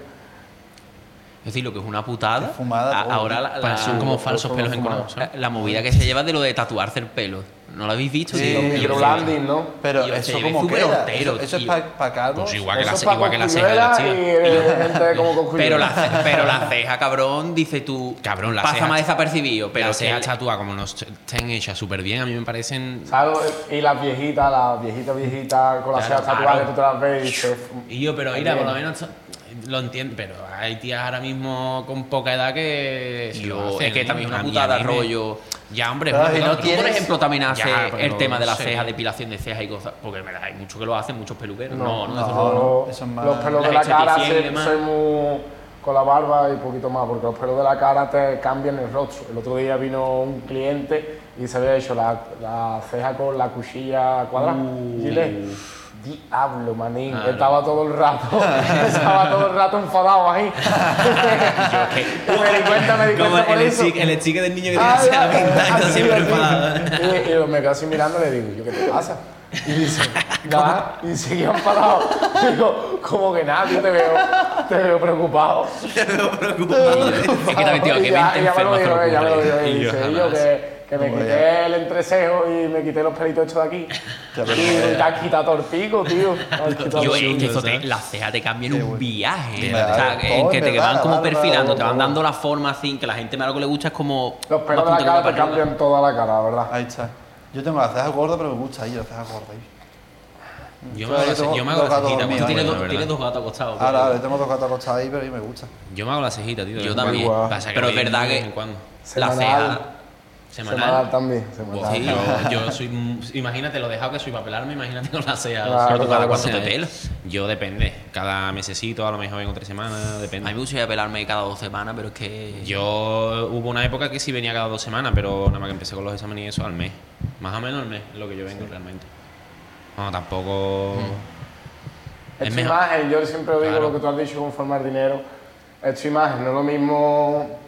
[SPEAKER 5] Es decir, lo que es una putada.
[SPEAKER 2] Es fumada,
[SPEAKER 5] a-
[SPEAKER 2] todo.
[SPEAKER 5] ahora la, la-
[SPEAKER 6] Son como falsos
[SPEAKER 4] son
[SPEAKER 6] pelos
[SPEAKER 4] los
[SPEAKER 6] enconados.
[SPEAKER 5] la- la movida que se lleva de lo de tatuarse el pelo. ¿No lo habéis visto?
[SPEAKER 2] Sí,
[SPEAKER 5] tío?
[SPEAKER 4] Los
[SPEAKER 2] sí,
[SPEAKER 4] microlanding, ¿no?
[SPEAKER 2] Pero
[SPEAKER 5] Tío,
[SPEAKER 2] eso
[SPEAKER 5] se ve
[SPEAKER 2] como
[SPEAKER 5] súper
[SPEAKER 2] queda.
[SPEAKER 5] hortero,
[SPEAKER 2] Eso, eso es
[SPEAKER 5] tío.
[SPEAKER 2] para pa calvos.
[SPEAKER 6] Pues igual que
[SPEAKER 4] Eso
[SPEAKER 6] la,
[SPEAKER 4] es Paco
[SPEAKER 6] igual que la ceja de la
[SPEAKER 4] Cuyuela
[SPEAKER 6] chica.
[SPEAKER 4] Y eh, gente como con
[SPEAKER 5] Pero la,
[SPEAKER 4] Cuyuela.
[SPEAKER 5] ce- pero la ceja, cabrón, dice tú.
[SPEAKER 6] Cabrón, la
[SPEAKER 5] pasa
[SPEAKER 6] ceja-
[SPEAKER 5] más desapercibido. Pero
[SPEAKER 6] Pero
[SPEAKER 5] que
[SPEAKER 6] cejas
[SPEAKER 5] el-
[SPEAKER 6] tatuadas, como nos estén hechas súper bien, a mí me parecen.
[SPEAKER 4] ¿Sabes? Y las viejitas, las viejitas, viejitas con las
[SPEAKER 3] Claro,
[SPEAKER 4] cejas tatuadas
[SPEAKER 3] claro.
[SPEAKER 4] que tú te las ves y dices,
[SPEAKER 3] Y yo, pero mira, por lo menos lo entiendo, pero hay tías ahora mismo con poca edad que. se lo
[SPEAKER 5] Yo,
[SPEAKER 3] hacen,
[SPEAKER 5] es que
[SPEAKER 3] ¿no?
[SPEAKER 5] también es
[SPEAKER 6] A
[SPEAKER 5] una
[SPEAKER 6] mí-
[SPEAKER 5] putada
[SPEAKER 6] a mí me-
[SPEAKER 5] rollo. pues
[SPEAKER 6] Ya, hombre,
[SPEAKER 2] Pero
[SPEAKER 6] es una
[SPEAKER 2] si no
[SPEAKER 6] putada.
[SPEAKER 5] Tú, por
[SPEAKER 2] tienes-
[SPEAKER 5] ejemplo, también haces
[SPEAKER 6] Ya, pero
[SPEAKER 5] el tema de la
[SPEAKER 6] no sé.
[SPEAKER 5] ceja, depilación de cejas y cosas. Porque en verdad hay mucho que lo hacen, muchos peluqueros. No,
[SPEAKER 2] no.
[SPEAKER 5] no, eso no.
[SPEAKER 4] "Yo,
[SPEAKER 2] eso es más-
[SPEAKER 4] los pelos de la
[SPEAKER 5] las
[SPEAKER 4] cara
[SPEAKER 5] esteticistas y
[SPEAKER 4] se-
[SPEAKER 5] demás".
[SPEAKER 4] soy muy con la barba y un poquito más, porque los pelos de la cara te cambian el rostro. El otro día vino un cliente y se había hecho la, la ceja con la cuchilla cuadrada.
[SPEAKER 5] Uh.
[SPEAKER 4] Dile, diablo, manín. Estaba todo el rato, estaba todo el rato enfadado ahí. Y me di cuenta, me di
[SPEAKER 5] Como
[SPEAKER 4] cuenta por
[SPEAKER 5] el,
[SPEAKER 4] eso.
[SPEAKER 5] stick- el stick del niño que
[SPEAKER 4] Ah,
[SPEAKER 5] tiene la
[SPEAKER 4] ya,
[SPEAKER 5] pinta está
[SPEAKER 4] así,
[SPEAKER 5] siempre
[SPEAKER 4] así.
[SPEAKER 5] enfadado.
[SPEAKER 4] Y, y yo me quedo así mirando y le digo, ¿yo qué te pasa? Y dice, nada, y seguía enfadado. Digo, como que nada, yo te veo, te veo preocupado.
[SPEAKER 5] Es que también, tío,
[SPEAKER 4] Y
[SPEAKER 5] que
[SPEAKER 4] ya,
[SPEAKER 5] mente
[SPEAKER 4] ya me lo
[SPEAKER 5] enferma
[SPEAKER 4] dijo,
[SPEAKER 5] se
[SPEAKER 4] ya me lo
[SPEAKER 5] ocurre.
[SPEAKER 4] dijo. Y dice, y yo que, que me quité el entrecejo y me quité los pelitos estos de aquí.
[SPEAKER 2] Ya, pero-
[SPEAKER 4] Y te has quitado todo el pico, tío. Te has quitado
[SPEAKER 5] Yo,
[SPEAKER 4] todo el
[SPEAKER 5] es que
[SPEAKER 4] pico.
[SPEAKER 5] eso te, las cejas te cambian un viaje.
[SPEAKER 2] verdad,
[SPEAKER 5] o sea,
[SPEAKER 2] todo
[SPEAKER 5] en que
[SPEAKER 2] es
[SPEAKER 5] te
[SPEAKER 2] verdad,
[SPEAKER 5] van como
[SPEAKER 2] la barba,
[SPEAKER 5] perfilando, te
[SPEAKER 2] todo.
[SPEAKER 5] van dando la forma así, que la gente me algo le gusta es como.
[SPEAKER 4] Los pelos de
[SPEAKER 5] más
[SPEAKER 4] la cara
[SPEAKER 5] puntiagudo
[SPEAKER 4] te
[SPEAKER 5] para arriba.
[SPEAKER 4] cambian toda la cara, la ¿verdad?
[SPEAKER 2] Ahí está. Yo tengo las cejas gordas, pero me gusta ahí las cejas gordas. ahí.
[SPEAKER 6] Yo me hago la,
[SPEAKER 2] Yo tengo
[SPEAKER 6] ce- yo me hago la
[SPEAKER 2] dos gatos
[SPEAKER 6] cejita. pues,
[SPEAKER 2] dormidos,
[SPEAKER 6] cuando-
[SPEAKER 5] Tienes
[SPEAKER 2] Bueno,
[SPEAKER 5] dos-
[SPEAKER 6] la
[SPEAKER 5] Tienes
[SPEAKER 6] verdad.
[SPEAKER 5] dos gatos acostados.
[SPEAKER 2] Ahora, ahora tengo dos gatos acostados ahí, pero ahí me gusta.
[SPEAKER 6] Yo me hago la cejita, tío. de vez
[SPEAKER 5] Yo
[SPEAKER 6] en
[SPEAKER 5] también.
[SPEAKER 6] cuando. Pasa que
[SPEAKER 5] Pero
[SPEAKER 6] lo
[SPEAKER 5] es
[SPEAKER 6] veo
[SPEAKER 5] verdad
[SPEAKER 6] de vez
[SPEAKER 5] que-
[SPEAKER 6] en cuando.
[SPEAKER 5] La
[SPEAKER 4] Semanal.
[SPEAKER 5] ceja.
[SPEAKER 4] Semanal
[SPEAKER 3] Semanal.
[SPEAKER 4] también,
[SPEAKER 3] Pues
[SPEAKER 4] semanal.
[SPEAKER 3] sí, yo, yo soy. m- Imagínate lo dejado que soy para pelarme, imagínate con la ceja.
[SPEAKER 4] Claro,
[SPEAKER 3] Sobre todo
[SPEAKER 4] claro,
[SPEAKER 3] cuando
[SPEAKER 5] ¿Cuánto
[SPEAKER 3] te
[SPEAKER 5] te
[SPEAKER 3] pelo.
[SPEAKER 5] pelas?
[SPEAKER 6] Yo depende. Cada mesecito, a lo mejor vengo tres semanas,
[SPEAKER 5] A mí
[SPEAKER 6] depende.
[SPEAKER 5] me gustaría pelarme cada dos semanas, pero es que.
[SPEAKER 6] Yo hubo una época que sí venía cada dos semanas, pero nada más que empecé con los exámenes y eso al mes. Más o menos al mes es lo que yo vengo realmente. No, tampoco.
[SPEAKER 5] Mm.
[SPEAKER 4] Es tu
[SPEAKER 6] mejor.
[SPEAKER 4] imagen, yo siempre digo
[SPEAKER 6] Claro.
[SPEAKER 4] lo que tú has dicho con formar dinero. Es tu imagen, no es lo mismo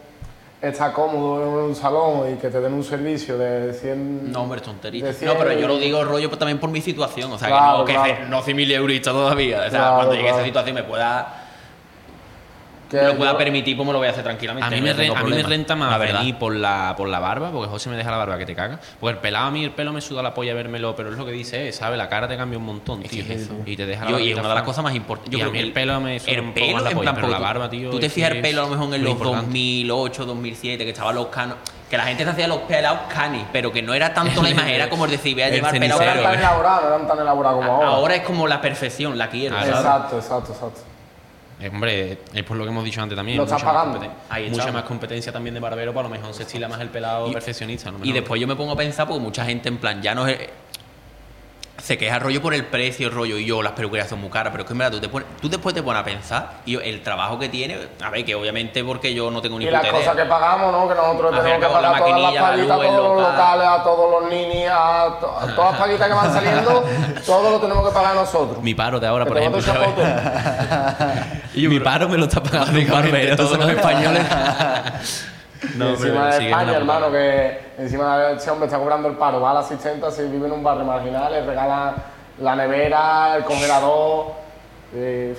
[SPEAKER 4] estar cómodo en un salón y que te den un servicio de 100...
[SPEAKER 5] No, hombre, tontería.
[SPEAKER 4] de
[SPEAKER 5] No,
[SPEAKER 4] 100
[SPEAKER 5] pero yo lo digo rollo pues, también por mi situación. O sea,
[SPEAKER 4] Claro,
[SPEAKER 5] que no, que
[SPEAKER 4] claro.
[SPEAKER 5] se- no soy mil eurista todavía. O sea,
[SPEAKER 4] Claro,
[SPEAKER 5] cuando llegue a esa
[SPEAKER 4] claro.
[SPEAKER 5] situación me pueda,
[SPEAKER 4] que
[SPEAKER 5] me lo pueda
[SPEAKER 4] yo-
[SPEAKER 5] permitir, pues me lo voy a hacer tranquilamente.
[SPEAKER 6] A mí,
[SPEAKER 5] no
[SPEAKER 6] me
[SPEAKER 5] tengo
[SPEAKER 6] ren- a mí me
[SPEAKER 5] problema,
[SPEAKER 6] renta
[SPEAKER 5] la
[SPEAKER 6] más
[SPEAKER 5] verdad.
[SPEAKER 6] venir por la, por la barba, porque José me deja la barba que te caga. Porque el pelado a mí, el pelo me suda la polla vérmelo, pero es lo que dice, eh, ¿sabes? La cara te cambia un montón,
[SPEAKER 5] Es
[SPEAKER 6] tío.
[SPEAKER 5] que es eso.
[SPEAKER 6] Y te deja la
[SPEAKER 5] Yo- y es
[SPEAKER 6] barbita
[SPEAKER 5] una de las
[SPEAKER 6] franca.
[SPEAKER 5] cosas más importantes.
[SPEAKER 6] Y a mí el pelo me suda
[SPEAKER 5] El
[SPEAKER 6] un poco más
[SPEAKER 5] pelo,
[SPEAKER 6] la
[SPEAKER 5] en
[SPEAKER 6] polla,
[SPEAKER 5] plan,
[SPEAKER 6] pero
[SPEAKER 5] porque
[SPEAKER 6] la
[SPEAKER 5] tú-
[SPEAKER 6] barba, tío,
[SPEAKER 5] Tú te
[SPEAKER 6] es
[SPEAKER 5] fijas
[SPEAKER 6] que
[SPEAKER 5] el pelo a lo mejor
[SPEAKER 6] es
[SPEAKER 5] en los
[SPEAKER 6] importante.
[SPEAKER 5] 2008, 2007, que estaban los canos. Que la gente se hacía los pelados canis, pero que no era tanto la imagen, era como el decir, voy a
[SPEAKER 6] El
[SPEAKER 5] llevar pelado
[SPEAKER 4] No eran
[SPEAKER 6] cenicero, ¿eh?
[SPEAKER 5] cani.
[SPEAKER 4] tan elaborados, no eran tan elaborados como ahora.
[SPEAKER 5] ¿eh? Ahora es como la perfección, la quiero. ¿sabes?
[SPEAKER 4] Exacto, exacto, exacto.
[SPEAKER 6] Eh, hombre, es por lo que hemos dicho antes también.
[SPEAKER 4] Lo
[SPEAKER 6] mucha
[SPEAKER 4] estás
[SPEAKER 6] más
[SPEAKER 4] pagando.
[SPEAKER 6] competen-
[SPEAKER 5] Ahí está.
[SPEAKER 6] Mucha más competencia también de barbero, para lo mejor se estila más el pelado
[SPEAKER 5] Y-
[SPEAKER 6] perfeccionista. a lo
[SPEAKER 5] Y
[SPEAKER 6] mejor.
[SPEAKER 5] después yo me pongo a pensar, porque mucha gente en plan, ya no es- Se queja rollo por el precio, rollo, y yo, las peluquerías son muy caras, pero es que en verdad tú, te pones- tú después te pones a pensar, y yo, el trabajo que tiene, a ver, que obviamente porque yo no tengo ni
[SPEAKER 4] Y las
[SPEAKER 5] puta idea.
[SPEAKER 4] cosas que pagamos, ¿no? Que nosotros
[SPEAKER 5] Al fin y
[SPEAKER 4] tenemos
[SPEAKER 5] al
[SPEAKER 4] que
[SPEAKER 5] cabo, la
[SPEAKER 4] pagar todas las
[SPEAKER 5] maquinilla, la
[SPEAKER 4] paguitas,
[SPEAKER 5] luz,
[SPEAKER 4] a
[SPEAKER 5] el
[SPEAKER 4] todos los
[SPEAKER 5] local.
[SPEAKER 4] locales, a todos los ninis, a, to- a todas las paguitas que van saliendo, todo lo tenemos que pagar nosotros.
[SPEAKER 6] Mi paro de ahora,
[SPEAKER 4] Que
[SPEAKER 6] por
[SPEAKER 4] tenemos
[SPEAKER 6] ejemplo.
[SPEAKER 4] que
[SPEAKER 6] ¿sabes?
[SPEAKER 4] echar fotos.
[SPEAKER 6] Y yo, mi paro me lo está pagando un barbero.
[SPEAKER 5] todos los españoles.
[SPEAKER 4] Y encima
[SPEAKER 6] sí,
[SPEAKER 4] de
[SPEAKER 6] es
[SPEAKER 4] España,
[SPEAKER 6] una
[SPEAKER 4] hermano, que encima ese hombre está cobrando el paro, va a la asistenta, si vive en un barrio marginal, le regalan la nevera, el congelador, eh,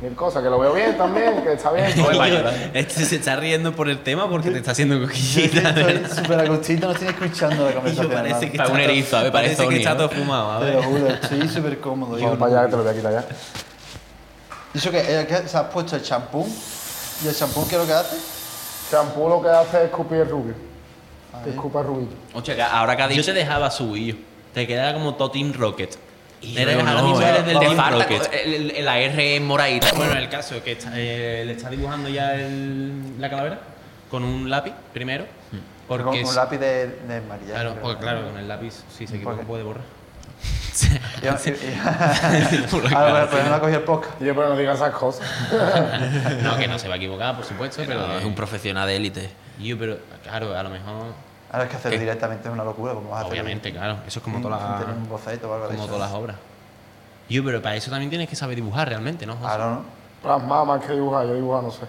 [SPEAKER 4] mil cosas, que lo veo bien también, que está bien.
[SPEAKER 6] Oye,
[SPEAKER 4] Oye,
[SPEAKER 6] Mario, Este se está riendo por el tema porque te está haciendo
[SPEAKER 2] Sí,
[SPEAKER 6] coquillita.
[SPEAKER 2] estoy súper a gustito, no estoy escuchando la
[SPEAKER 6] Y yo
[SPEAKER 2] conversación.
[SPEAKER 6] parece que
[SPEAKER 2] hermano.
[SPEAKER 6] está
[SPEAKER 5] un erizo, a ver, parece
[SPEAKER 6] parece que
[SPEAKER 5] Tony,
[SPEAKER 6] está
[SPEAKER 5] ¿eh?
[SPEAKER 6] todo fumado. a ver.
[SPEAKER 2] Te lo juro, estoy súper cómodo. yo.
[SPEAKER 4] Vamos para allá, que te lo voy a quitar ya.
[SPEAKER 2] Y Eso que, eh, que se has puesto el champú. ¿Y el champú qué es lo que hace?
[SPEAKER 4] Shampoo lo que hace es escupir el rubio. Te escupa el rubio.
[SPEAKER 5] Oye, que ahora que ha
[SPEAKER 6] Yo
[SPEAKER 5] dicho...
[SPEAKER 6] te dejaba subir. Te quedaba como todo Team Rocket.
[SPEAKER 5] Y
[SPEAKER 6] Eres
[SPEAKER 5] yo
[SPEAKER 6] ahora
[SPEAKER 5] no,
[SPEAKER 6] mismo
[SPEAKER 5] eh.
[SPEAKER 6] eres del
[SPEAKER 5] Te
[SPEAKER 6] Team
[SPEAKER 5] falta
[SPEAKER 6] Rocket.
[SPEAKER 5] el- el- la R en moradita.
[SPEAKER 6] Bueno, el caso es que está- eh, le está dibujando ya el- la calavera con un lápiz primero.
[SPEAKER 5] Mm.
[SPEAKER 6] Porque
[SPEAKER 2] Con un
[SPEAKER 6] es-
[SPEAKER 2] lápiz de, de maquillaje.
[SPEAKER 6] Claro,
[SPEAKER 2] creo.
[SPEAKER 6] porque claro, con el lápiz, si se equivoca,
[SPEAKER 2] Porque-
[SPEAKER 6] puede borrar.
[SPEAKER 2] Y- y- y- Ah, bueno, pues no ha cogido el podcast.
[SPEAKER 4] Y yo, pero no digas esas cosas.
[SPEAKER 6] No, que no se va a equivocar, por supuesto, pero.
[SPEAKER 5] es un profesional de élite.
[SPEAKER 6] Yo, pero, claro, a lo mejor.
[SPEAKER 2] Ahora es que hacerlo directamente es una locura, como vas a hacer.
[SPEAKER 6] Obviamente, claro. Eso es como
[SPEAKER 2] Como
[SPEAKER 6] todas las.
[SPEAKER 2] un boceto o algo de
[SPEAKER 6] Como
[SPEAKER 2] eso.
[SPEAKER 6] todas las obras. Yo, pero para eso también tienes que saber dibujar realmente, ¿no? José?
[SPEAKER 2] Ah, no, no.
[SPEAKER 4] Plasmar más que dibujar, yo dibujar no sé.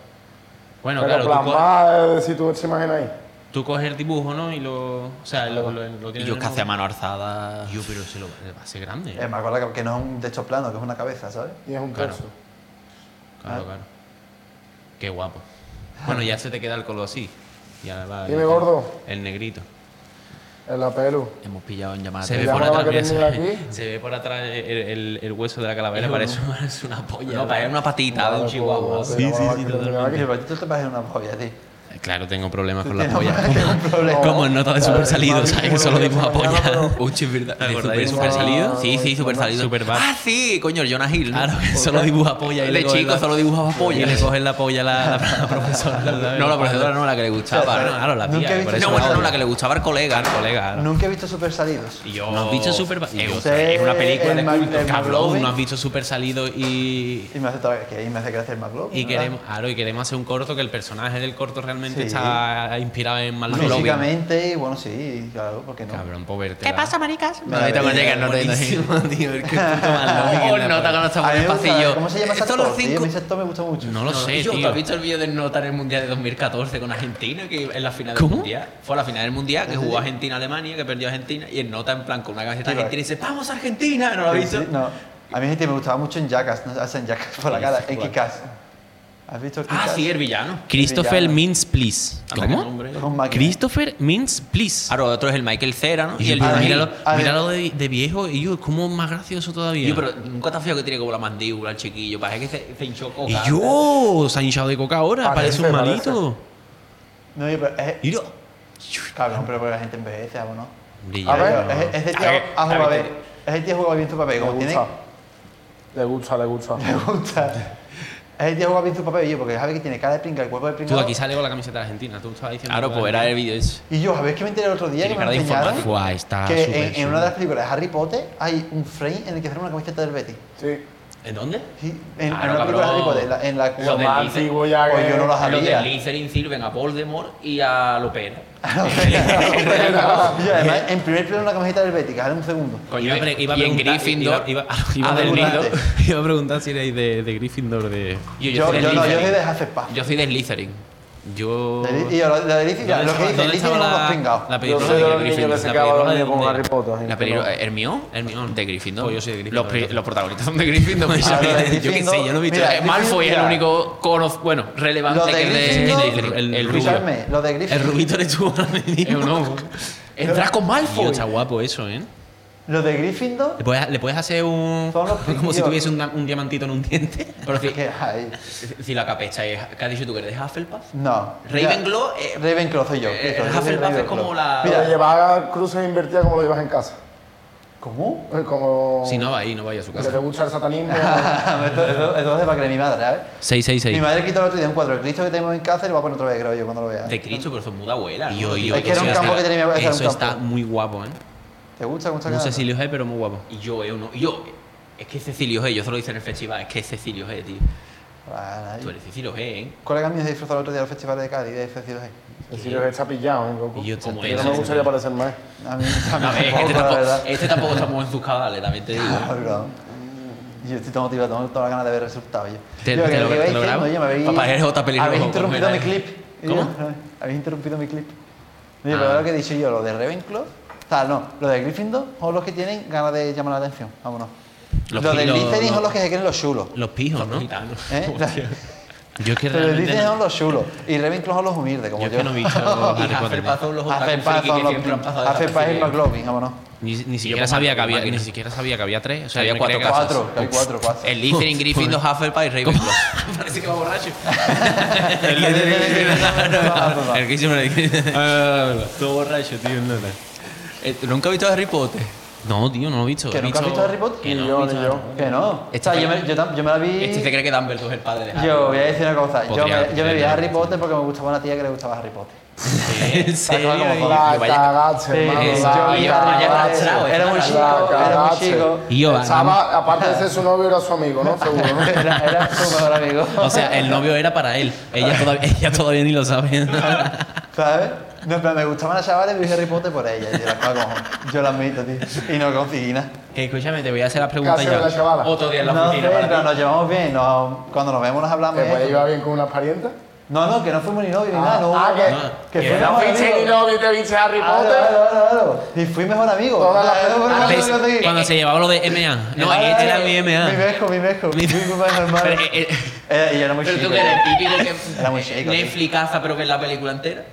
[SPEAKER 6] Bueno,
[SPEAKER 4] pero
[SPEAKER 6] claro, tú, co-
[SPEAKER 4] plasmar es decir, tú te imaginas ahí.
[SPEAKER 6] tú coges el dibujo, ¿no? Y lo. O sea, lo, lo, lo
[SPEAKER 5] Y
[SPEAKER 6] tienes.
[SPEAKER 5] yo
[SPEAKER 6] en
[SPEAKER 5] que
[SPEAKER 6] el
[SPEAKER 5] hace a
[SPEAKER 6] móvil.
[SPEAKER 5] mano alzada...
[SPEAKER 6] Yo, pero se lo va a hacer grande. ¿eh?
[SPEAKER 2] Eh, me acuerdo que no es un techo plano, que es una cabeza, ¿sabes?
[SPEAKER 4] Y es un
[SPEAKER 6] Claro.
[SPEAKER 4] tercio.
[SPEAKER 6] Claro, claro. Qué guapo. Bueno, ya se te queda el color así. Y ahora va. el-
[SPEAKER 4] Dime, gordo.
[SPEAKER 6] El negrito.
[SPEAKER 4] En la pelu.
[SPEAKER 5] Hemos pillado en llamada.
[SPEAKER 6] Se ve
[SPEAKER 4] Ya
[SPEAKER 6] por
[SPEAKER 4] ahora
[SPEAKER 6] atrás,
[SPEAKER 4] que
[SPEAKER 6] mira,
[SPEAKER 4] tenía
[SPEAKER 6] se, ve-
[SPEAKER 4] aquí.
[SPEAKER 6] se ve por atrás el, el- el hueso de la calavera,
[SPEAKER 5] Es
[SPEAKER 6] parece,
[SPEAKER 5] un-
[SPEAKER 6] parece una polla.
[SPEAKER 5] No, para él una patita
[SPEAKER 4] pues,
[SPEAKER 5] de un chihuahua.
[SPEAKER 4] Sí, sí, sí,
[SPEAKER 2] Aquí el ratito te parece una polla, tío.
[SPEAKER 6] Claro, tengo problemas con
[SPEAKER 2] Tiene
[SPEAKER 6] las pollas.
[SPEAKER 2] un problema.
[SPEAKER 6] Como en nota de super salido,
[SPEAKER 4] Madre,
[SPEAKER 6] ¿sabes? Que
[SPEAKER 4] como
[SPEAKER 6] solo
[SPEAKER 4] lo de
[SPEAKER 6] dibujo a
[SPEAKER 4] esta mañana,
[SPEAKER 6] pollas.
[SPEAKER 4] pero-
[SPEAKER 6] Uchi, ¿verdad?
[SPEAKER 5] ¿Te acordáis
[SPEAKER 6] ¿Super
[SPEAKER 5] de
[SPEAKER 6] super
[SPEAKER 4] esa-
[SPEAKER 6] salido?
[SPEAKER 5] Sí, sí, super salido.
[SPEAKER 6] Superbad.
[SPEAKER 5] Ah, sí, coño, el Jonah Hill.
[SPEAKER 6] Claro, que solo dibuja polla. y le
[SPEAKER 5] De
[SPEAKER 6] cogen
[SPEAKER 5] chico
[SPEAKER 6] la-
[SPEAKER 5] solo dibujaba polla.
[SPEAKER 6] Y le cogen la polla a la, la- la profesora.
[SPEAKER 5] No, la profesora no, la que le
[SPEAKER 6] Ah,
[SPEAKER 5] gustaba.
[SPEAKER 6] bueno, claro, la
[SPEAKER 2] Nunca he
[SPEAKER 6] tía. que
[SPEAKER 2] visto-
[SPEAKER 6] por eso
[SPEAKER 5] No, bueno,
[SPEAKER 6] la
[SPEAKER 5] no,
[SPEAKER 6] odia.
[SPEAKER 5] la que le gustaba al colega.
[SPEAKER 6] Claro, colega. claro.
[SPEAKER 2] Nunca he visto super salidos.
[SPEAKER 6] Y yo...
[SPEAKER 5] ¿No has visto Superbad?
[SPEAKER 6] Es
[SPEAKER 5] Yo
[SPEAKER 6] otra-
[SPEAKER 2] sé
[SPEAKER 6] es una película de
[SPEAKER 2] el Mac-
[SPEAKER 6] culto.
[SPEAKER 2] el
[SPEAKER 6] Cabrón,
[SPEAKER 2] McLovin.
[SPEAKER 6] no has visto super salido y...
[SPEAKER 2] Y me hace, toda- que ahí me hace gracia el McLovin.
[SPEAKER 6] Y
[SPEAKER 2] ¿verdad?
[SPEAKER 6] queremos, claro, y queremos hacer un corto que el personaje del corto realmente
[SPEAKER 2] Sí.
[SPEAKER 6] está inspirado en McLovin.
[SPEAKER 2] Físicamente, y bueno, sí, claro, porque no.
[SPEAKER 6] Cabrón, pobre.
[SPEAKER 5] ¿Qué pasa, maricas?
[SPEAKER 2] No, ahorita cuando llegas no te
[SPEAKER 5] Buenísimo, tío. el que puto malo.
[SPEAKER 6] Oh,
[SPEAKER 5] Oh, nota cuando estamos
[SPEAKER 2] A
[SPEAKER 5] en
[SPEAKER 2] mí
[SPEAKER 5] el
[SPEAKER 2] me gusta-
[SPEAKER 5] pasillo.
[SPEAKER 2] ¿Cómo se llama ese
[SPEAKER 5] Estos los
[SPEAKER 2] actor? tío? A
[SPEAKER 5] cinco-
[SPEAKER 2] mí ese actor me gusta mucho.
[SPEAKER 6] No lo sé,
[SPEAKER 5] yo, ¿tú
[SPEAKER 6] tío.
[SPEAKER 5] has visto el vídeo del Nota en el Mundial de 2014 con Argentina? Que en la final
[SPEAKER 6] ¿Cómo?
[SPEAKER 5] del Mundial. Fue a la final del Mundial que jugó Argentina-Alemania, que perdió Argentina. Y el Nota, en plan, con una camiseta
[SPEAKER 2] Sí,
[SPEAKER 5] argentina, y dice: ¡Vamos, Argentina! ¿No lo has
[SPEAKER 2] Sí,
[SPEAKER 5] visto?
[SPEAKER 2] sí, no. A mí gente me gustaba mucho en Jackass, no hacen Jackass por la cara, en Kikaz. ¿Has visto Kikaz?
[SPEAKER 5] Ah, sí, el villano.
[SPEAKER 6] Christopher
[SPEAKER 2] Villano.
[SPEAKER 6] Mintz, please.
[SPEAKER 1] Ah,
[SPEAKER 5] Anda, qué
[SPEAKER 6] ¿Cómo?
[SPEAKER 5] nombre.
[SPEAKER 2] Con máquina.
[SPEAKER 6] Christopher Mintz,
[SPEAKER 3] Ah,
[SPEAKER 6] please.
[SPEAKER 5] Claro, otro es el Michael Cera, ¿no? Y el
[SPEAKER 2] Ah,
[SPEAKER 6] míralo,
[SPEAKER 2] a ver.
[SPEAKER 6] míralo de, de viejo y yo, es como más gracioso todavía.
[SPEAKER 5] Yo, pero nunca te has fijado que tiene como la mandíbula, el chiquillo. Parece que se, se hinchó coca.
[SPEAKER 6] y yo, se ha hinchado de coca ahora,
[SPEAKER 4] Parece,
[SPEAKER 6] parece, un
[SPEAKER 4] parece.
[SPEAKER 6] malito.
[SPEAKER 2] No, yo, pero es...
[SPEAKER 6] Y yo,
[SPEAKER 2] Cabrón, pero porque la gente envejece, ¿o no?
[SPEAKER 4] A ver,
[SPEAKER 2] Pero es- Ese tío ha jugado bien, ese tío ha jugado bien su papel,
[SPEAKER 4] Le
[SPEAKER 2] como tiene...
[SPEAKER 4] gusta. Le gusta, le gusta.
[SPEAKER 2] Me gusta. Ese tío ha jugado bien su papel, y yo, porque sabe que tiene cara de pringa, el cuerpo de pringa.
[SPEAKER 6] tú aquí sale con la camiseta de argentina, tú estabas diciendo.
[SPEAKER 5] Claro,
[SPEAKER 6] que
[SPEAKER 5] pues era el vídeo ese.
[SPEAKER 2] Y yo, ¿sabéis que me enteré el otro día?
[SPEAKER 5] Tiene
[SPEAKER 2] Que me
[SPEAKER 5] cara de
[SPEAKER 2] enseñaron
[SPEAKER 5] informático. Ah,
[SPEAKER 6] Guau, está
[SPEAKER 2] que
[SPEAKER 6] súper
[SPEAKER 2] en, en una de las películas de Harry Potter hay un frame en el que sale una camiseta del Betty.
[SPEAKER 4] Sí.
[SPEAKER 5] ¿En dónde?
[SPEAKER 2] Sí, en, en
[SPEAKER 5] Claro,
[SPEAKER 2] una película de Harry
[SPEAKER 5] Ah, cabrón.
[SPEAKER 2] Potter, la- en la
[SPEAKER 5] Lo
[SPEAKER 4] Lo
[SPEAKER 5] del
[SPEAKER 4] más
[SPEAKER 5] dice.
[SPEAKER 4] antiguo ya que...
[SPEAKER 2] Pues yo no lo
[SPEAKER 5] Los de
[SPEAKER 2] sabía.
[SPEAKER 5] Slytherin sirven a Voldemort y a Lopera.
[SPEAKER 2] Y además, en primer plano una camiseta del Betty, que sale un segundo.
[SPEAKER 5] Coño,
[SPEAKER 6] a pre-
[SPEAKER 5] y
[SPEAKER 6] a
[SPEAKER 5] en
[SPEAKER 6] preguntar-
[SPEAKER 5] Gryffindor.
[SPEAKER 6] Iba, iba- iba a
[SPEAKER 2] del
[SPEAKER 6] preguntar-
[SPEAKER 2] Nido.
[SPEAKER 6] iba a preguntar si erais de, de Gryffindor de.
[SPEAKER 5] Yo,
[SPEAKER 2] Yo,
[SPEAKER 5] soy de
[SPEAKER 2] yo no, yo soy
[SPEAKER 5] Slytherin.
[SPEAKER 2] de Hufflepuff.
[SPEAKER 5] Yo soy de Slytherin.
[SPEAKER 6] Yo.
[SPEAKER 2] Y ahora, la de Lizzie, ya,
[SPEAKER 6] ¿Dónde
[SPEAKER 2] lo que
[SPEAKER 6] estaba-
[SPEAKER 2] dice,
[SPEAKER 6] dónde
[SPEAKER 2] Lizzie
[SPEAKER 6] estaba
[SPEAKER 2] tiene unos
[SPEAKER 6] la-
[SPEAKER 2] pringados.
[SPEAKER 6] La
[SPEAKER 4] Yo
[SPEAKER 6] película
[SPEAKER 4] soy
[SPEAKER 6] de
[SPEAKER 4] de los niños que
[SPEAKER 6] Gryffindor. La
[SPEAKER 4] se
[SPEAKER 6] película
[SPEAKER 4] quedaban
[SPEAKER 6] de-
[SPEAKER 4] dormidos con
[SPEAKER 6] de-
[SPEAKER 4] Harry Potter. gente,
[SPEAKER 6] La película.
[SPEAKER 4] pero-
[SPEAKER 6] ¿Hermión? ¿Hermión?
[SPEAKER 5] De Gryffindor.
[SPEAKER 6] Pues yo soy de Gryffindor,
[SPEAKER 5] Los, pri-
[SPEAKER 6] entonces.
[SPEAKER 5] los protagonistas son de Gryffindor. mis
[SPEAKER 2] Ah,
[SPEAKER 5] amigos.
[SPEAKER 2] lo de
[SPEAKER 5] yo qué sé, yo no he visto.
[SPEAKER 2] Mira,
[SPEAKER 5] Eh, Malfoy es el
[SPEAKER 2] Gryffindor-
[SPEAKER 5] único cono- bueno,
[SPEAKER 2] Lo
[SPEAKER 5] relevante
[SPEAKER 2] de
[SPEAKER 5] que es de-
[SPEAKER 2] Gryffindor-
[SPEAKER 5] de- de- el, el rubio.
[SPEAKER 2] Escuchadme, lo de
[SPEAKER 5] El
[SPEAKER 2] Gryffindor.
[SPEAKER 5] rubito eres tú ahora mismo.
[SPEAKER 6] Es un ojo.
[SPEAKER 5] Entras con
[SPEAKER 6] Tío,
[SPEAKER 5] Malfoy.
[SPEAKER 6] está guapo eso, ¿eh?
[SPEAKER 2] Lo de Gryffindor.
[SPEAKER 6] Le puedes, le puedes hacer un.
[SPEAKER 2] Son los
[SPEAKER 6] Como si
[SPEAKER 2] pringados.
[SPEAKER 6] tuviese un, da- un diamantito en un diente.
[SPEAKER 5] Pero si,
[SPEAKER 2] ¿Qué hay?
[SPEAKER 5] si la capecha es. ¿Qué has dicho tú que eres de Hufflepuff?
[SPEAKER 2] No. mira,
[SPEAKER 5] Ravenclaw, eh,
[SPEAKER 2] Ravenclaw soy yo.
[SPEAKER 5] eh,
[SPEAKER 2] Eso, yo soy
[SPEAKER 5] Hufflepuff es
[SPEAKER 2] Ravenclaw.
[SPEAKER 5] como la-
[SPEAKER 4] Pero
[SPEAKER 2] Mira,
[SPEAKER 4] llevar cruces invertidas como lo llevas en casa.
[SPEAKER 2] ¿cómo?
[SPEAKER 4] Eh, Como.
[SPEAKER 6] Si no va ahí, no vaya a su
[SPEAKER 4] Que
[SPEAKER 6] casa.
[SPEAKER 4] te gusta el satanismo.
[SPEAKER 2] Esto- esto esto es para creer mi madre, ¿sabes? Mi
[SPEAKER 6] 666.
[SPEAKER 2] madre quitó el otro día un cuadro de Cristo que tenemos en casa y lo va a poner otra vez, creo yo, cuando lo vea.
[SPEAKER 5] de Cristo, pero son muda abuela. ¿no?
[SPEAKER 6] Y yo, y yo,
[SPEAKER 2] Es que era un
[SPEAKER 6] sí,
[SPEAKER 2] campo
[SPEAKER 6] hace-
[SPEAKER 2] que tenía mi abuela, era un
[SPEAKER 6] Eso está
[SPEAKER 2] campo.
[SPEAKER 6] muy guapo, ¿eh?
[SPEAKER 2] ¿Te gusta cómo está
[SPEAKER 6] No sé
[SPEAKER 2] quedando?
[SPEAKER 6] si lo es, pero muy guapo.
[SPEAKER 5] Y yo, eh, uno- y yo, es que Cecilio G, yo se lo hice en el festival, es que es Cecilio G, tío.
[SPEAKER 2] Vale.
[SPEAKER 5] Tú eres Cecilio G, ¿eh?
[SPEAKER 2] Colegas míos se disfrutaron el otro día del Festival de Cádiz de Cecilia G.
[SPEAKER 4] El Sirius está pillado, ¿eh? Goku?
[SPEAKER 6] Y yo
[SPEAKER 5] Como
[SPEAKER 4] Yo
[SPEAKER 5] él.
[SPEAKER 4] no me gustaría parecer más.
[SPEAKER 2] A mí
[SPEAKER 5] No,
[SPEAKER 2] también
[SPEAKER 5] es que
[SPEAKER 2] poco,
[SPEAKER 5] este,
[SPEAKER 2] la
[SPEAKER 5] tampoco,
[SPEAKER 2] verdad.
[SPEAKER 5] este tampoco está muy en sus cabales, también te digo. ¿eh?
[SPEAKER 2] Cabrón. Y yo estoy todo motivado, tengo todas las ganas de ver el resultado. Yo.
[SPEAKER 6] Te-
[SPEAKER 2] yo,
[SPEAKER 6] te
[SPEAKER 2] que
[SPEAKER 6] lo-
[SPEAKER 2] que
[SPEAKER 6] te
[SPEAKER 2] vais
[SPEAKER 6] lo
[SPEAKER 2] diciendo,
[SPEAKER 6] grabo.
[SPEAKER 2] oye, me habéis-
[SPEAKER 5] Papá, eres otra pelirroja,
[SPEAKER 2] Habéis
[SPEAKER 5] pues,
[SPEAKER 2] interrumpido mi
[SPEAKER 5] mira,
[SPEAKER 2] clip. Y yo,
[SPEAKER 5] ¿Cómo?
[SPEAKER 2] eh, habéis interrumpido mi clip. Y
[SPEAKER 6] Ah.
[SPEAKER 2] yo, pero lo que he dicho yo, lo de Ravenclaw, o sea, no, lo de Gryffindor son los que tienen ganas de llamar la atención. Vámonos.
[SPEAKER 6] Los
[SPEAKER 2] Los de
[SPEAKER 6] pilos,
[SPEAKER 2] Slytherin son
[SPEAKER 6] los-
[SPEAKER 2] los que se creen los chulos.
[SPEAKER 6] Los pijos, ¿no?
[SPEAKER 5] Gitano.
[SPEAKER 2] ¿eh?
[SPEAKER 6] Yo es que
[SPEAKER 2] Pero
[SPEAKER 6] realmente.
[SPEAKER 2] Slytherin
[SPEAKER 6] no-
[SPEAKER 2] son los chulos. Y Ravenclaw son los humildes,
[SPEAKER 6] Yo
[SPEAKER 2] como
[SPEAKER 6] es
[SPEAKER 2] yo.
[SPEAKER 6] que no he visto Harry
[SPEAKER 3] pues,
[SPEAKER 5] Y
[SPEAKER 6] Potter.
[SPEAKER 5] Hufflepuff son los otaku
[SPEAKER 2] Hace paz
[SPEAKER 5] friki que
[SPEAKER 2] son los
[SPEAKER 5] siempre han pasado
[SPEAKER 2] hace paz en
[SPEAKER 5] desapercibidos.
[SPEAKER 2] los Globin, vámonos.
[SPEAKER 6] Ni, ni siquiera
[SPEAKER 5] como
[SPEAKER 6] sabía que
[SPEAKER 5] Marco
[SPEAKER 6] había, ni
[SPEAKER 5] Máquina.
[SPEAKER 6] siquiera sabía que había tres. O sea,
[SPEAKER 5] Había
[SPEAKER 6] yo me
[SPEAKER 5] cuatro
[SPEAKER 6] creía que-
[SPEAKER 2] Cuatro, que hay cuatro, cuatro.
[SPEAKER 5] El Slytherin, Gryffindor, Hufflepuff y Ravenclaw. Parece que va borracho.
[SPEAKER 2] El Slytherin-
[SPEAKER 6] El que hizo me Todo borracho, tío. No,
[SPEAKER 5] Eh, Nunca he visto Harry Potter.
[SPEAKER 6] no tío, no lo he visto.
[SPEAKER 2] ¿Que
[SPEAKER 6] He
[SPEAKER 2] nunca has visto Harry Potter?
[SPEAKER 4] Ni yo, ni yo.
[SPEAKER 2] Que no.
[SPEAKER 5] Este
[SPEAKER 2] O sea, yo,
[SPEAKER 5] fue-
[SPEAKER 2] me, yo, tam- yo me la vi.
[SPEAKER 5] Este se cree que Dumbledore es el padre de Harry.
[SPEAKER 2] Yo voy a decir una cosa. Yo me, yo
[SPEAKER 6] Podría-
[SPEAKER 2] me vi
[SPEAKER 6] podría-
[SPEAKER 2] a Harry Potter porque me gustaba una tía que le gustaba Harry Potter.
[SPEAKER 6] ¿En serio?
[SPEAKER 2] Tal cual como
[SPEAKER 4] La
[SPEAKER 6] Vaya-
[SPEAKER 4] cagaste,
[SPEAKER 2] Sí,
[SPEAKER 4] hermano.
[SPEAKER 2] yo
[SPEAKER 4] la
[SPEAKER 2] vi
[SPEAKER 5] vaya-
[SPEAKER 2] Harry
[SPEAKER 5] vaya
[SPEAKER 2] Potter.
[SPEAKER 5] lastrado,
[SPEAKER 2] Era muy
[SPEAKER 5] la
[SPEAKER 2] chico, era muy
[SPEAKER 4] cagaste.
[SPEAKER 2] chico.
[SPEAKER 6] Y yo,
[SPEAKER 4] Estaba, aparte de ser su novio, era su amigo, ¿no? Seguro, ¿no?
[SPEAKER 2] Era, era su mejor amigo.
[SPEAKER 6] O sea, el novio era para él. Ella todavía, ella todavía ni lo sabe.
[SPEAKER 2] ¿Sabes? No, pero me gustaban las chavales y vi Harry Potter por ella. Yo la, cago. yo la admito, tío. Y no conseguí nada.
[SPEAKER 6] Que, escúchame, te voy a hacer las
[SPEAKER 4] ¿Qué
[SPEAKER 6] preguntas
[SPEAKER 4] hacía la
[SPEAKER 6] ya.
[SPEAKER 4] chavala?
[SPEAKER 5] Otro día en la
[SPEAKER 2] No sé,
[SPEAKER 5] oficina para
[SPEAKER 2] pero
[SPEAKER 5] ti.
[SPEAKER 2] nos llevamos bien. nos- cuando nos vemos nos hablamos.
[SPEAKER 4] ¿Que pues
[SPEAKER 2] ¿eh?
[SPEAKER 4] iba bien con una parienta?
[SPEAKER 2] No, no, que no fuimos ni novios ni nada. No,
[SPEAKER 4] ah, que-
[SPEAKER 2] que,
[SPEAKER 4] que
[SPEAKER 2] fuimos amigos.
[SPEAKER 4] novio, te viste Harry
[SPEAKER 2] Claro, claro, claro. Y fui mejor amigo.
[SPEAKER 4] Toda la-
[SPEAKER 2] Claro, bueno,
[SPEAKER 4] Ah,
[SPEAKER 2] bueno,
[SPEAKER 6] ¿Ves?
[SPEAKER 2] bueno, sí.
[SPEAKER 6] Cuando se llevaba lo de MA. No,
[SPEAKER 2] Claro,
[SPEAKER 6] este era
[SPEAKER 2] claro. Mi
[SPEAKER 6] mi MA.
[SPEAKER 2] mezco, mi mezco. Mi culpa es normal.
[SPEAKER 6] Pero, eh, eh,
[SPEAKER 2] Eh, Y yo era muy
[SPEAKER 5] Pero tú
[SPEAKER 2] chico.
[SPEAKER 5] que eres típico que
[SPEAKER 2] Era muy chico,
[SPEAKER 5] Netflix hace, pero que es la película entera.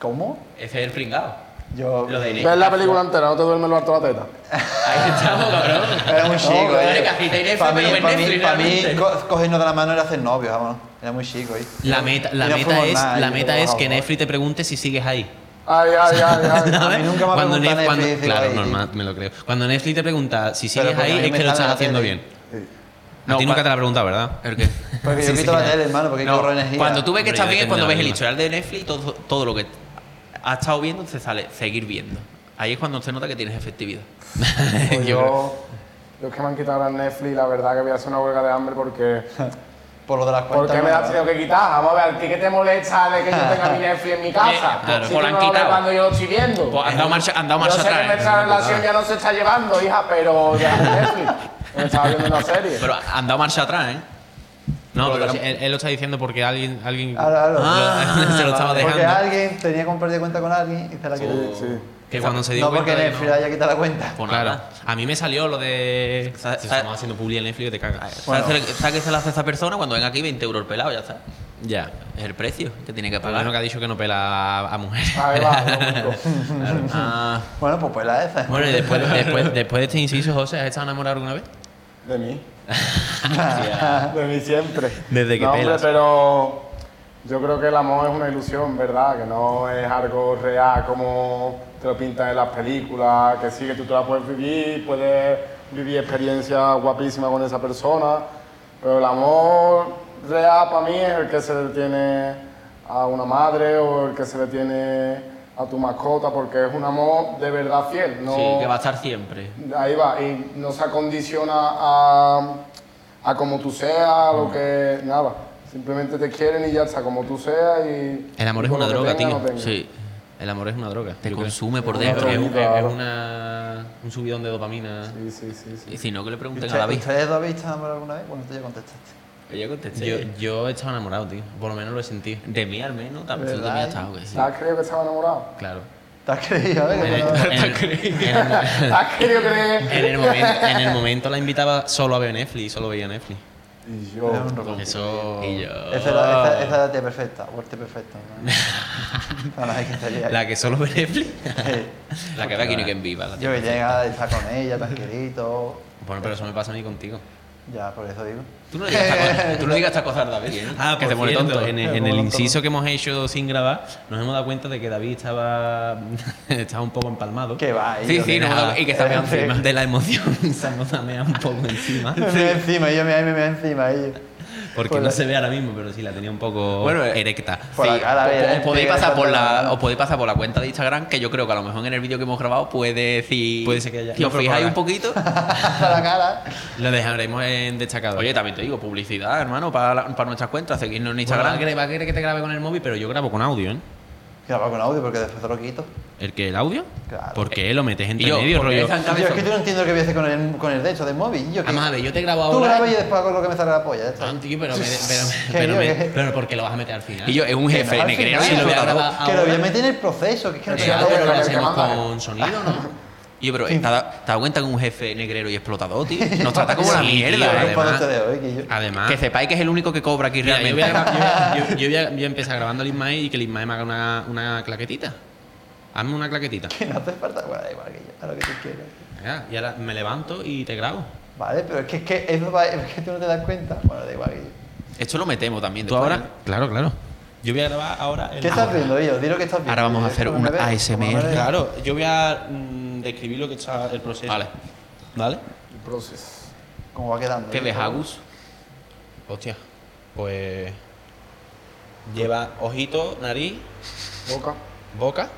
[SPEAKER 2] ¿Cómo?
[SPEAKER 5] Ese es el pringado.
[SPEAKER 2] Yo.
[SPEAKER 5] Lo de
[SPEAKER 4] Ves
[SPEAKER 5] Netflix.
[SPEAKER 4] la película entera, no te duermes lo harto la teta.
[SPEAKER 5] Ahí estamos, cabrón.
[SPEAKER 2] Era muy chico.
[SPEAKER 5] claro,
[SPEAKER 2] eh.
[SPEAKER 5] cajita y Netflix,
[SPEAKER 2] Pa' mí,
[SPEAKER 5] pero en
[SPEAKER 2] pa' mí-
[SPEAKER 5] Netflix,
[SPEAKER 2] pa' mí
[SPEAKER 5] realmente.
[SPEAKER 2] co- cogernos de la mano era hacer novios, vámonos. Era muy chico, eh.
[SPEAKER 6] La meta, la
[SPEAKER 2] Y no
[SPEAKER 6] meta
[SPEAKER 2] fuimos
[SPEAKER 6] es,
[SPEAKER 2] nada,
[SPEAKER 6] la
[SPEAKER 2] yo
[SPEAKER 6] meta
[SPEAKER 2] creo,
[SPEAKER 6] es que
[SPEAKER 2] vamos.
[SPEAKER 6] Netflix te pregunte si sigues ahí.
[SPEAKER 4] Ay, ay, ay, ay.
[SPEAKER 2] A mí nunca me ha
[SPEAKER 6] Cuando
[SPEAKER 2] preguntado
[SPEAKER 6] Netflix- cuando-
[SPEAKER 2] Netflix, digo,
[SPEAKER 6] Claro,
[SPEAKER 2] ahí,
[SPEAKER 6] normal, me lo creo. Cuando Netflix te pregunta si
[SPEAKER 2] Pero
[SPEAKER 6] sigues
[SPEAKER 2] porque a
[SPEAKER 6] ahí,
[SPEAKER 2] mí
[SPEAKER 6] es
[SPEAKER 2] me
[SPEAKER 6] que lo
[SPEAKER 2] sale
[SPEAKER 6] estás
[SPEAKER 2] la
[SPEAKER 6] haciendo
[SPEAKER 2] tele.
[SPEAKER 6] bien. A ti nunca te la ha preguntado, ¿verdad?
[SPEAKER 5] ¿El qué?
[SPEAKER 2] Porque yo
[SPEAKER 6] Sí,
[SPEAKER 2] quito
[SPEAKER 6] sí,
[SPEAKER 2] la
[SPEAKER 6] sí.
[SPEAKER 2] tele, hermano, porque
[SPEAKER 5] No,
[SPEAKER 2] corro energía.
[SPEAKER 5] cuando tú ves
[SPEAKER 6] Hombre,
[SPEAKER 5] que
[SPEAKER 6] yo
[SPEAKER 5] estás bien es cuando ves
[SPEAKER 6] depende de
[SPEAKER 5] el
[SPEAKER 6] la
[SPEAKER 5] historial de Netflix, todo, todo lo que has estado viendo te sale seguir viendo. Ahí es cuando se nota que tienes efectividad.
[SPEAKER 4] Pues yo, yo es que me han quitado la Netflix, la verdad que voy a hacer una huelga de hambre porque.
[SPEAKER 2] Por lo de las
[SPEAKER 4] ¿Por
[SPEAKER 2] cuentas.
[SPEAKER 4] qué me la
[SPEAKER 2] ¿no?
[SPEAKER 4] has tenido que quitar? Vamos a ver, ¿a ti qué te molesta de que yo tenga mi Netflix en mi casa?
[SPEAKER 5] Eh, claro,
[SPEAKER 4] Si
[SPEAKER 5] pues
[SPEAKER 4] tú
[SPEAKER 5] la han
[SPEAKER 4] no lo ves
[SPEAKER 5] quitado.
[SPEAKER 4] cuando yo lo estoy viendo.
[SPEAKER 5] Pues han dado marcha, han dado
[SPEAKER 4] yo
[SPEAKER 5] marcha
[SPEAKER 4] sé que
[SPEAKER 5] atrás.
[SPEAKER 4] nuestra relación ya no se está llevando, hija, pero ya es Netflix. Me estaba viendo una serie.
[SPEAKER 5] Pero han dado marcha atrás, ¿eh?
[SPEAKER 6] No, pero si- él, él lo está diciendo porque alguien, alguien
[SPEAKER 2] Ahora, ahora.
[SPEAKER 6] lo- Ah,
[SPEAKER 5] Ah,
[SPEAKER 6] se lo estaba
[SPEAKER 2] Porque
[SPEAKER 6] dejando.
[SPEAKER 2] alguien tenía que compartir cuenta con alguien y se la quitó.
[SPEAKER 4] Sí, sí.
[SPEAKER 6] Que cuando se dio
[SPEAKER 2] No
[SPEAKER 6] cuenta
[SPEAKER 2] porque
[SPEAKER 6] de que
[SPEAKER 2] Netflix
[SPEAKER 6] no-
[SPEAKER 2] haya quitado la cuenta.
[SPEAKER 6] Pues
[SPEAKER 5] Claro.
[SPEAKER 6] claro. A mí me salió lo de.
[SPEAKER 5] Sa-
[SPEAKER 6] Si
[SPEAKER 5] sa-
[SPEAKER 6] estamos haciendo publi en Netflix, te cagas.
[SPEAKER 5] ¿Sabes qué se le hace a esta persona? Cuando venga aquí 20 euros el pelado, ya está.
[SPEAKER 6] Ya.
[SPEAKER 5] Es el precio que tiene que
[SPEAKER 6] Pero bueno,
[SPEAKER 5] pagar.
[SPEAKER 6] que ha dicho que no pela a- a mujeres.
[SPEAKER 4] Ahí va, lo único.
[SPEAKER 5] Ah,
[SPEAKER 2] Bueno, pues pues la esa.
[SPEAKER 6] Bueno, y después, después, después de este inciso, José, ¿has estado enamorado alguna vez?
[SPEAKER 4] De mí. De mí siempre.
[SPEAKER 6] Desde que
[SPEAKER 4] no, hombre,
[SPEAKER 6] pelas.
[SPEAKER 4] pero yo creo que el amor es una ilusión, ¿verdad? Que no es algo real como te lo pintan en las películas, que sí, que tú te la puedes vivir, puedes vivir experiencias guapísimas con esa persona. Pero el amor real para mí es el que se le tiene a una madre o el que se le tiene a tu mascota, porque es un amor de verdad fiel. No,
[SPEAKER 5] sí, que va a estar siempre.
[SPEAKER 4] Ahí va, y no se acondiciona a, a como tú seas, a lo que. Nada. Simplemente te quieren y ya está, como tú seas y.
[SPEAKER 6] El amor
[SPEAKER 4] y
[SPEAKER 6] es
[SPEAKER 4] con
[SPEAKER 6] una
[SPEAKER 4] lo que
[SPEAKER 6] droga,
[SPEAKER 4] tenga,
[SPEAKER 6] tío.
[SPEAKER 4] no tenga.
[SPEAKER 5] Sí,
[SPEAKER 6] El amor es una droga.
[SPEAKER 5] te
[SPEAKER 6] yo creo.
[SPEAKER 5] consume por
[SPEAKER 4] Una
[SPEAKER 5] dentro.
[SPEAKER 6] Es,
[SPEAKER 4] droga.
[SPEAKER 6] un- es una, un subidón de dopamina.
[SPEAKER 4] Sí, sí, sí. sí.
[SPEAKER 5] Y si no, que le pregunten a
[SPEAKER 2] ¿Usted-
[SPEAKER 5] David.
[SPEAKER 2] ¿Ustedes dos habéis estado enamorados alguna vez? Bueno, tú ya contestaste.
[SPEAKER 3] Yo contesté.
[SPEAKER 6] Yo, yo he estado enamorado, tío. Por lo menos lo he sentido.
[SPEAKER 3] De mí al menos, también de mí
[SPEAKER 2] ¿Verdad,
[SPEAKER 3] ha
[SPEAKER 2] eh?
[SPEAKER 3] estado, que sí.
[SPEAKER 4] ¿Te has creído que estaba enamorado?
[SPEAKER 6] Claro.
[SPEAKER 2] ¿Te has creído? eh?
[SPEAKER 6] En el, en el- en el mo-
[SPEAKER 4] ¿Te has querido
[SPEAKER 6] en
[SPEAKER 4] creer?
[SPEAKER 6] el momento, en el momento la invitaba solo a ver Netflix y solo veía Netflix.
[SPEAKER 4] Y yo.
[SPEAKER 2] Era un robot.
[SPEAKER 6] Eso.
[SPEAKER 3] Y yo.
[SPEAKER 2] Esa era, esa, esa era la tía perfecta, muerte perfecta. ¿no? Para la que estaría ahí.
[SPEAKER 6] La que solo ve Netflix.
[SPEAKER 2] Sí.
[SPEAKER 3] La que vea aquí ni quien viva. la tía.
[SPEAKER 2] Yo que llega, está con ella, tranquilito.
[SPEAKER 6] Bueno, pero eso me pasa a mí contigo.
[SPEAKER 2] Ya, por eso digo.
[SPEAKER 3] Tú no digas esta cosa- tú no digas estas cosas, David. ¿eh?
[SPEAKER 6] Ah, que
[SPEAKER 3] que
[SPEAKER 6] te pone tonto. En, el-
[SPEAKER 2] Me
[SPEAKER 6] en
[SPEAKER 2] pone
[SPEAKER 6] el
[SPEAKER 2] tonto.
[SPEAKER 6] inciso que hemos hecho sin grabar, nos hemos dado cuenta de que David estaba, estaba un poco empalmado.
[SPEAKER 2] Que va,
[SPEAKER 3] Sí,
[SPEAKER 2] yo
[SPEAKER 3] sí,
[SPEAKER 2] que
[SPEAKER 3] no,
[SPEAKER 2] nada.
[SPEAKER 3] y que está meando encima.
[SPEAKER 6] De la emoción se nos tamea un poco encima.
[SPEAKER 2] Me mea encima, yo me me mea encima. ahí.
[SPEAKER 6] Porque
[SPEAKER 2] Por
[SPEAKER 6] no
[SPEAKER 2] la-
[SPEAKER 6] se ve ahora mismo, pero sí la tenía un poco
[SPEAKER 3] Pues Bueno, eh,
[SPEAKER 6] erecta.
[SPEAKER 2] Por la
[SPEAKER 3] Sí,
[SPEAKER 2] cara,
[SPEAKER 3] o-
[SPEAKER 2] mira,
[SPEAKER 3] o
[SPEAKER 2] eh,
[SPEAKER 3] podéis
[SPEAKER 2] mira,
[SPEAKER 3] pasar por la,
[SPEAKER 2] mira.
[SPEAKER 3] os podéis pasar por la cuenta de Instagram, que yo creo que a lo mejor en el vídeo que hemos grabado puede decir.
[SPEAKER 6] Puede ser que haya-
[SPEAKER 3] Si os
[SPEAKER 6] no, pero
[SPEAKER 3] fijáis
[SPEAKER 6] por
[SPEAKER 3] un poquito.
[SPEAKER 2] Hasta la cara.
[SPEAKER 6] Lo dejaremos en destacado.
[SPEAKER 3] Oye, también te digo, publicidad, hermano, para, la- para nuestras cuentas, seguirnos en
[SPEAKER 6] Bueno, va a
[SPEAKER 3] Instagram.
[SPEAKER 6] querer- va a querer que te grabe con el móvil, pero yo grabo con audio, ¿eh?
[SPEAKER 2] Graba con audio porque después te lo quito.
[SPEAKER 6] ¿El que el audio?
[SPEAKER 2] Claro.
[SPEAKER 6] ¿Por qué lo metes entre
[SPEAKER 3] Y yo,
[SPEAKER 6] medio,
[SPEAKER 3] ¿por qué
[SPEAKER 6] rollo?
[SPEAKER 2] Yo
[SPEAKER 3] tan
[SPEAKER 2] es
[SPEAKER 3] cabezón?
[SPEAKER 2] que yo no entiendo lo que voy a hacer con el, con el de hecho, del móvil. Yo que,
[SPEAKER 3] Vamos a ver, yo te grabo
[SPEAKER 2] tú
[SPEAKER 3] ahora.
[SPEAKER 2] grabas y después hago lo que me sale la polla. ya está.
[SPEAKER 3] Ah, tío, pero, me- pero,
[SPEAKER 2] Que
[SPEAKER 3] pero,
[SPEAKER 2] yo,
[SPEAKER 3] me-
[SPEAKER 2] que-
[SPEAKER 3] pero ¿por qué lo vas a meter al final?
[SPEAKER 6] Y yo, es un
[SPEAKER 2] Que no,
[SPEAKER 6] jefe
[SPEAKER 2] al
[SPEAKER 6] negrero.
[SPEAKER 2] final,
[SPEAKER 6] si lo voy a
[SPEAKER 3] pero-
[SPEAKER 6] grabar
[SPEAKER 2] Que lo voy a
[SPEAKER 6] ahora.
[SPEAKER 2] meter en el proceso. Que es que no
[SPEAKER 4] Pero
[SPEAKER 2] te
[SPEAKER 6] Eh,
[SPEAKER 4] ya,
[SPEAKER 2] lo voy a
[SPEAKER 4] pero
[SPEAKER 6] lo
[SPEAKER 2] grabar.
[SPEAKER 4] que
[SPEAKER 6] hacemos
[SPEAKER 4] manda,
[SPEAKER 6] con sonido, ¿no?
[SPEAKER 3] Y yo, pero ¿te has dado- te has dado cuenta que un jefe negrero y explotador, tío? Nos trata como la
[SPEAKER 6] Sí, tío,
[SPEAKER 3] mierda,
[SPEAKER 2] Yo
[SPEAKER 6] además-
[SPEAKER 2] no puedo
[SPEAKER 3] además.
[SPEAKER 2] te dejo, eh, que yo-
[SPEAKER 6] Además,
[SPEAKER 3] Que sepáis que es el único que cobra aquí
[SPEAKER 6] mira, yo, voy
[SPEAKER 3] realmente.
[SPEAKER 6] a, grabar- yo- yo- yo voy a- voy a empezar grabando el Ismael y que el Ismael me haga una, una claquetita. Hazme una claquetita.
[SPEAKER 2] Que no hace falta. Bueno, da igual que yo. A lo que tú quieras.
[SPEAKER 6] Ya, Y ahora me levanto y te grabo.
[SPEAKER 2] Vale, pero es que, es que eso va, es que tú no te das cuenta. Bueno, da igual que yo.
[SPEAKER 3] Esto lo metemos también.
[SPEAKER 6] ¿Tú
[SPEAKER 3] después, ¿eh?
[SPEAKER 6] ahora? Claro, claro. Yo voy a grabar ahora el
[SPEAKER 2] ¿Qué estás viendo, yo? Di lo que estás viendo.
[SPEAKER 3] Ahora vamos a
[SPEAKER 2] Yo,
[SPEAKER 3] hacer
[SPEAKER 2] como
[SPEAKER 3] una
[SPEAKER 2] me veo,
[SPEAKER 3] ASMR.
[SPEAKER 2] como me veo.
[SPEAKER 6] Claro, yo voy a mm, describir lo que está el
[SPEAKER 3] ¿eh?
[SPEAKER 6] proceso.
[SPEAKER 3] Vale.
[SPEAKER 6] ¿Vale?
[SPEAKER 4] El proceso.
[SPEAKER 2] ¿Cómo va quedando?
[SPEAKER 3] ¿Qué ves, Agus?
[SPEAKER 6] Hostia. Pues. Lleva ojito, nariz,
[SPEAKER 4] Boca.
[SPEAKER 6] boca.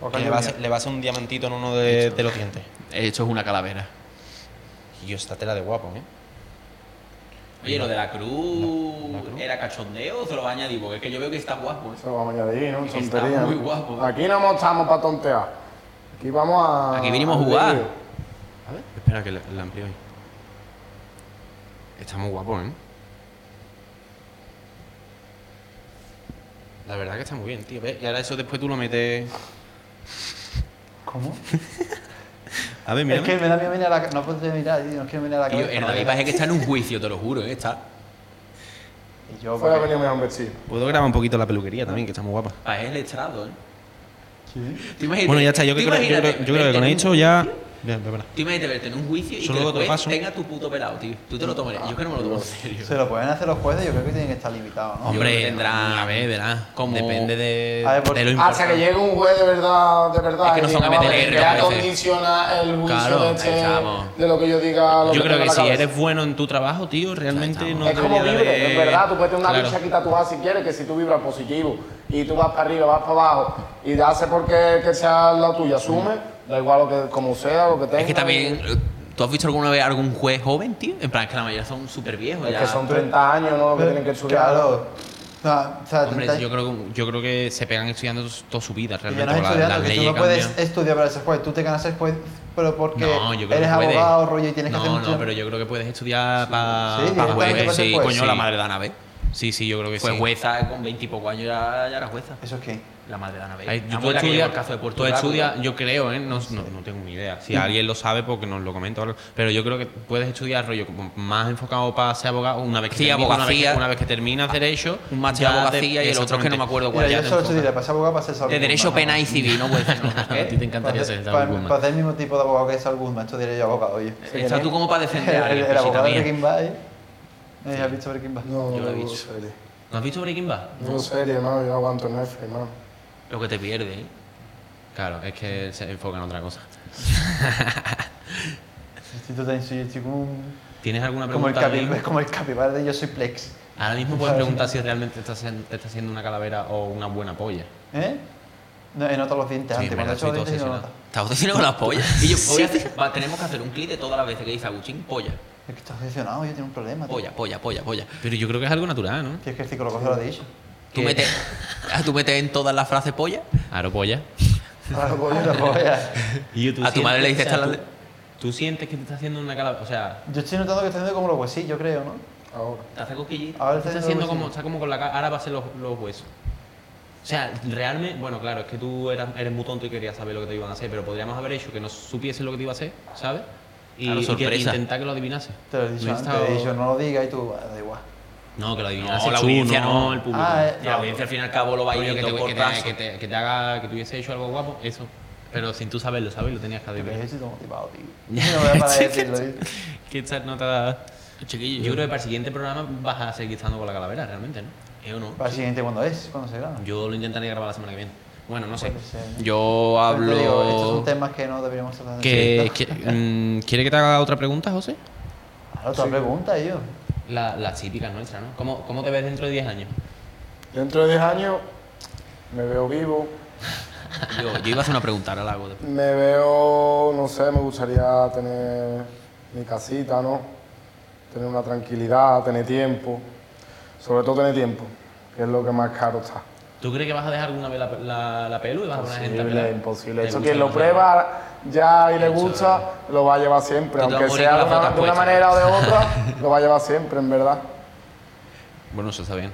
[SPEAKER 2] Boca
[SPEAKER 6] y le, va a
[SPEAKER 2] lluvia.
[SPEAKER 6] hacer, le va a hacer un diamantito en uno de, de los dientes.
[SPEAKER 3] Esto es una calavera.
[SPEAKER 6] Y yo, esta tela de guapo, ¿eh?
[SPEAKER 3] Oye, lo de la cruz,
[SPEAKER 6] La cruz.
[SPEAKER 3] era cachondeo o se lo vas a añadir, porque es que yo veo que está guapo.
[SPEAKER 4] pues Eso lo vamos a añadir, ¿no?
[SPEAKER 3] Está
[SPEAKER 4] Tontería.
[SPEAKER 3] muy
[SPEAKER 4] ¿no?
[SPEAKER 3] guapo.
[SPEAKER 4] Aquí no estamos para tontear. Aquí vamos a.
[SPEAKER 3] Aquí vinimos a jugar.
[SPEAKER 4] lío.
[SPEAKER 6] A ver. Espera, que la, la amplio ahí. Está muy guapo, ¿eh? La verdad que está muy bien, tío. Ve, Y ahora eso después tú lo metes.
[SPEAKER 2] ¿Cómo?
[SPEAKER 6] A ver,
[SPEAKER 2] Es que me da miedo mirar la ca- No puedo mirar, tío, no quiero mirar la
[SPEAKER 3] Y yo,
[SPEAKER 2] cabeza.
[SPEAKER 3] el David Paje que está en un juicio, te lo juro, ¿eh? está.
[SPEAKER 2] Y yo,
[SPEAKER 4] Fuera
[SPEAKER 2] porque-
[SPEAKER 4] venía mejor vestido.
[SPEAKER 6] Puedo grabar un poquito la peluquería también, que está muy guapa.
[SPEAKER 3] Paje es el estrado, ¿eh?
[SPEAKER 2] Sí.
[SPEAKER 3] Tú imagínate-
[SPEAKER 6] Bueno, ya está. Yo
[SPEAKER 3] tú
[SPEAKER 6] creo, yo
[SPEAKER 3] imagínate
[SPEAKER 6] creo- yo creo que
[SPEAKER 3] verte
[SPEAKER 6] con
[SPEAKER 3] en
[SPEAKER 6] esto
[SPEAKER 3] un-
[SPEAKER 6] ya. Bien, espera.
[SPEAKER 3] Tú imagínate verte en un juicio y
[SPEAKER 6] Solo
[SPEAKER 3] que
[SPEAKER 6] otro
[SPEAKER 3] después
[SPEAKER 6] paso.
[SPEAKER 3] tenga tu puto pelado, tío. Tú te lo tomarías. Yo es que no me lo tomo en serio.
[SPEAKER 2] Se lo pueden hacer los jueces, yo creo que tienen que estar limitados, ¿no?
[SPEAKER 3] creo que
[SPEAKER 6] Hombre,
[SPEAKER 3] tendrá-
[SPEAKER 6] a ver, verá.
[SPEAKER 3] como-
[SPEAKER 6] Depende de,
[SPEAKER 2] A ver, por-
[SPEAKER 6] de lo
[SPEAKER 4] Hasta que
[SPEAKER 6] importante.
[SPEAKER 4] llegue un juez de verdad, de verdad.
[SPEAKER 3] Es que no
[SPEAKER 4] y
[SPEAKER 3] son
[SPEAKER 4] diga, "Vale,
[SPEAKER 3] MTLR,
[SPEAKER 4] ya
[SPEAKER 3] los jueces".
[SPEAKER 4] condiciona el juicio
[SPEAKER 6] Claro,
[SPEAKER 4] de,
[SPEAKER 6] ahí
[SPEAKER 4] este-
[SPEAKER 6] estamos.
[SPEAKER 4] de lo que yo diga. Lo
[SPEAKER 6] Yo creo
[SPEAKER 4] tenga en
[SPEAKER 6] que
[SPEAKER 4] la
[SPEAKER 6] si
[SPEAKER 4] cabeza.
[SPEAKER 6] eres bueno en tu trabajo, tío, realmente no
[SPEAKER 4] Es como
[SPEAKER 6] debería
[SPEAKER 4] vibre,
[SPEAKER 6] de-
[SPEAKER 4] es verdad, tú puedes tener una
[SPEAKER 6] Claro.
[SPEAKER 4] bicha aquí tatuada si quieres, que si tú vibras positivo y tú vas para arriba, vas para abajo y te hace porque que sea la tuya, asume, da igual lo que, como sea, lo que tenga.
[SPEAKER 3] Mm. Es que también. eh, ¿Tú has visto alguna vez algún juez joven, tío? En plan, es que la mayoría son súper viejos.
[SPEAKER 4] Es
[SPEAKER 3] ya.
[SPEAKER 4] que son 30 años, ¿no? Que tienen que estudiar.
[SPEAKER 2] Claro. No, o sea,
[SPEAKER 6] Hombre,
[SPEAKER 2] tú estás-
[SPEAKER 6] yo creo, que- yo creo que se pegan estudiando s- toda su vida,
[SPEAKER 2] que ya
[SPEAKER 6] realmente.
[SPEAKER 2] no es
[SPEAKER 6] porque la-
[SPEAKER 2] estudiando, que
[SPEAKER 6] las
[SPEAKER 2] tú
[SPEAKER 6] leyes
[SPEAKER 2] no puedes
[SPEAKER 6] cambian.
[SPEAKER 2] estudiar para ser juez. Tú te ganas ser juez, pero porque
[SPEAKER 6] No, yo creo
[SPEAKER 2] eres
[SPEAKER 6] eh, que puedes.
[SPEAKER 2] abogado, rollo, y tienes
[SPEAKER 6] no,
[SPEAKER 2] que hacer
[SPEAKER 6] No,
[SPEAKER 2] mucho-
[SPEAKER 6] pero yo creo que puedes estudiar para
[SPEAKER 2] Sí, directamente
[SPEAKER 6] juez.
[SPEAKER 2] puedes ser
[SPEAKER 6] Sí,
[SPEAKER 2] juez.
[SPEAKER 6] coño, la madre.
[SPEAKER 3] de Anabel.
[SPEAKER 6] Sí, sí, yo creo que
[SPEAKER 3] Fue
[SPEAKER 6] sí.
[SPEAKER 3] Pues jueza con veintipocos años, ya, ya era jueza.
[SPEAKER 2] ¿Eso es qué?
[SPEAKER 3] Eh, La madre de Anabel.
[SPEAKER 6] Ay, tú
[SPEAKER 3] Abuela que
[SPEAKER 6] estudias-
[SPEAKER 3] llevó el caso de Puerto
[SPEAKER 6] tú
[SPEAKER 3] Rico, Mm.
[SPEAKER 6] estudias-
[SPEAKER 3] ¿no?
[SPEAKER 6] yo creo, ¿eh? No, no, no tengo ni idea. Si alguien lo sabe, porque nos lo comenta o algo. Pero yo creo que puedes estudiar rollo como más enfocado para ser abogado una vez que
[SPEAKER 3] Sí,
[SPEAKER 6] termina- una vez que-
[SPEAKER 3] abogacía. Ah,
[SPEAKER 6] una vez que terminas derecho.
[SPEAKER 3] Un máster
[SPEAKER 6] ya
[SPEAKER 3] de
[SPEAKER 6] te-
[SPEAKER 3] abogacía y el otro que no me acuerdo
[SPEAKER 2] Mira,
[SPEAKER 3] cuál
[SPEAKER 2] yo
[SPEAKER 3] ya
[SPEAKER 2] solo
[SPEAKER 3] te
[SPEAKER 2] estudiaría para ser abogado, para ser
[SPEAKER 3] enfocas.
[SPEAKER 2] Saul
[SPEAKER 3] De Derecho
[SPEAKER 2] Goodman,
[SPEAKER 3] Penal y
[SPEAKER 2] ¿no?
[SPEAKER 3] Civil, no puede ser. ¿no?
[SPEAKER 6] A ti te encantaría ser
[SPEAKER 2] para,
[SPEAKER 6] Saul
[SPEAKER 2] para,
[SPEAKER 6] Goodman. Eh,
[SPEAKER 2] para ser el mismo tipo de abogado que es Saul Goodman, estudiaría yo abogado, oye.
[SPEAKER 3] Estás tú como para defender a
[SPEAKER 2] el,
[SPEAKER 6] pues
[SPEAKER 3] alguien,
[SPEAKER 2] el abogado de
[SPEAKER 3] cosita mía.
[SPEAKER 2] Breaking Bad, ¿eh? ¿eh? ¿Has visto Breaking Bad?
[SPEAKER 4] No,
[SPEAKER 3] Yo lo he
[SPEAKER 4] no,
[SPEAKER 3] visto.
[SPEAKER 4] serie.
[SPEAKER 3] ¿No has visto Breaking Bad?
[SPEAKER 4] No, serie, no, yo no aguanto Netflix, no.
[SPEAKER 3] Lo que te pierde, ¿eh?
[SPEAKER 6] Claro, es que se enfoca en otra cosa.
[SPEAKER 2] Estoy totalmente- soy- estoy como un-
[SPEAKER 6] ¿Tienes alguna
[SPEAKER 2] como el
[SPEAKER 6] pregunta? David?
[SPEAKER 2] capi- como el capibara de Yo Soy Plex.
[SPEAKER 6] Ahora mismo puedes preguntar si realmente estás sen- te está siendo una calavera o una buena polla.
[SPEAKER 2] ¿Eh? No, he notado los dientes
[SPEAKER 6] Sí,
[SPEAKER 2] antes.
[SPEAKER 6] me
[SPEAKER 2] Cuando he
[SPEAKER 6] la
[SPEAKER 2] hecho los
[SPEAKER 6] estoy
[SPEAKER 2] dientes yo no
[SPEAKER 6] obsesionado.
[SPEAKER 2] noto.
[SPEAKER 3] Estás obsesionado con las pollas. Y yo, voy a hacer- va, tenemos que hacer un clip de todas las veces que dice Agustín, polla,
[SPEAKER 2] Es que estás obsesionado, yo tengo un problema. tío.
[SPEAKER 3] polla, polla, polla, polla.
[SPEAKER 6] Pero yo creo que es algo natural, ¿no?
[SPEAKER 2] Tío, es que el psicólogo se lo ha dicho.
[SPEAKER 3] Tú
[SPEAKER 6] ¿Qué?
[SPEAKER 3] metes, ah, tú metes en todas las frases polla.
[SPEAKER 6] Aro polla.
[SPEAKER 2] Claro, pues, yo, pues, ya.
[SPEAKER 6] Y
[SPEAKER 3] A tu madre le dices, "Está la-
[SPEAKER 6] tú, tú sientes que te está haciendo una calavera. O sea,
[SPEAKER 2] Yo estoy notando que estoy haciendo como los huesillos, creo, ¿no?
[SPEAKER 4] ahora.
[SPEAKER 3] Te hace cosquillita.
[SPEAKER 2] Ahora
[SPEAKER 1] Está
[SPEAKER 2] está
[SPEAKER 1] haciendo
[SPEAKER 2] haciendo
[SPEAKER 1] como,
[SPEAKER 2] hueso.
[SPEAKER 1] está como con la cara, ahora va a ser los, los huesos. O sea, realmente, bueno, claro, es que tú eras, eres muy tonto y querías saber lo que te iban a hacer, pero podríamos haber hecho que no supiese lo que te iba a hacer, ¿sabes? Y,
[SPEAKER 3] Claro,
[SPEAKER 1] y que
[SPEAKER 3] sorpresa.
[SPEAKER 1] intentar que lo adivinase.
[SPEAKER 2] Te lo he
[SPEAKER 1] Me
[SPEAKER 2] dicho
[SPEAKER 1] he
[SPEAKER 2] antes,
[SPEAKER 1] estado-
[SPEAKER 2] te he dicho, no lo digas y tú, ah, da igual.
[SPEAKER 1] No, que lo adivinase
[SPEAKER 3] No, la
[SPEAKER 1] tú,
[SPEAKER 3] audiencia
[SPEAKER 1] no,
[SPEAKER 3] no.
[SPEAKER 1] el público.
[SPEAKER 2] Ah, eh,
[SPEAKER 3] Y la audiencia al fin y al cabo lo va a
[SPEAKER 1] Coño,
[SPEAKER 3] ir
[SPEAKER 1] que,
[SPEAKER 3] viendo
[SPEAKER 1] te, que,
[SPEAKER 3] por
[SPEAKER 1] te,
[SPEAKER 3] paso.
[SPEAKER 1] que, te, que te haga, que te hubiese hecho algo guapo, eso. Pero sin tú saberlo, ¿sabes? Lo tenías que
[SPEAKER 2] Pero
[SPEAKER 1] adivinar.
[SPEAKER 2] yo estoy todo motivado, tío. Yo No voy a parar de decirlo. ¿eh?
[SPEAKER 1] Que esta nota...
[SPEAKER 3] Chiquillo,
[SPEAKER 1] Yo creo que para el siguiente programa vas a seguir estando con la calavera, realmente, ¿no?
[SPEAKER 3] ¿Eh o no?
[SPEAKER 2] Para el siguiente, ¿cuándo es? ¿Cuándo se graba?
[SPEAKER 1] Yo lo intentaré grabar la semana que viene. Bueno, no sé.
[SPEAKER 2] Puede ser, ¿no?
[SPEAKER 3] Yo
[SPEAKER 2] Pero te digo, estos son
[SPEAKER 3] hablo.
[SPEAKER 2] temas que no deberíamos tratar.
[SPEAKER 1] Que,
[SPEAKER 2] Ah, Sí.
[SPEAKER 1] que- mm, ¿Quiere que te haga otra pregunta, José?
[SPEAKER 2] Claro, otra pregunta, yo.
[SPEAKER 1] La, la típica nuestra, ¿no? ¿Cómo, ¿Cómo te ves dentro de 10 años?
[SPEAKER 4] Dentro de 10 años me veo vivo,
[SPEAKER 3] Yo, yo iba a hacer una pregunta, ahora la hago después.
[SPEAKER 4] me veo, no sé, me gustaría tener mi casita, ¿no? Tener una tranquilidad, tener tiempo, sobre todo tener tiempo, que es lo que más caro está.
[SPEAKER 1] ¿Tú crees que vas a dejar alguna vez la, la, la pelu y vas a poner gente a
[SPEAKER 4] Imposible,
[SPEAKER 1] pelar?
[SPEAKER 4] imposible.
[SPEAKER 1] Te
[SPEAKER 4] Eso
[SPEAKER 1] gusta
[SPEAKER 4] quien lo
[SPEAKER 1] demasiado.
[SPEAKER 4] prueba ya y le gusta, lo va a llevar siempre.
[SPEAKER 3] Tú te vas a
[SPEAKER 4] Aunque
[SPEAKER 3] morir
[SPEAKER 4] sea
[SPEAKER 3] con
[SPEAKER 4] de
[SPEAKER 3] las
[SPEAKER 4] una,
[SPEAKER 3] botas
[SPEAKER 4] de una
[SPEAKER 3] puestas.
[SPEAKER 4] manera o de otra, lo va a llevar siempre, en verdad.
[SPEAKER 1] Bueno, eso está bien.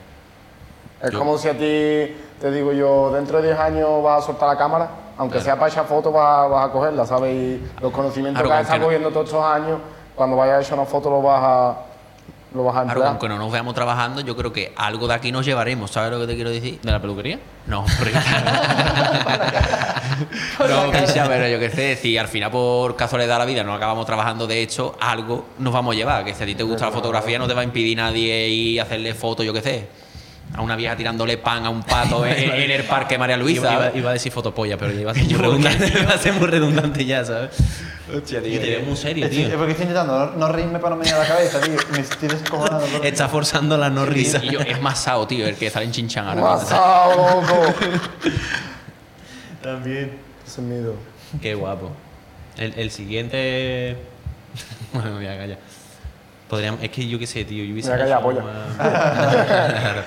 [SPEAKER 4] Es
[SPEAKER 1] Yo-
[SPEAKER 4] como si a ti, te digo yo, dentro de 10 años vas a soltar la cámara, aunque sea para echar fotos vas, vas a cogerla, ¿sabes? Y los conocimientos
[SPEAKER 3] Claro,
[SPEAKER 4] que has
[SPEAKER 3] aunque
[SPEAKER 4] estado
[SPEAKER 3] no-
[SPEAKER 4] cogiendo todos estos años, cuando vayas a echar una foto lo vas a, lo vas a
[SPEAKER 3] Claro,
[SPEAKER 4] emplear.
[SPEAKER 3] aunque no nos veamos trabajando, yo creo que algo de aquí nos llevaremos. ¿Sabes lo que te quiero decir?
[SPEAKER 1] ¿De la peluquería?
[SPEAKER 3] No, hombre. no, que sea, pero yo qué sé, si al final por casualidad de la vida no acabamos trabajando de hecho, algo nos vamos a llevar. Que si a ti te gusta la fotografía, no te va a impedir nadie ir a hacerle fotos, yo qué sé. A una vieja tirándole pan a un pato en, en el parque María Luisa.
[SPEAKER 1] Iba,
[SPEAKER 3] ¿sabes?
[SPEAKER 1] iba a deccer fotopolla, pero ya iba a ser muy
[SPEAKER 3] Yo creo
[SPEAKER 1] redundante, iba a ser muy redundante ya, ¿sabes? Hostia, tío. Yo te veo muy serio,
[SPEAKER 2] Estoy- Es
[SPEAKER 1] tío.
[SPEAKER 2] porque estoy intentando no, no reírme para no menear la cabeza, tío. Me estoy descojonando. todo.
[SPEAKER 1] Está forzando la no risa.
[SPEAKER 3] Y yo, es más sao, tío, el que sale en Chinchan ahora.
[SPEAKER 4] ¡Masao, loco! También. Ese es mi ídolo.
[SPEAKER 1] Qué guapo. El, el siguiente. Bueno, me voy a callar. Podríamos. Es que yo qué sé, tío. Yo hubiese
[SPEAKER 4] Me voy a callar,
[SPEAKER 1] hecho
[SPEAKER 4] polla.
[SPEAKER 1] más- Claro.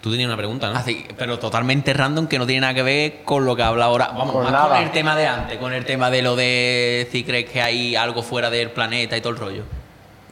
[SPEAKER 1] Tú tenías una pregunta, ¿no?
[SPEAKER 3] Así, pero totalmente random que no tiene nada que ver con lo que habla ahora. Vamos,
[SPEAKER 4] Con
[SPEAKER 3] más
[SPEAKER 4] Pues nada.
[SPEAKER 3] con el tema de antes, con el tema de lo de si crees que hay algo fuera del planeta y todo el rollo.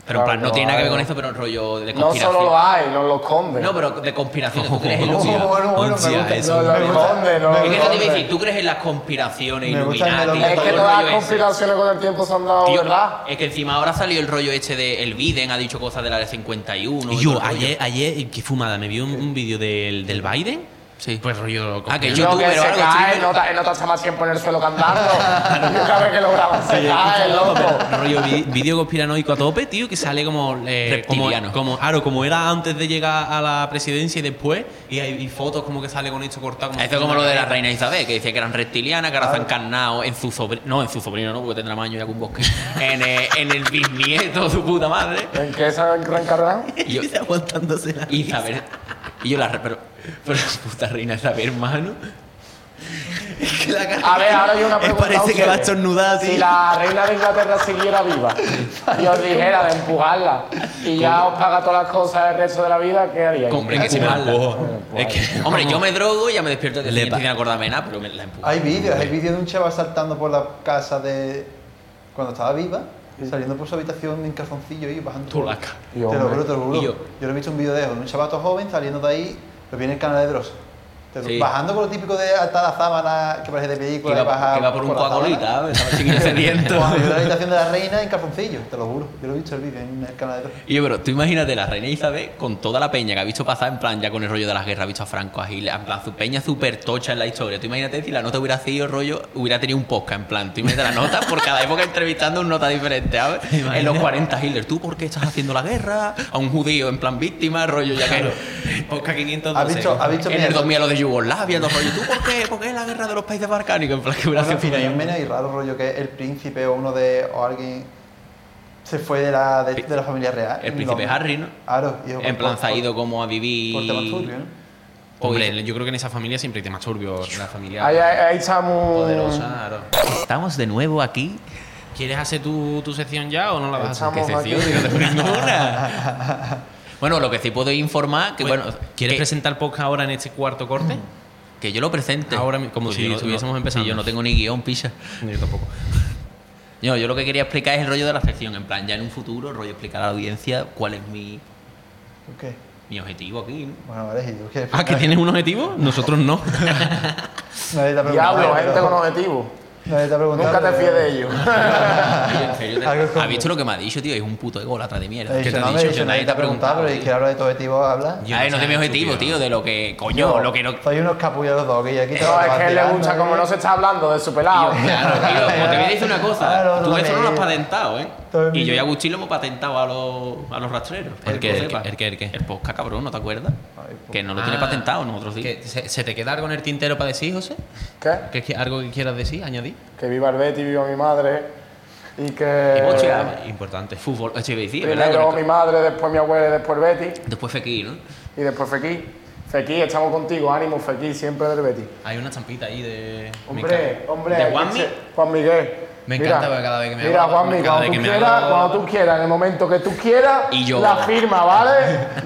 [SPEAKER 3] Pero en
[SPEAKER 4] Claro
[SPEAKER 3] plan,
[SPEAKER 4] que
[SPEAKER 3] no
[SPEAKER 4] lo
[SPEAKER 3] tiene nada que ver
[SPEAKER 4] hay.
[SPEAKER 3] con eso, pero el rollo de
[SPEAKER 4] No
[SPEAKER 3] conspiración.
[SPEAKER 4] solo lo hay, nos lo esconden.
[SPEAKER 3] No, pero de conspiraciones. ¿Tú crees en
[SPEAKER 2] Oh,
[SPEAKER 3] lo-
[SPEAKER 2] bueno, bueno, me gusta.
[SPEAKER 1] Hostia, eso.
[SPEAKER 4] Nos lo esconden, nos lo
[SPEAKER 3] Es que no te iba a
[SPEAKER 4] esconden.
[SPEAKER 3] decir, tú crees en las conspiraciones,
[SPEAKER 2] Me gusta el
[SPEAKER 3] Illuminati,
[SPEAKER 2] melón.
[SPEAKER 4] Es
[SPEAKER 3] todo
[SPEAKER 4] que
[SPEAKER 3] el
[SPEAKER 4] todas
[SPEAKER 3] rollo
[SPEAKER 4] las
[SPEAKER 3] ese.
[SPEAKER 4] conspiraciones con el tiempo se han dado,
[SPEAKER 3] Tío,
[SPEAKER 4] ¿verdad?
[SPEAKER 3] es que encima ahora salió el rollo este de El Biden, ha dicho cosas de la de 51.
[SPEAKER 1] Y
[SPEAKER 3] y todo
[SPEAKER 1] yo,
[SPEAKER 3] el rollo.
[SPEAKER 1] ayer, ayer, qué fumada, me vi un, un vídeo del, del Biden.
[SPEAKER 3] Sí.
[SPEAKER 1] Pues rollo.
[SPEAKER 3] Ah, que
[SPEAKER 1] conspiración.
[SPEAKER 3] yo-
[SPEAKER 4] Lo que
[SPEAKER 3] youtuber o
[SPEAKER 4] se
[SPEAKER 3] algo,
[SPEAKER 4] cae,
[SPEAKER 3] streamer.
[SPEAKER 4] no, ta- no tasa más tiempo en el suelo cantando. Cada vez que lo graban se cae, loco.
[SPEAKER 1] rollo vi- vídeo conspiranoico a tope, tío, que sale como, eh, como,
[SPEAKER 3] Reptiliano.
[SPEAKER 1] como claro, como era antes de llegar a la presidencia y después, y hay y fotos como que sale con esto cortado. Como
[SPEAKER 3] Esto es como lo de la reina Isabel, que decía que eran reptilianas, que ahora se han carnado en su sobrino. No, en su sobrino no, porque tendrá más años ya que un bosque. En, eh, en el bisnieto, su puta madre.
[SPEAKER 4] ¿En qué se han reencarnado?
[SPEAKER 3] Y yo,
[SPEAKER 1] aguantándose la
[SPEAKER 3] Isabel. Y yo la. re- Pero, pero puta reina Isabel, hermano.
[SPEAKER 4] A ver, ahora hay una pregunta.
[SPEAKER 1] parece que
[SPEAKER 4] ustedes.
[SPEAKER 1] va a estornudar,
[SPEAKER 4] Si
[SPEAKER 1] sí.
[SPEAKER 4] la reina de Inglaterra siguiera viva y os dijera de empujarla y ya os paga todas las cosas el resto de la vida, ¿qué haríais?
[SPEAKER 3] Hombre, que si me la empujo. Hombre, yo me drogo y ya me despierto que siguiente sin acordarme de nada, pero me la empujo.
[SPEAKER 2] Hay vídeos, hay vídeos de un chaval saltando por la casa de. cuando estaba viva, saliendo por su habitación en calzoncillo y bajando.
[SPEAKER 3] Tú la ca-
[SPEAKER 2] Te
[SPEAKER 4] Y hombre.
[SPEAKER 2] lo juro, te lo juro.
[SPEAKER 3] Y yo.
[SPEAKER 2] Yo lo he visto en un video de un chaval joven saliendo de ahí, lo viene el canal de Dross. Te lo-
[SPEAKER 3] Sí.
[SPEAKER 2] Bajando con lo típico de atar la sábana que parece de
[SPEAKER 3] Que
[SPEAKER 2] película, y
[SPEAKER 3] va,
[SPEAKER 2] bajar
[SPEAKER 3] que va por
[SPEAKER 2] la
[SPEAKER 3] un
[SPEAKER 2] sábana.
[SPEAKER 3] coacolita, estaba chiquillo sediento.
[SPEAKER 2] O abrir la habitación de la reina en calzoncillo, te lo juro. Yo lo he visto el vídeo en el canal de Dross.
[SPEAKER 3] Y yo, pero tú imagínate la reina Isabel con toda la peña que ha visto pasar, en plan, ya con el rollo de las guerras, ha visto a Franco a Hitler, en plan, su peña súper tocha en la historia. Tú imagínate si la nota hubiera sido rollo, hubiera tenido un podcast, en plan, tú imagínate la nota por cada época entrevistando un nota diferente, ¿sabes? En los 40 Hitler, ¿tú por qué estás haciendo la guerra? A un judío, en plan, víctima, rollo, ya que.
[SPEAKER 1] Oscar 500.
[SPEAKER 2] ¿Has visto? ¿Has visto?
[SPEAKER 3] en
[SPEAKER 2] mira,
[SPEAKER 3] el 2000 lo de Yugoslavia, los rollos, ¿tú por qué? ¿Por qué la guerra de los países balcánicos? En plan, que hubiera
[SPEAKER 2] Bueno,
[SPEAKER 3] sido.
[SPEAKER 2] en fin, hay un menos y raro rollo que el príncipe o uno de. o alguien se fue de la, de, de la familia real.
[SPEAKER 3] El príncipe
[SPEAKER 2] No.
[SPEAKER 3] Harry, ¿no?
[SPEAKER 2] Claro, y- "Pues,
[SPEAKER 3] En plan, se ha ido como a vivir.
[SPEAKER 2] Por ¿eh? temas turbios, ¿no?
[SPEAKER 1] Hombre, yo creo que en esa familia siempre hay temas turbios. La familia
[SPEAKER 4] Ahí, ahí- ahí estamos.
[SPEAKER 1] poderosa. claro.
[SPEAKER 3] Estamos de nuevo aquí
[SPEAKER 1] ¿Quieres hacer tu, tu sección ya o no la vas a
[SPEAKER 4] Estamos
[SPEAKER 1] hacer?
[SPEAKER 4] aquí.
[SPEAKER 3] Bueno, lo que sí puedo informar, que
[SPEAKER 1] Bueno,
[SPEAKER 3] bueno,
[SPEAKER 1] ¿Quieres
[SPEAKER 3] que,
[SPEAKER 1] presentar el podcast ahora en este cuarto corte?
[SPEAKER 3] que yo lo presente.
[SPEAKER 1] Ahora mi- como si
[SPEAKER 3] yo no-
[SPEAKER 1] estuviésemos
[SPEAKER 3] no-
[SPEAKER 1] empezando.
[SPEAKER 3] si yo no tengo ni guión, picha.
[SPEAKER 1] Yo tampoco.
[SPEAKER 3] No, yo lo que quería explicar es el rollo de la sección. En plan, ya en un futuro, rollo explicar a la audiencia cuál es mi,
[SPEAKER 2] ¿Por qué?
[SPEAKER 3] mi objetivo aquí. ¿no?
[SPEAKER 2] Bueno, vale, ¿y tú qué?
[SPEAKER 3] Ah, que tienes un objetivo, nosotros no.
[SPEAKER 2] Nadie te ha preguntado.
[SPEAKER 4] Diablo, gente
[SPEAKER 2] pero-
[SPEAKER 4] con objetivos.
[SPEAKER 2] Nadie te ha preguntado.
[SPEAKER 4] Nunca te
[SPEAKER 2] pero-
[SPEAKER 4] fíes de ellos.
[SPEAKER 3] Oye, en serio, te-
[SPEAKER 2] Algo como-
[SPEAKER 3] ¿Has visto lo que me ha dicho, tío? Es un puto ególatra de mierda.
[SPEAKER 2] Te he
[SPEAKER 3] ¿Qué
[SPEAKER 2] dicho,
[SPEAKER 3] te
[SPEAKER 2] no,
[SPEAKER 3] ha
[SPEAKER 2] me he
[SPEAKER 3] dicho?
[SPEAKER 2] dicho,
[SPEAKER 3] Yo
[SPEAKER 2] nadie te ha preguntado, pero quiere hablar de tu objetivo, habla.
[SPEAKER 3] Yo Ay, no sé mi objetivo, tío, de lo que. Coño,
[SPEAKER 4] Yo-
[SPEAKER 3] lo que no.
[SPEAKER 2] Soy unos capullos los dos, y aquí te
[SPEAKER 4] No,
[SPEAKER 2] vas
[SPEAKER 4] es que él le
[SPEAKER 2] tirando,
[SPEAKER 4] gusta,
[SPEAKER 2] ¿eh?
[SPEAKER 4] como no se está hablando de su pelado.
[SPEAKER 3] Claro, tío, como te voy a decir una
[SPEAKER 2] Claro,
[SPEAKER 3] cosa, tú
[SPEAKER 2] también.
[SPEAKER 3] eso no lo has patentado, ¿eh?
[SPEAKER 2] También.
[SPEAKER 3] Y yo y Agustín lo hemos patentado a los, a los rastreros.
[SPEAKER 6] ¿El
[SPEAKER 3] que
[SPEAKER 6] qué,
[SPEAKER 3] lo
[SPEAKER 6] el
[SPEAKER 3] sepas.
[SPEAKER 6] qué, el qué, el qué?
[SPEAKER 3] El podcast, cabrón, ¿no te acuerdas?
[SPEAKER 2] Ay, po-
[SPEAKER 3] Que no lo
[SPEAKER 6] Ah.
[SPEAKER 3] tiene patentado nosotros sí.
[SPEAKER 6] ¿Que se, se te queda algo en el tintero para decir, José?
[SPEAKER 4] ¿Qué?
[SPEAKER 6] ¿Que, es que- ¿Algo que quieras decir, añadir?
[SPEAKER 4] Que viva el Betty, viva mi madre. Y que.
[SPEAKER 3] Y mucho,
[SPEAKER 7] Importante.
[SPEAKER 3] Fútbol, eh, sí, iba a decir, ¿verdad?
[SPEAKER 4] Primero
[SPEAKER 3] Con
[SPEAKER 4] mi
[SPEAKER 3] esto.
[SPEAKER 4] madre, después mi abuela y después Betty.
[SPEAKER 3] Después Fekir, ¿no?
[SPEAKER 4] Y después Fekir. Fekir, estamos contigo, ánimo, Fekir, siempre del Betty.
[SPEAKER 6] Hay una estampita ahí de... me
[SPEAKER 4] Hombre,
[SPEAKER 6] encanta.
[SPEAKER 4] hombre.
[SPEAKER 6] ¿De
[SPEAKER 4] hay que
[SPEAKER 6] Juanmi?
[SPEAKER 4] ser- Juan Miguel.
[SPEAKER 6] Me
[SPEAKER 4] Mira,
[SPEAKER 6] encanta porque cada vez que me
[SPEAKER 4] Mira,
[SPEAKER 6] hago-
[SPEAKER 4] Juanmi,
[SPEAKER 6] cada
[SPEAKER 4] cuando
[SPEAKER 6] vez
[SPEAKER 4] tú
[SPEAKER 6] que me
[SPEAKER 4] quieras,
[SPEAKER 6] hago-
[SPEAKER 4] cuando tú quieras, en el momento que tú quieras,
[SPEAKER 3] Y yo.
[SPEAKER 4] la firma, ¿vale?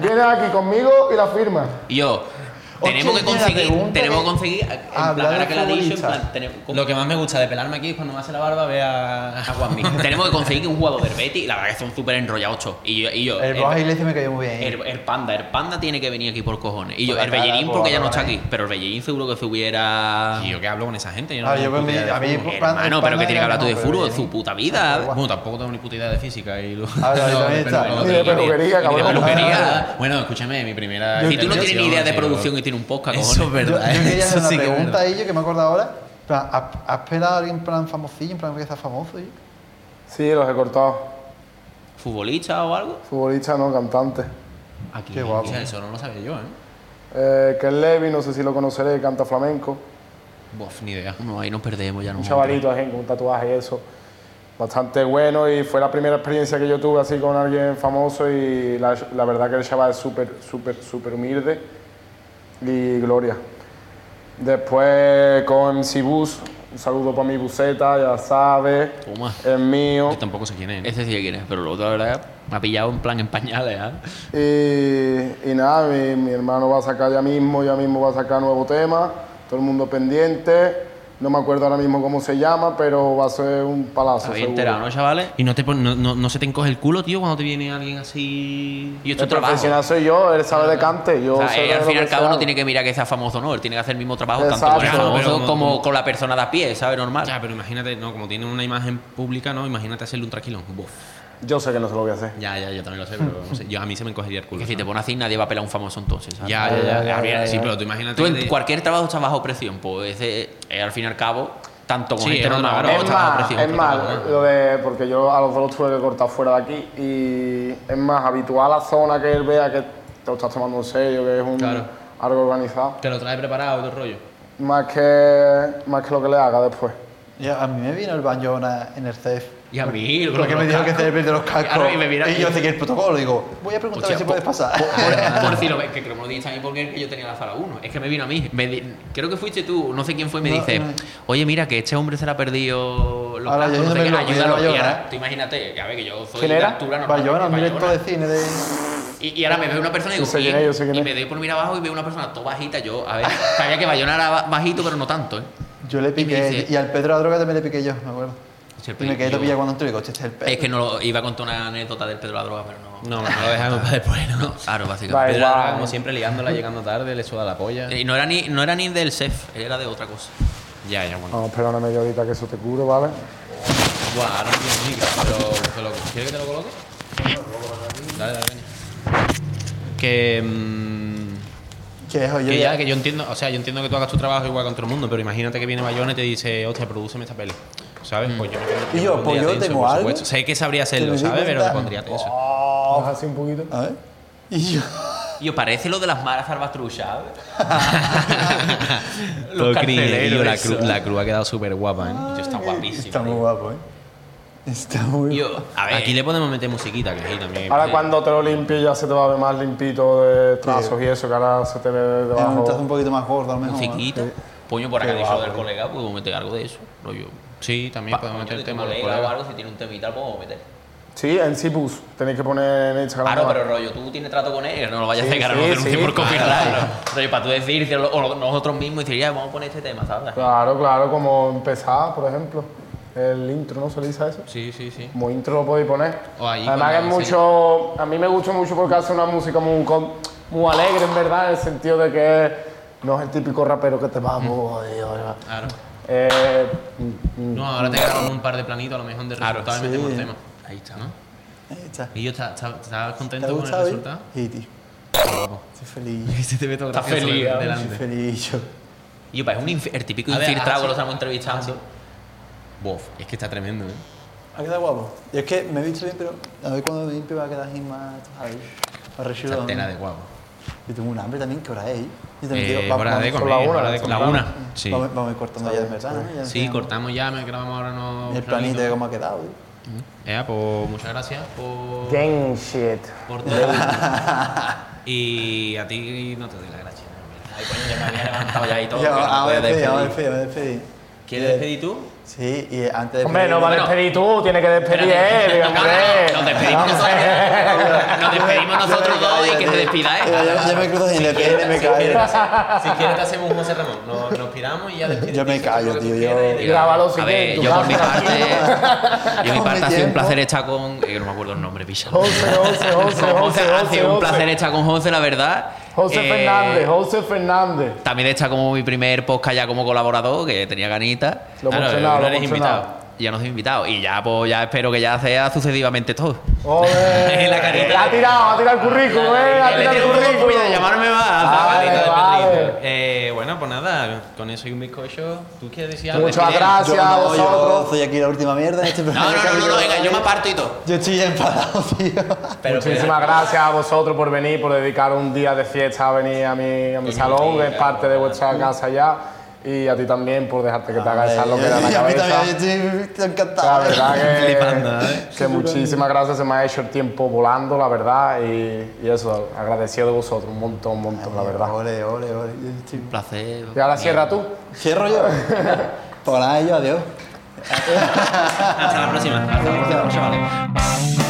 [SPEAKER 4] Vienes aquí conmigo y la firma.
[SPEAKER 3] Y yo,
[SPEAKER 2] Hostia,
[SPEAKER 3] tenemos que
[SPEAKER 2] tiene la
[SPEAKER 3] conseguir,
[SPEAKER 2] pregunta
[SPEAKER 3] tenemos
[SPEAKER 2] que-
[SPEAKER 3] que conseguir, en
[SPEAKER 2] Hablar
[SPEAKER 3] plan,
[SPEAKER 2] de
[SPEAKER 3] ahora que la ha dicho, en
[SPEAKER 2] futbolistas.
[SPEAKER 3] plan, tenemos,
[SPEAKER 6] Lo que más me gusta de pelarme aquí es cuando me hace la barba, ve a...
[SPEAKER 3] a Juanmi. tenemos que conseguir que un jugador del Betis, la verdad que son súper enrollados todos. Y yo, y yo
[SPEAKER 2] El Boas Iglesias me cayó muy bien.
[SPEAKER 3] El, el panda, el panda tiene que venir aquí por cojones. Y yo,
[SPEAKER 2] Por la
[SPEAKER 3] el
[SPEAKER 2] cara,
[SPEAKER 3] Bellerín
[SPEAKER 2] por
[SPEAKER 3] porque
[SPEAKER 2] la
[SPEAKER 3] ya no está
[SPEAKER 2] cara.
[SPEAKER 3] aquí. Pero el Bellerín seguro que se hubiera.
[SPEAKER 6] Tío, que hablo con esa gente. Yo no
[SPEAKER 2] Ah,
[SPEAKER 6] tengo
[SPEAKER 2] yo pues,
[SPEAKER 6] ni puta idea de
[SPEAKER 2] a mí,
[SPEAKER 6] fútbol.
[SPEAKER 2] pues,
[SPEAKER 3] Hermano, pero que tiene que hablar tú de
[SPEAKER 2] no,
[SPEAKER 3] fútbol, de
[SPEAKER 2] pero
[SPEAKER 3] su puta vida.
[SPEAKER 6] Bueno, tampoco tengo ni puta idea de física y lo...
[SPEAKER 2] Habla de
[SPEAKER 6] Ah, No,
[SPEAKER 2] también está.
[SPEAKER 6] pelu- no
[SPEAKER 4] Ni de
[SPEAKER 6] tengo ni-
[SPEAKER 4] peluquería,
[SPEAKER 6] ni de Ah.
[SPEAKER 4] cabrón.
[SPEAKER 6] peluquería. Bueno, escúchame, mi primera...
[SPEAKER 3] Si tú no tienes ni idea de
[SPEAKER 6] intervención,
[SPEAKER 3] producción
[SPEAKER 6] sí,
[SPEAKER 3] y tienes un podcast,
[SPEAKER 6] cabrón.
[SPEAKER 3] cojones.
[SPEAKER 6] Eso es
[SPEAKER 2] Yo, yo
[SPEAKER 6] verdad. ¿eh?
[SPEAKER 2] quería hacer
[SPEAKER 6] Eso
[SPEAKER 2] una
[SPEAKER 6] sí que es
[SPEAKER 2] pregunta
[SPEAKER 6] verdad.
[SPEAKER 2] a ellos que me acuerdo ahora. En plan, ¿Has, has pelado a alguien en plan famosillo, en plan que está famoso? oye?
[SPEAKER 4] Sí, los he cortado.
[SPEAKER 3] ¿Futbolista o algo?
[SPEAKER 4] Futbolista, no, cantante.
[SPEAKER 6] Aquí,
[SPEAKER 3] Mm,
[SPEAKER 2] Qué guapo.
[SPEAKER 6] Eso no lo sabía yo, ¿eh?
[SPEAKER 4] Eh, que es Levi, no sé si lo conoceré, canta flamenco.
[SPEAKER 6] Bof, ni idea.
[SPEAKER 3] No, ahí nos perdemos ya. No
[SPEAKER 4] Un chavalito así, con un tatuaje y eso. Bastante bueno y fue la primera experiencia que yo tuve así con alguien famoso y la, la verdad que el chaval es súper, súper, súper humilde y gloria. Después con Sibus, un saludo para mi buceta, ya sabes,
[SPEAKER 3] Toma.
[SPEAKER 4] es mío.
[SPEAKER 6] Yo tampoco sé quién es.
[SPEAKER 3] Ese sí que quieres, pero lo otro, la verdad, me ha pillado en plan en pañales. ¿ah?
[SPEAKER 4] Eh, Y, y nada, mi, mi hermano va a sacar ya mismo, ya mismo va a sacar nuevo tema, todo el mundo pendiente. No me acuerdo ahora mismo cómo se llama, pero va a ser un palazo.
[SPEAKER 3] Habéis
[SPEAKER 4] seguro.
[SPEAKER 3] enterado, ¿no, chavales?
[SPEAKER 6] ¿Y no, te pon- no, no, no se te encoge el culo, tío, cuando te viene alguien así...?
[SPEAKER 3] Y esto
[SPEAKER 4] El
[SPEAKER 3] es trabajo.
[SPEAKER 4] profesional soy yo, él sabe de cante. Yo
[SPEAKER 3] O sea,
[SPEAKER 4] sé
[SPEAKER 3] él,
[SPEAKER 4] de
[SPEAKER 3] al
[SPEAKER 4] lo
[SPEAKER 3] fin y al
[SPEAKER 4] que
[SPEAKER 3] cabo
[SPEAKER 4] sabe.
[SPEAKER 3] no tiene que mirar que sea famoso, no. Él tiene que hacer el mismo trabajo tanto
[SPEAKER 4] Exacto.
[SPEAKER 3] con el
[SPEAKER 4] Claro,
[SPEAKER 3] famoso
[SPEAKER 6] pero-
[SPEAKER 3] como con la persona de a pie, ¿sabes? Normal.
[SPEAKER 6] Ya, pero imagínate, no, como tiene una imagen pública, ¿no? Imagínate hacerle un traquilón. Bof.
[SPEAKER 4] Yo sé que no se lo voy a hacer.
[SPEAKER 6] Ya, ya, yo también lo sé, pero no sé, yo, a mí se me encogería el culo.
[SPEAKER 3] que si te
[SPEAKER 6] ¿sabes?
[SPEAKER 3] pones así, nadie va a pelar a un famoso entonces. ¿sabes?
[SPEAKER 6] Ya, ya, ya, A ver, Sí, pero tú imagínate.
[SPEAKER 3] Tú
[SPEAKER 6] que
[SPEAKER 3] en
[SPEAKER 6] te-
[SPEAKER 3] cualquier trabajo estás bajo presión, pues ese, eh, al fin y al cabo, tanto con
[SPEAKER 6] Sí,
[SPEAKER 3] gente
[SPEAKER 6] es otro
[SPEAKER 3] normal
[SPEAKER 6] trabajo.
[SPEAKER 3] como
[SPEAKER 4] es
[SPEAKER 6] está
[SPEAKER 3] estás bajo
[SPEAKER 4] más,
[SPEAKER 3] presión.
[SPEAKER 4] es
[SPEAKER 3] pero-
[SPEAKER 4] más, lo de, porque yo a los dos los tuve que cortar fuera de aquí y es más habitual la zona que él vea que te lo estás tomando en serio, que es un,
[SPEAKER 6] Claro.
[SPEAKER 4] algo organizado.
[SPEAKER 6] Te lo trae preparado, todo el rollo.
[SPEAKER 4] Más que, más que lo que le haga después.
[SPEAKER 2] Y a mí me vino el Bayona en el CEF.
[SPEAKER 6] Y a mí, lo
[SPEAKER 2] Porque me dijo que se perdió los cascos.
[SPEAKER 6] Claro, y me mira-
[SPEAKER 2] Y yo sé que el protocolo, digo, voy a preguntar a ver si puedes
[SPEAKER 3] Hostia, po-
[SPEAKER 2] pasar.
[SPEAKER 4] Ah,
[SPEAKER 3] Por, por si lo ves, que creo que me lo dijiste a mí porque yo tenía la sala 1. Es que me vino a mí. Me di- creo que fuiste tú, no sé quién fue, y me
[SPEAKER 2] No,
[SPEAKER 3] dice,
[SPEAKER 2] no.
[SPEAKER 3] oye, mira, que este hombre se le ha perdido los
[SPEAKER 2] Ahora,
[SPEAKER 3] cascos, no sé
[SPEAKER 2] yo
[SPEAKER 3] qué,
[SPEAKER 2] me lo- yo
[SPEAKER 3] ayúdalo.
[SPEAKER 2] me lo
[SPEAKER 3] Y ahora,
[SPEAKER 2] lloro.
[SPEAKER 3] tú imagínate, que a ver, que yo soy
[SPEAKER 4] ¿Quién
[SPEAKER 3] de
[SPEAKER 4] era?
[SPEAKER 3] altura normal.
[SPEAKER 2] Bayona, un
[SPEAKER 3] Bayona.
[SPEAKER 2] director de cine de.
[SPEAKER 3] Y, y ahora me veo una persona y digo,
[SPEAKER 4] Sí, sé quién
[SPEAKER 3] "¿Quién?".
[SPEAKER 4] es, yo sé quién
[SPEAKER 3] y
[SPEAKER 4] es.
[SPEAKER 3] me doy por mirar abajo y veo una persona todo bajita. Yo, a ver, sabía que Bayona era ba- bajito, pero no tanto, ¿eh?
[SPEAKER 2] Yo le piqué.
[SPEAKER 3] dice-
[SPEAKER 2] Y al Pedro la droga también le piqué yo, me acuerdo.
[SPEAKER 3] Hostia,
[SPEAKER 2] Y me quedé
[SPEAKER 3] yo-
[SPEAKER 2] topilla cuando entré y digo, hostia, este es el Pedro.
[SPEAKER 3] Es que no lo- iba a contar una anécdota del Pedro la droga, pero no.
[SPEAKER 6] No, no, lo dejamos para después, ¿no?
[SPEAKER 3] Claro, básicamente.
[SPEAKER 4] Da
[SPEAKER 6] Pedro la Draga,
[SPEAKER 4] igual.
[SPEAKER 6] como siempre, ligándola, llegando tarde, le suda la polla.
[SPEAKER 3] Y no era ni, no era ni del chef, era de otra cosa.
[SPEAKER 6] Ya, ya, bueno.
[SPEAKER 4] Vamos a esperar una media horita que eso te cubro, ¿vale?
[SPEAKER 6] Buah, ahora no tienes mica, pero te lo- ¿Quieres que te lo coloque? Dale, dale, ven. Que... mm,
[SPEAKER 2] Que es, oye,
[SPEAKER 6] Que ya, que yo entiendo, o sea, yo entiendo que tú hagas tu trabajo igual con todo el mundo, pero imagínate que viene Bayona y te dice, hostia, produceme esta peli. ¿Sabes? Pues yo me pondría-
[SPEAKER 2] Y yo,
[SPEAKER 6] me
[SPEAKER 2] pues
[SPEAKER 6] pondría
[SPEAKER 2] yo
[SPEAKER 6] tenso,
[SPEAKER 2] tengo
[SPEAKER 6] por
[SPEAKER 2] algo
[SPEAKER 6] supuesto. Sé que sabría
[SPEAKER 2] me
[SPEAKER 6] hacerlo,
[SPEAKER 2] di
[SPEAKER 6] ¿sabes? Pero me
[SPEAKER 2] cuenta.
[SPEAKER 6] pondría tenso.
[SPEAKER 4] Oh. así un poquito.
[SPEAKER 2] A ver. Y yo.
[SPEAKER 3] Y yo, parece lo de las malas zarbatruchas, ¿sabes?
[SPEAKER 6] Todo cringe,
[SPEAKER 3] carceleros,
[SPEAKER 6] tío, la,
[SPEAKER 3] eso.
[SPEAKER 6] cruz, la cruz ha quedado súper guapa, ¿eh?
[SPEAKER 3] Yo, está
[SPEAKER 2] Ay,
[SPEAKER 3] guapísimo,
[SPEAKER 2] Está muy
[SPEAKER 3] tío.
[SPEAKER 2] guapo, ¿eh? Está muy
[SPEAKER 3] Y yo, a ver,
[SPEAKER 6] Aquí le podemos meter musiquita, que sí, también.
[SPEAKER 4] Ahora cuando te lo limpies ya se te va a ver más limpito de trazos y eso, que ahora se te ve
[SPEAKER 2] Es un
[SPEAKER 4] debajo.
[SPEAKER 2] trazo un poquito más gordo, a lo mejor. ¿eh?
[SPEAKER 3] musiquita, puño por acá
[SPEAKER 2] Qué
[SPEAKER 3] dicho
[SPEAKER 2] guapo,
[SPEAKER 3] del
[SPEAKER 2] tío.
[SPEAKER 3] colega, pues, puedo meter algo de eso. Rollo.
[SPEAKER 6] Sí, también podemos meter el tema de los
[SPEAKER 3] colega o
[SPEAKER 6] colegas.
[SPEAKER 3] algo, si tiene un temita, lo podemos meter.
[SPEAKER 4] Sí, en Cibus. Tenéis que poner en Instagram.
[SPEAKER 3] Claro,
[SPEAKER 4] ahora.
[SPEAKER 3] pero rollo, tú tienes trato con él, no lo vayas
[SPEAKER 4] Sí,
[SPEAKER 3] a hacer, ahora
[SPEAKER 4] sí,
[SPEAKER 3] no denuncie
[SPEAKER 4] sí,
[SPEAKER 3] por
[SPEAKER 4] claro.
[SPEAKER 3] copyright. ¿no? Rollo, para tú decir, o nosotros mismos, decir, ya, vamos a poner este tema, ¿sabes?
[SPEAKER 4] Claro, claro, como empezar, por ejemplo. El intro, ¿no se le dice a eso?
[SPEAKER 6] Sí, sí, sí.
[SPEAKER 4] Como intro lo podéis poner.
[SPEAKER 6] O ahí,
[SPEAKER 4] Además que es
[SPEAKER 6] cuando se-
[SPEAKER 4] mucho... A mí me gusta mucho porque hace una música muy, con- muy alegre, en verdad, en el sentido de que no es el típico rapero que te va... "Oh, Dios, va".
[SPEAKER 6] Claro.
[SPEAKER 4] Eh, mm, mm.
[SPEAKER 6] No, ahora te grabamos un par de planitos, a lo mejor de resultado y metemos
[SPEAKER 2] Sí.
[SPEAKER 6] tema. Ahí está, ¿no?
[SPEAKER 2] Ahí está.
[SPEAKER 6] Y yo, ¿estás estás- estás
[SPEAKER 2] ¿Te ha
[SPEAKER 6] contento con el
[SPEAKER 2] gustado? eh?
[SPEAKER 6] resultado?
[SPEAKER 2] Sí, tío. Estoy feliz.
[SPEAKER 6] Se te ve todo
[SPEAKER 3] Estás
[SPEAKER 6] gracioso
[SPEAKER 3] feliz,
[SPEAKER 6] de-
[SPEAKER 3] ¿no?
[SPEAKER 2] Estoy
[SPEAKER 6] delante.
[SPEAKER 2] feliz. yo.
[SPEAKER 3] Yo, pa, es un inf- el típico
[SPEAKER 6] A ver, Ah,
[SPEAKER 3] infiltrado
[SPEAKER 6] así-
[SPEAKER 3] que lo estamos entrevistando.
[SPEAKER 6] Bof, es que está tremendo, ¿eh?
[SPEAKER 2] Ha quedado guapo. Y es que me he visto bien, pero a ver cuándo me limpio va a quedar así más. A ver. Más rechilo.
[SPEAKER 6] Está tela de guapo.
[SPEAKER 2] Yo tengo un hambre también, ¿qué hora es? Yo también
[SPEAKER 6] Eh,
[SPEAKER 2] digo, va-
[SPEAKER 6] hora
[SPEAKER 2] vamos-
[SPEAKER 6] de comer,
[SPEAKER 4] la una,
[SPEAKER 6] hora de comer.
[SPEAKER 4] la
[SPEAKER 6] La
[SPEAKER 4] una.
[SPEAKER 6] una, sí.
[SPEAKER 2] Vamos, vamos a ir cortando ya de verdad, ¿no? Ya
[SPEAKER 6] Sí,
[SPEAKER 2] tenemos
[SPEAKER 6] cortamos ya, me grabamos ahora no.
[SPEAKER 2] El planito de cómo ha quedado. tío.
[SPEAKER 6] Ya, pues muchas gracias por,
[SPEAKER 4] Gang shit.
[SPEAKER 6] por todo. y a ti no te doy las gracias.
[SPEAKER 3] Ay, coño, ya me había levantado ya y todo.
[SPEAKER 2] Ya,
[SPEAKER 3] que no
[SPEAKER 2] Vamos a
[SPEAKER 3] puedes
[SPEAKER 2] despedir, vamos a
[SPEAKER 3] despedir.
[SPEAKER 2] despedir, vamos a despedir.
[SPEAKER 3] ¿Quieres despedir tú?
[SPEAKER 2] Sí, y eh, antes de
[SPEAKER 4] Hombre, no va a
[SPEAKER 2] despedirnos-
[SPEAKER 4] despedir tú, tiene que despedir él,
[SPEAKER 3] No, no,
[SPEAKER 4] hombre.
[SPEAKER 3] Nos despedimos
[SPEAKER 4] Vamos.
[SPEAKER 3] nosotros. Nos despedimos nosotros dos y que se despida
[SPEAKER 2] Ya,
[SPEAKER 3] él.
[SPEAKER 2] ya- ya me cruzo y le pego y me callo.
[SPEAKER 6] Si quieres, te hacemos un José Ramón. Nos, nos piramos y ya despides.
[SPEAKER 2] Yo me callo, tío. Yo...
[SPEAKER 4] Grábalo si
[SPEAKER 3] A
[SPEAKER 4] quieres,
[SPEAKER 3] ver,
[SPEAKER 4] tú
[SPEAKER 3] yo por mi
[SPEAKER 4] graba.
[SPEAKER 3] parte. Yo mi
[SPEAKER 2] Con mi
[SPEAKER 3] parte ha sido un
[SPEAKER 2] tiempo.
[SPEAKER 3] placer estar con. eh, Yo no me acuerdo el nombre, píchalo.
[SPEAKER 4] 11, 11, 11, 11,
[SPEAKER 3] José, ha sido un
[SPEAKER 4] 11.
[SPEAKER 3] placer estar con José, la verdad.
[SPEAKER 4] José
[SPEAKER 3] Eh,
[SPEAKER 4] Fernández, José Fernández.
[SPEAKER 3] También está como mi primer podcast ya como colaborador, que tenía ganitas.
[SPEAKER 4] Lo hemos cenado,
[SPEAKER 3] no
[SPEAKER 4] lo
[SPEAKER 3] eres
[SPEAKER 4] hemos
[SPEAKER 3] invitado.
[SPEAKER 4] cenado.
[SPEAKER 3] Ya nos he invitado. Y ya, pues, ya espero que ya sea sucesivamente todo.
[SPEAKER 4] Ole.
[SPEAKER 3] La carita.
[SPEAKER 4] Ha tirado, ha tirado el currículum, eh. Ha
[SPEAKER 3] Le
[SPEAKER 4] tirado el
[SPEAKER 3] tengo un poco de
[SPEAKER 4] currículum.
[SPEAKER 3] cuidado de llamarme más.
[SPEAKER 4] Ah, Vale,
[SPEAKER 3] Zabalito de
[SPEAKER 4] vale.
[SPEAKER 3] perrito.
[SPEAKER 6] Eh, bueno, pues nada, con eso y un bizcocho. ¿Tú quieres decir algo?
[SPEAKER 4] Muchas
[SPEAKER 3] Despidieron.
[SPEAKER 2] Yo
[SPEAKER 4] gracias a
[SPEAKER 2] no, yo
[SPEAKER 4] vosotros.
[SPEAKER 2] soy aquí la última mierda en este
[SPEAKER 3] No,
[SPEAKER 2] programa.
[SPEAKER 3] no, no, no, no, venga, yo me aparto y todo.
[SPEAKER 2] Yo estoy ya enfadado, tío.
[SPEAKER 4] Muchísimas gracias a vosotros por venir, por dedicar un día de fiesta a venir a mi, a mi salón, que es parte de vuestra casa ya. Y a ti también por dejarte que te haga esa
[SPEAKER 2] Y
[SPEAKER 4] loquera en la
[SPEAKER 2] a mí
[SPEAKER 4] cabeza.
[SPEAKER 2] también, yo estoy
[SPEAKER 4] La
[SPEAKER 2] encantado.
[SPEAKER 4] verdad
[SPEAKER 3] Flipando, ¿eh?
[SPEAKER 4] que, que muchísimas gracias, se me ha hecho el tiempo volando, la verdad, y, y eso, agradecido de vosotros, un montón, un montón, la verdad.
[SPEAKER 2] Ole, ole, ole. Yo estoy-
[SPEAKER 3] Un placer.
[SPEAKER 4] Y ahora cierra tú.
[SPEAKER 2] Cierro yo. Por ahí yo, adiós.
[SPEAKER 3] Hasta la próxima. Hasta la próxima. chavales.